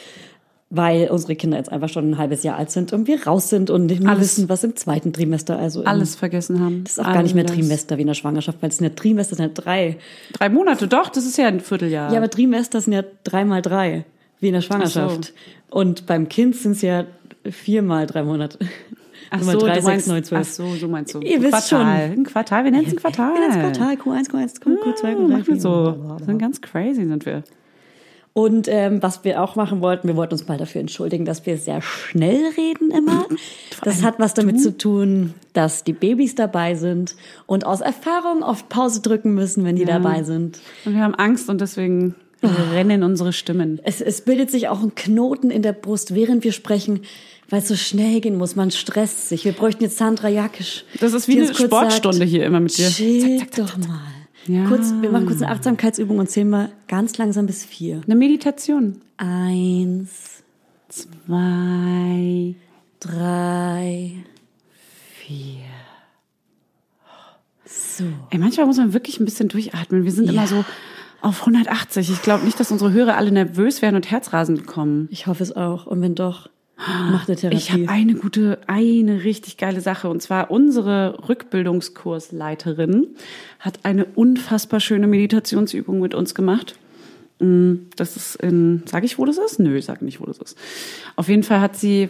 [SPEAKER 1] weil unsere Kinder jetzt einfach schon ein halbes Jahr alt sind und wir raus sind und nicht mehr
[SPEAKER 2] Alles.
[SPEAKER 1] wissen, was im zweiten Trimester, also im,
[SPEAKER 2] Alles vergessen haben.
[SPEAKER 1] das ist auch gar nicht mehr
[SPEAKER 2] Alles.
[SPEAKER 1] Trimester wie in der Schwangerschaft, weil es sind ja Trimester, sind ja drei.
[SPEAKER 2] Drei Monate, doch, das ist ja ein Vierteljahr.
[SPEAKER 1] Ja, aber Trimester sind ja drei mal drei, wie in der Schwangerschaft. Und beim Kind sind es ja vier mal drei Monate.
[SPEAKER 2] Ach
[SPEAKER 1] Mal
[SPEAKER 2] so,
[SPEAKER 1] drei,
[SPEAKER 2] du
[SPEAKER 1] sechs,
[SPEAKER 2] meinst,
[SPEAKER 1] neun, zwölf.
[SPEAKER 2] Ach so, so meinst du.
[SPEAKER 1] Ihr
[SPEAKER 2] Ein
[SPEAKER 1] wisst
[SPEAKER 2] Quartal. Ein Quartal, wir nennen es ein Quartal.
[SPEAKER 1] Ja, das Quartal, Q1, Q1, Q2, Q3,
[SPEAKER 2] Ja, machen wir
[SPEAKER 1] Q4,
[SPEAKER 2] so.
[SPEAKER 1] blablabla.
[SPEAKER 2] Wir sind ganz crazy, sind wir.
[SPEAKER 1] Und ähm, was wir auch machen wollten, wir wollten uns mal dafür entschuldigen, dass wir sehr schnell reden immer.
[SPEAKER 2] Mhm.
[SPEAKER 1] Das hat was damit zu tun, dass die Babys dabei sind und aus Erfahrung oft Pause drücken müssen, wenn die dabei sind.
[SPEAKER 2] Und wir haben Angst und deswegen
[SPEAKER 1] Oh.
[SPEAKER 2] rennen unsere Stimmen.
[SPEAKER 1] Es, es bildet sich auch ein Knoten in der Brust, während wir sprechen, weil es so schnell gehen muss. Man stresst sich. Wir bräuchten jetzt Sandra Jakisch.
[SPEAKER 2] Das ist wie
[SPEAKER 1] die uns
[SPEAKER 2] eine
[SPEAKER 1] kurz
[SPEAKER 2] Sportstunde hier immer mit dir.
[SPEAKER 1] Chill doch mal.
[SPEAKER 2] Ja.
[SPEAKER 1] Kurz, wir machen kurz eine Achtsamkeitsübung und zählen mal ganz langsam bis vier.
[SPEAKER 2] Eine Meditation.
[SPEAKER 1] Eins,
[SPEAKER 2] Zwei.
[SPEAKER 1] drei, vier. So.
[SPEAKER 2] Ey, manchmal muss man wirklich ein bisschen durchatmen. Wir sind immer so auf 180. Ich glaube nicht, dass unsere Hörer alle nervös werden und Herzrasen bekommen.
[SPEAKER 1] Ich hoffe es auch. Und wenn doch, macht eine Therapie.
[SPEAKER 2] Ich habe eine gute, eine richtig geile Sache. Und zwar unsere Rückbildungskursleiterin hat eine unfassbar schöne Meditationsübung mit uns gemacht. Mm, Das ist in, sage ich, wo das ist? Nö, sag nicht, wo das ist. Auf jeden Fall hat sie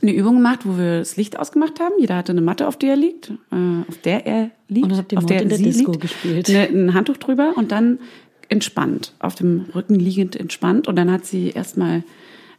[SPEAKER 2] eine Übung gemacht, wo wir das Licht ausgemacht haben. Jeder hatte eine Matte, auf der er liegt, äh, auf der er liegt,
[SPEAKER 1] Und dann habt ihr
[SPEAKER 2] auf
[SPEAKER 1] Mord
[SPEAKER 2] der
[SPEAKER 1] in der
[SPEAKER 2] sie
[SPEAKER 1] Disco
[SPEAKER 2] liegt,
[SPEAKER 1] gespielt.
[SPEAKER 2] Eine, ein Handtuch drüber und dann entspannt, auf dem Rücken liegend entspannt. Und dann hat sie erstmal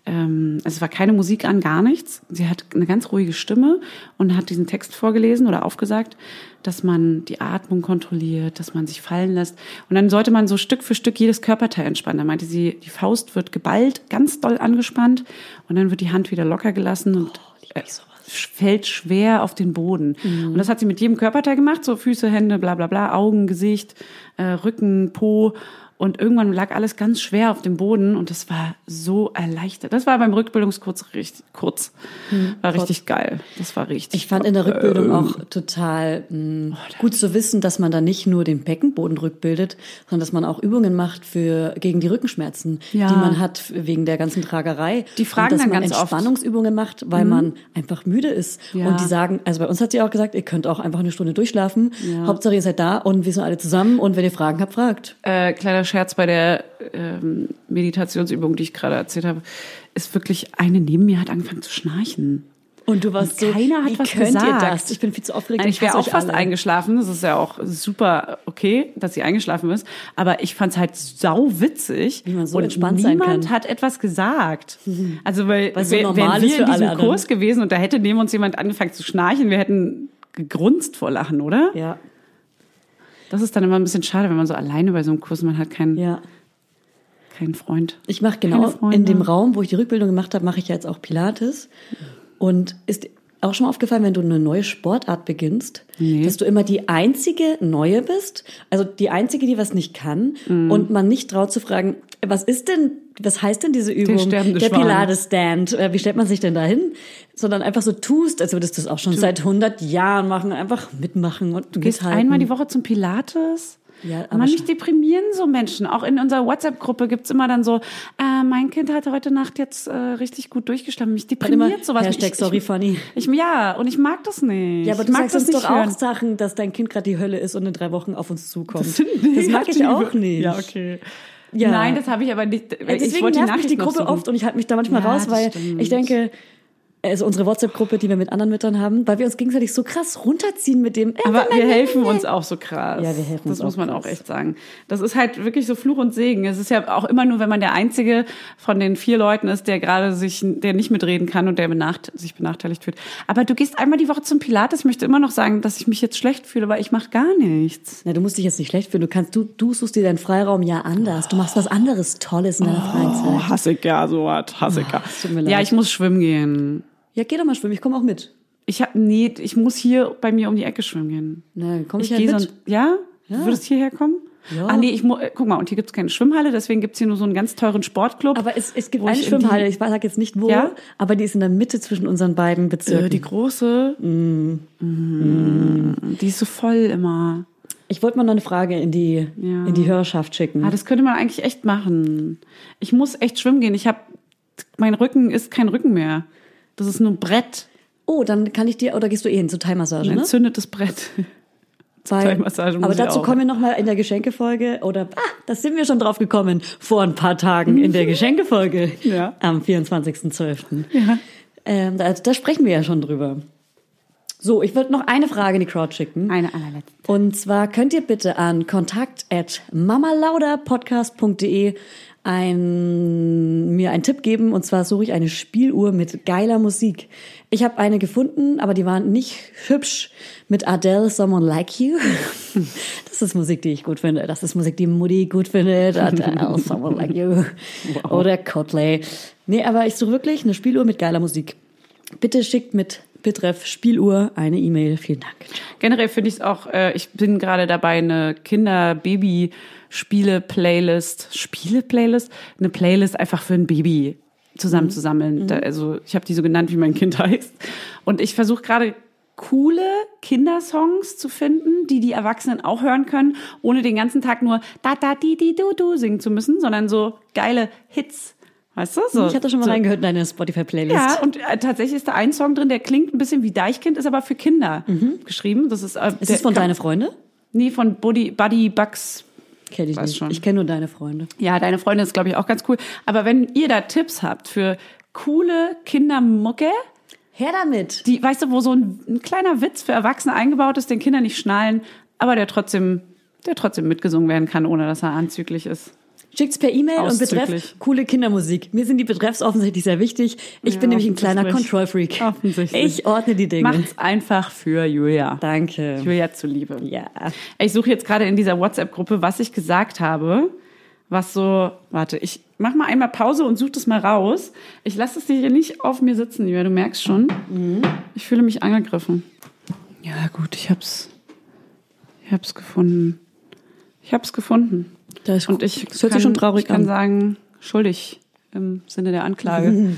[SPEAKER 2] ähm, also es war keine Musik an, gar nichts. Sie hat eine ganz ruhige Stimme und hat diesen Text vorgelesen oder aufgesagt, dass man die Atmung kontrolliert, dass man sich fallen lässt. Und dann sollte man so Stück für Stück jedes Körperteil entspannen. Da meinte sie, die Faust wird geballt, ganz doll angespannt und dann wird die Hand wieder locker gelassen und äh, fällt schwer auf den Boden.
[SPEAKER 1] Mhm.
[SPEAKER 2] Und das hat sie mit jedem Körperteil gemacht, so Füße, Hände, bla bla bla, Augen, Gesicht, äh, Rücken, Po. Und irgendwann lag alles ganz schwer auf dem Boden und das war so erleichtert. Das war beim Rückbildungskurs richtig kurz. War richtig geil. Das war richtig.
[SPEAKER 1] Mhm. Ich fand in der
[SPEAKER 2] ähm,
[SPEAKER 1] Rückbildung auch total
[SPEAKER 2] Oh,
[SPEAKER 1] mh, gut zu wissen, dass man da nicht nur den Beckenboden rückbildet, sondern dass man auch Übungen macht für gegen die Rückenschmerzen,
[SPEAKER 2] Ja.
[SPEAKER 1] die man hat wegen der ganzen Tragerei.
[SPEAKER 2] Die fragen
[SPEAKER 1] und dass
[SPEAKER 2] dann
[SPEAKER 1] man
[SPEAKER 2] ganz oft. Mhm.
[SPEAKER 1] Entspannungsübungen macht, weil man einfach müde ist.
[SPEAKER 2] Ja.
[SPEAKER 1] Und die sagen, also bei uns hat sie auch gesagt, ihr könnt auch einfach eine Stunde durchschlafen. Hauptsache ihr seid da und wir sind alle zusammen und wenn ihr Fragen habt, fragt.
[SPEAKER 2] äh, kleiner Scherz bei der ähm, Meditationsübung, die ich gerade erzählt habe, ist wirklich eine neben mir hat angefangen zu schnarchen.
[SPEAKER 1] Und du warst so,
[SPEAKER 2] keiner hat
[SPEAKER 1] wie
[SPEAKER 2] was
[SPEAKER 1] könnt ihr
[SPEAKER 2] gesagt.
[SPEAKER 1] das? Ich bin viel zu aufgeregt.
[SPEAKER 2] Nein, ich wäre
[SPEAKER 1] hasse
[SPEAKER 2] auch
[SPEAKER 1] euch
[SPEAKER 2] fast
[SPEAKER 1] alle.
[SPEAKER 2] eingeschlafen. Das ist ja auch super okay, dass sie eingeschlafen ist. Aber ich fand es halt sau witzig.
[SPEAKER 1] Wie man so
[SPEAKER 2] und
[SPEAKER 1] entspannt sein
[SPEAKER 2] niemand
[SPEAKER 1] kann.
[SPEAKER 2] hat etwas gesagt. Also weil
[SPEAKER 1] Weil es so
[SPEAKER 2] wär-
[SPEAKER 1] normal ist
[SPEAKER 2] wären wir
[SPEAKER 1] für
[SPEAKER 2] in diesem
[SPEAKER 1] alle
[SPEAKER 2] Kurs gewesen und da hätte neben uns jemand angefangen zu schnarchen, wir hätten gegrunzt vor Lachen, oder?
[SPEAKER 1] Ja,
[SPEAKER 2] Das ist dann immer ein bisschen schade, wenn man so alleine bei so einem Kurs, man hat keinen,
[SPEAKER 1] ja.
[SPEAKER 2] keinen Freund.
[SPEAKER 1] Ich mache
[SPEAKER 2] Keine
[SPEAKER 1] genau
[SPEAKER 2] Freunde.
[SPEAKER 1] in dem Raum, wo ich die Rückbildung gemacht habe, mache ich ja jetzt auch Pilates. Und ist auch schon mal aufgefallen, wenn du eine neue Sportart beginnst, dass du immer die einzige Neue bist, also die einzige, die was nicht kann
[SPEAKER 2] Mm.
[SPEAKER 1] und man nicht traut zu fragen, was ist denn, was heißt denn diese Übung?
[SPEAKER 2] sterbende
[SPEAKER 1] Der
[SPEAKER 2] Schwan.
[SPEAKER 1] Pilates-Stand, äh, wie stellt man sich denn da hin? Sondern einfach so tust, als würdest du es auch schon seit 100 Jahren machen, einfach mitmachen und
[SPEAKER 2] Du gehst
[SPEAKER 1] mithalten.
[SPEAKER 2] einmal die Woche zum Pilates.
[SPEAKER 1] Ja, aber
[SPEAKER 2] Mann, mich
[SPEAKER 1] schon.
[SPEAKER 2] deprimieren so Menschen. Auch in unserer WhatsApp-Gruppe gibt's immer dann so, äh, mein Kind hat heute Nacht jetzt äh, richtig gut durchgeschlafen. Mich deprimiert
[SPEAKER 1] immer
[SPEAKER 2] sowas.
[SPEAKER 1] Hashtag
[SPEAKER 2] ich,
[SPEAKER 1] sorry,
[SPEAKER 2] ich,
[SPEAKER 1] Fanny.
[SPEAKER 2] Ich, ja, und ich mag das nicht.
[SPEAKER 1] Ja, aber du
[SPEAKER 2] ich mag
[SPEAKER 1] sagst uns
[SPEAKER 2] das nicht
[SPEAKER 1] doch auch
[SPEAKER 2] hören.
[SPEAKER 1] Sachen, dass dein Kind gerade die Hölle ist und in drei Wochen auf uns zukommt. Das,
[SPEAKER 2] sind
[SPEAKER 1] mag ich
[SPEAKER 2] negative-
[SPEAKER 1] auch nicht.
[SPEAKER 2] Ja, okay.
[SPEAKER 1] Ja.
[SPEAKER 2] Nein, das habe ich aber nicht.
[SPEAKER 1] Ja,
[SPEAKER 2] ich
[SPEAKER 1] Deswegen nervt
[SPEAKER 2] wollte die
[SPEAKER 1] mich
[SPEAKER 2] Nachricht
[SPEAKER 1] die
[SPEAKER 2] noch
[SPEAKER 1] Gruppe
[SPEAKER 2] suchen.
[SPEAKER 1] oft und ich halte mich da manchmal
[SPEAKER 2] Ja,
[SPEAKER 1] raus,
[SPEAKER 2] das
[SPEAKER 1] weil
[SPEAKER 2] stimmt.
[SPEAKER 1] ich denke, also unsere WhatsApp-Gruppe, die wir mit anderen Müttern haben, weil wir uns gegenseitig so krass runterziehen mit dem.
[SPEAKER 2] Aber wir helfen uns auch so krass.
[SPEAKER 1] Ja, wir helfen uns
[SPEAKER 2] Das muss
[SPEAKER 1] auch
[SPEAKER 2] man
[SPEAKER 1] krass.
[SPEAKER 2] auch echt sagen. Das ist halt wirklich so Fluch und Segen. Es ist ja auch immer nur, wenn man der Einzige von den vier Leuten ist, der gerade sich, der nicht mitreden kann und der benacht, sich benachteiligt fühlt. Aber du gehst einmal die Woche zum Pilates. Ich möchte immer noch sagen, dass ich mich jetzt schlecht fühle, weil ich mache gar nichts.
[SPEAKER 1] Na, du musst dich jetzt nicht schlecht fühlen. Du kannst, du, du suchst dir deinen Freiraum ja anders. Du machst was anderes Tolles in deiner freien
[SPEAKER 2] Oh.
[SPEAKER 1] Zeit.
[SPEAKER 2] Hassiker, so was, Hassiker.
[SPEAKER 1] tut mir leid.
[SPEAKER 2] Ja, ich muss schwimmen gehen.
[SPEAKER 1] Ja, geh doch mal schwimmen. Ich komme auch mit.
[SPEAKER 2] Ich hab, nee, ich muss hier bei mir um die Ecke schwimmen gehen.
[SPEAKER 1] Na, komm ich,
[SPEAKER 2] Ich
[SPEAKER 1] halt
[SPEAKER 2] gehe
[SPEAKER 1] mit.
[SPEAKER 2] so ja?
[SPEAKER 1] Ja.
[SPEAKER 2] Würdest hierher kommen?
[SPEAKER 1] Ja.
[SPEAKER 2] Ah nee, ich mu- äh, guck mal, und hier gibt's keine Schwimmhalle, deswegen gibt's hier nur so einen ganz teuren Sportclub.
[SPEAKER 1] aber es, es gibt
[SPEAKER 2] wo
[SPEAKER 1] eine
[SPEAKER 2] Oh, ich in die-
[SPEAKER 1] Schwimmhalle. Ich sag jetzt nicht wo,
[SPEAKER 2] Ja?
[SPEAKER 1] aber die ist in der Mitte zwischen unseren beiden Bezirken.
[SPEAKER 2] Äh, die große, Mm. die ist so voll immer.
[SPEAKER 1] Ich wollte mal noch eine Frage in die,
[SPEAKER 2] Ja.
[SPEAKER 1] in die Hörerschaft schicken.
[SPEAKER 2] Ah, das könnte man eigentlich echt machen. Ich muss echt schwimmen gehen. Ich habe, mein Rücken ist kein Rücken mehr. Das ist nur ein Brett,
[SPEAKER 1] oh, dann kann ich dir, oder gehst du eh hin zur Thai-Massage,
[SPEAKER 2] ein
[SPEAKER 1] ne?
[SPEAKER 2] entzündetes Brett.
[SPEAKER 1] Bei-
[SPEAKER 2] Thai-Massage muss
[SPEAKER 1] Aber
[SPEAKER 2] ich
[SPEAKER 1] dazu
[SPEAKER 2] auch.
[SPEAKER 1] kommen wir nochmal in der Geschenkefolge, oder, ah, das sind wir schon drauf gekommen, vor ein paar Tagen in der Geschenkefolge.
[SPEAKER 2] Ja.
[SPEAKER 1] Am 24.12. Ähm, da, da sprechen wir ja schon drüber. So, ich würde noch eine Frage in die Crowd schicken.
[SPEAKER 2] Eine allerletzte.
[SPEAKER 1] Und zwar könnt ihr bitte an kontakt at mamalauderpodcast.de ein, mir einen Tipp geben. Und zwar suche ich eine Spieluhr mit geiler Musik. Ich habe eine gefunden, aber die war nicht hübsch. Mit Adele, Someone Like You. Das ist Musik, die ich gut finde. Das ist Musik, die Mutti gut findet. Adele, Someone Like You. Oder Cotley. Nee, aber ich suche wirklich eine Spieluhr mit geiler Musik. Bitte schickt mit Betreff Spieluhr eine E-Mail. Vielen Dank.
[SPEAKER 2] Generell finde ich es auch, äh, ich bin gerade dabei, eine Kinder-Baby-Spiele-Playlist, Spiele-Playlist, eine Playlist einfach für ein Baby
[SPEAKER 1] Mhm.
[SPEAKER 2] zusammenzusammeln. Da, also ich habe die so genannt, wie mein Kind heißt. Und ich versuche gerade coole Kindersongs zu finden, die die Erwachsenen auch hören können, ohne den ganzen Tag nur da da di di du du singen zu müssen, sondern so geile Hits. Weißt du? So,
[SPEAKER 1] Ich hatte schon mal
[SPEAKER 2] so,
[SPEAKER 1] reingehört in deine Spotify-Playlist.
[SPEAKER 2] ja, und äh, tatsächlich ist da ein Song drin, der klingt ein bisschen wie Deichkind, ist aber für Kinder geschrieben. Das ist, äh,
[SPEAKER 1] Mhm. Ist
[SPEAKER 2] der
[SPEAKER 1] es von
[SPEAKER 2] kann-
[SPEAKER 1] Deine Freunde?
[SPEAKER 2] Nee, von Buddy, Buddy Bugs.
[SPEAKER 1] Kenne ich
[SPEAKER 2] Weiß
[SPEAKER 1] nicht.
[SPEAKER 2] schon.
[SPEAKER 1] Ich kenne nur Deine Freunde.
[SPEAKER 2] Ja, deine Freundin ist, glaube ich, auch ganz cool. Aber wenn ihr da Tipps habt für coole Kindermucke,
[SPEAKER 1] Her damit!
[SPEAKER 2] die, weißt du, wo so ein, ein kleiner Witz für Erwachsene eingebaut ist, den Kinder nicht schnallen, aber der trotzdem, der trotzdem mitgesungen werden kann, ohne dass er anzüglich ist.
[SPEAKER 1] Schickt's per E-Mail und
[SPEAKER 2] Auszüglich.
[SPEAKER 1] betreff coole Kindermusik. Mir sind die Betreffs offensichtlich sehr wichtig. Ich
[SPEAKER 2] Ja,
[SPEAKER 1] bin nämlich ein kleiner
[SPEAKER 2] offensichtlich.
[SPEAKER 1] Control-Freak.
[SPEAKER 2] Offensichtlich.
[SPEAKER 1] Ich ordne die Dinge.
[SPEAKER 2] Macht's einfach für Julia.
[SPEAKER 1] Danke.
[SPEAKER 2] Julia zuliebe.
[SPEAKER 1] Ja.
[SPEAKER 2] Ich suche jetzt gerade in dieser WhatsApp-Gruppe, was ich gesagt habe, was so, warte, ich mach mal einmal Pause und such das mal raus. Ich lasse es dir hier nicht auf mir sitzen, Julia, du merkst schon. Ich fühle mich angegriffen. Ja, gut, ich hab's. Ich hab's gefunden. Ich hab's gefunden.
[SPEAKER 1] Da ist
[SPEAKER 2] Und ich
[SPEAKER 1] das hört
[SPEAKER 2] kann,
[SPEAKER 1] sich schon traurig
[SPEAKER 2] ich kann
[SPEAKER 1] an.
[SPEAKER 2] sagen, schuldig im Sinne der Anklage.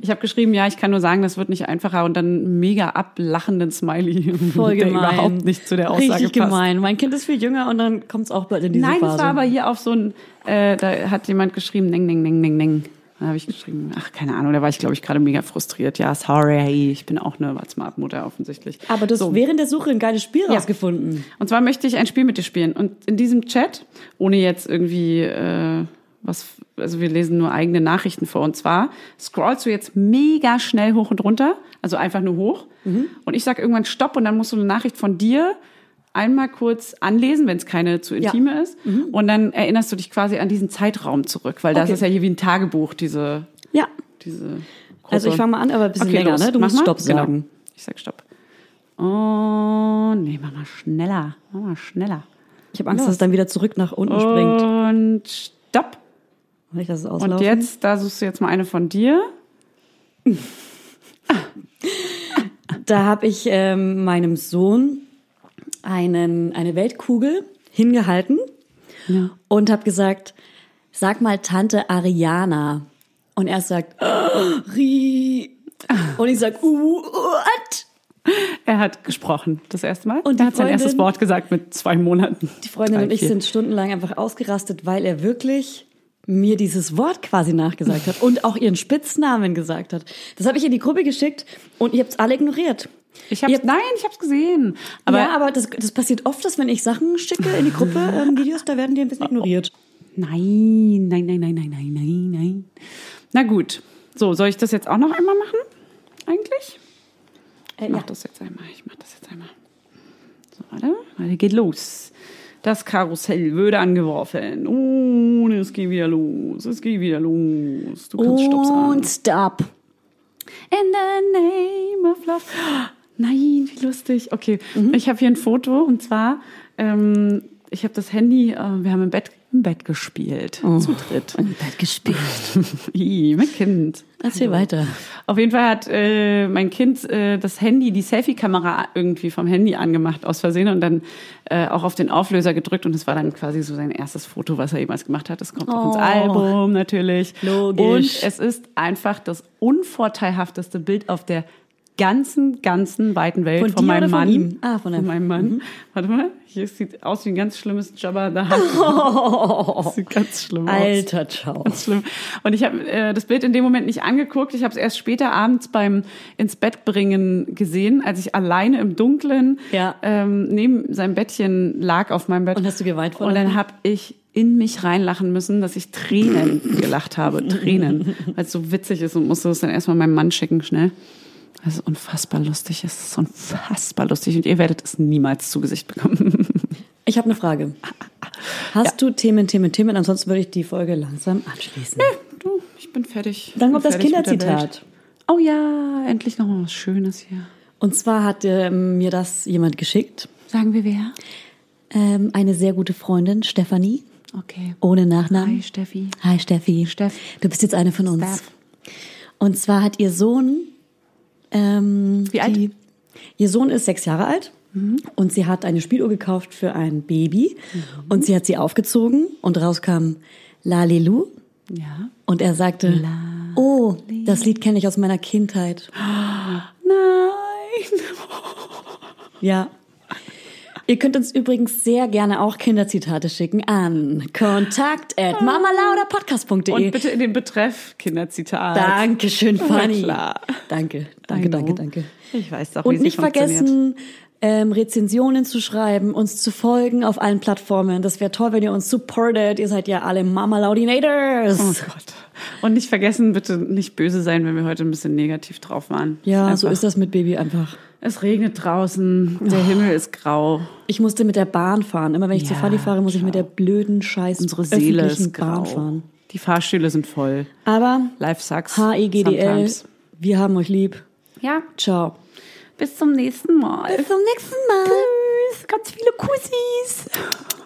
[SPEAKER 2] ich habe geschrieben, ja, ich kann nur sagen, das wird nicht einfacher und dann einen mega ablachenden Smiley,
[SPEAKER 1] Voll
[SPEAKER 2] der
[SPEAKER 1] gemein.
[SPEAKER 2] überhaupt nicht zu der Aussage
[SPEAKER 1] Richtig
[SPEAKER 2] passt.
[SPEAKER 1] gemein. Mein Kind ist viel jünger und dann kommt's auch bald in diese
[SPEAKER 2] Nein,
[SPEAKER 1] Phase.
[SPEAKER 2] das war aber hier auf so ein, äh, da hat jemand geschrieben, neng, neng, neng, neng, neng. Da habe ich geschrieben, ach, keine Ahnung, da war ich, glaube ich, gerade mega frustriert. Ja, sorry, ich bin auch eine Smart-Mutter offensichtlich.
[SPEAKER 1] aber du hast
[SPEAKER 2] So.
[SPEAKER 1] während der Suche ein geiles Spiel rausgefunden.
[SPEAKER 2] Und zwar möchte ich ein Spiel mit dir spielen. Und in diesem Chat, ohne jetzt irgendwie äh, was, also wir lesen nur eigene Nachrichten vor. Und zwar scrollst du jetzt mega schnell hoch und runter, also einfach nur hoch. Und ich sag irgendwann Stopp und dann musst du eine Nachricht von dir einmal kurz anlesen, wenn es keine zu intime ist. Und dann erinnerst du dich quasi an diesen Zeitraum zurück, weil das
[SPEAKER 1] Okay.
[SPEAKER 2] ist ja hier wie ein Tagebuch, diese,
[SPEAKER 1] Ja.
[SPEAKER 2] diese Gruppe.
[SPEAKER 1] Also ich fange mal an, aber ein bisschen
[SPEAKER 2] Okay,
[SPEAKER 1] länger,
[SPEAKER 2] los.
[SPEAKER 1] ne? Du
[SPEAKER 2] Mach
[SPEAKER 1] musst
[SPEAKER 2] mal.
[SPEAKER 1] Stopp sagen.
[SPEAKER 2] Genau. Ich sag Stopp. Oh, nee, mach mal schneller. Mach mal schneller.
[SPEAKER 1] Ich habe Angst, dass es dann wieder zurück nach unten springt.
[SPEAKER 2] Und stopp.
[SPEAKER 1] Nicht, dass es
[SPEAKER 2] Und
[SPEAKER 1] auslaufen.
[SPEAKER 2] jetzt, da suchst du jetzt mal eine von dir.
[SPEAKER 1] Da habe ich ähm, meinem Sohn einen, eine Weltkugel hingehalten und habe gesagt, sag mal Tante Ariana. Und er sagt, "Oh, Ri. Und ich sag, uh, what?
[SPEAKER 2] Er hat gesprochen das erste Mal.
[SPEAKER 1] Und die
[SPEAKER 2] er hat sein
[SPEAKER 1] Freundin-
[SPEAKER 2] erstes Wort gesagt mit zwei Monaten.
[SPEAKER 1] Die Freundin
[SPEAKER 2] Drei,
[SPEAKER 1] und ich
[SPEAKER 2] vier.
[SPEAKER 1] sind stundenlang einfach ausgerastet, weil er wirklich mir dieses Wort quasi nachgesagt hat und auch ihren Spitznamen gesagt hat. Das habe ich in die Gruppe geschickt und ihr habt es alle ignoriert.
[SPEAKER 2] Ich hab's,
[SPEAKER 1] Ihr habt-
[SPEAKER 2] nein, ich hab's gesehen. Aber
[SPEAKER 1] ja, aber das, das passiert oft, dass wenn ich Sachen schicke in die Gruppe, ähm, Videos, da werden die ein bisschen ignoriert.
[SPEAKER 2] nein, nein, nein, nein, nein, nein, nein, nein. Na gut. So, soll ich das jetzt auch noch einmal machen? Eigentlich?
[SPEAKER 1] Äh,
[SPEAKER 2] Ich
[SPEAKER 1] ja.
[SPEAKER 2] mach das jetzt einmal. Ich mach das jetzt einmal. So, warte. Warte, geht los. Das Karussell würde angeworfen. Und es geht wieder los. Es geht wieder los. Du kannst Stopp sagen.
[SPEAKER 1] Und stop.
[SPEAKER 2] In the name of love. Nein, wie lustig. Okay,
[SPEAKER 1] Mhm.
[SPEAKER 2] ich habe hier ein Foto und zwar, ähm, ich habe das Handy, äh, wir haben im Bett, im Bett gespielt.
[SPEAKER 1] Oh.
[SPEAKER 2] Zu dritt.
[SPEAKER 1] Im Bett gespielt.
[SPEAKER 2] Ih, mein Kind.
[SPEAKER 1] Erzähl weiter.
[SPEAKER 2] Auf jeden Fall hat äh, mein Kind äh, das Handy, die Selfie-Kamera irgendwie vom Handy angemacht aus Versehen und dann äh, auch auf den Auflöser gedrückt und es war dann quasi so sein erstes Foto, was er jemals gemacht hat. Das kommt auch ins
[SPEAKER 1] Oh.
[SPEAKER 2] Album natürlich.
[SPEAKER 1] Logisch.
[SPEAKER 2] Und es ist einfach das unvorteilhafteste Bild auf der ganzen, ganzen weiten Welt
[SPEAKER 1] Von
[SPEAKER 2] von
[SPEAKER 1] dir
[SPEAKER 2] meinem
[SPEAKER 1] oder von
[SPEAKER 2] Mann.
[SPEAKER 1] ihm? Ah, von deinem-
[SPEAKER 2] meinem Mann. Warte mal, hier sieht aus wie ein ganz schlimmes Jabba da. Das sieht ganz schlimm aus
[SPEAKER 1] Alter, ciao.
[SPEAKER 2] ganz schlimm. Und ich habe äh, das Bild in dem Moment nicht angeguckt. Ich habe es erst später abends beim ins Bett bringen gesehen, als ich alleine im Dunkeln
[SPEAKER 1] Ja.
[SPEAKER 2] ähm, neben seinem Bettchen lag auf meinem Bett.
[SPEAKER 1] Und hast du geweint vor
[SPEAKER 2] Und
[SPEAKER 1] dem
[SPEAKER 2] dann habe ich in mich reinlachen müssen, dass ich Tränen gelacht habe. Tränen. Weil es so witzig ist und musste es dann erstmal meinem Mann schicken, schnell. Das ist unfassbar lustig. Es ist unfassbar lustig. Und ihr werdet es niemals zu Gesicht bekommen.
[SPEAKER 1] Ich habe eine Frage. Hast du Themen, Themen, Themen? Ansonsten würde ich die Folge langsam anschließen.
[SPEAKER 2] Du, ich bin fertig.
[SPEAKER 1] Dann
[SPEAKER 2] Ich bin
[SPEAKER 1] kommt das
[SPEAKER 2] fertig mit der
[SPEAKER 1] Kinderzitat.
[SPEAKER 2] Welt. Oh ja, endlich nochmal was Schönes hier.
[SPEAKER 1] Und zwar hat ähm, mir das jemand geschickt.
[SPEAKER 2] Sagen wir wer?
[SPEAKER 1] Ähm, eine sehr gute Freundin, Stefanie,
[SPEAKER 2] Okay.
[SPEAKER 1] ohne Nachnamen.
[SPEAKER 2] Hi, Steffi.
[SPEAKER 1] Hi Steffi.
[SPEAKER 2] Steff.
[SPEAKER 1] Du bist jetzt eine von uns.
[SPEAKER 2] Steff.
[SPEAKER 1] Und zwar hat ihr Sohn. Ähm,
[SPEAKER 2] Wie alt? Mhm.
[SPEAKER 1] Die, ihr Sohn ist sechs Jahre alt und sie hat eine Spieluhr gekauft für ein Baby und sie hat sie aufgezogen und rauskam Lalilu
[SPEAKER 2] Ja.
[SPEAKER 1] und er sagte, oh, das Lied kenne ich aus meiner Kindheit.
[SPEAKER 2] Nein.
[SPEAKER 1] Ja. Ihr könnt uns übrigens sehr gerne auch Kinderzitate schicken an kontakt at
[SPEAKER 2] Und
[SPEAKER 1] mamalauderpodcast.de.
[SPEAKER 2] bitte in den Betreff Kinderzitat.
[SPEAKER 1] Dankeschön, Fanny.
[SPEAKER 2] klar.
[SPEAKER 1] Danke, danke,
[SPEAKER 2] I know.
[SPEAKER 1] danke, danke.
[SPEAKER 2] Ich weiß doch, wie
[SPEAKER 1] Und
[SPEAKER 2] sie
[SPEAKER 1] nicht
[SPEAKER 2] funktioniert.
[SPEAKER 1] vergessen, ähm, Rezensionen zu schreiben, uns zu folgen auf allen Plattformen. Das wäre toll, wenn ihr uns supportet. Ihr seid ja alle
[SPEAKER 2] Oh
[SPEAKER 1] Mama-Laudinators.
[SPEAKER 2] Gott. Und nicht vergessen, bitte nicht böse sein, wenn wir heute ein bisschen negativ drauf waren.
[SPEAKER 1] ja,
[SPEAKER 2] Einfach.
[SPEAKER 1] so ist das mit Baby einfach.
[SPEAKER 2] Es regnet draußen, der Himmel ist grau.
[SPEAKER 1] Ich musste mit der Bahn fahren. Immer wenn ich zur
[SPEAKER 2] Ja,
[SPEAKER 1] Fanny fahre, muss ich mit der
[SPEAKER 2] schau.
[SPEAKER 1] blöden Scheiß
[SPEAKER 2] Unsere Seele
[SPEAKER 1] öffentlichen
[SPEAKER 2] ist grau.
[SPEAKER 1] Bahn fahren.
[SPEAKER 2] Die Fahrstühle sind voll.
[SPEAKER 1] Aber E
[SPEAKER 2] Life sucks.
[SPEAKER 1] HEGDL,
[SPEAKER 2] sometimes.
[SPEAKER 1] wir haben euch lieb.
[SPEAKER 2] Ja,
[SPEAKER 1] Ciao.
[SPEAKER 2] bis zum nächsten Mal.
[SPEAKER 1] zum nächsten Mal.
[SPEAKER 2] Tschüss. Ganz viele Kussis.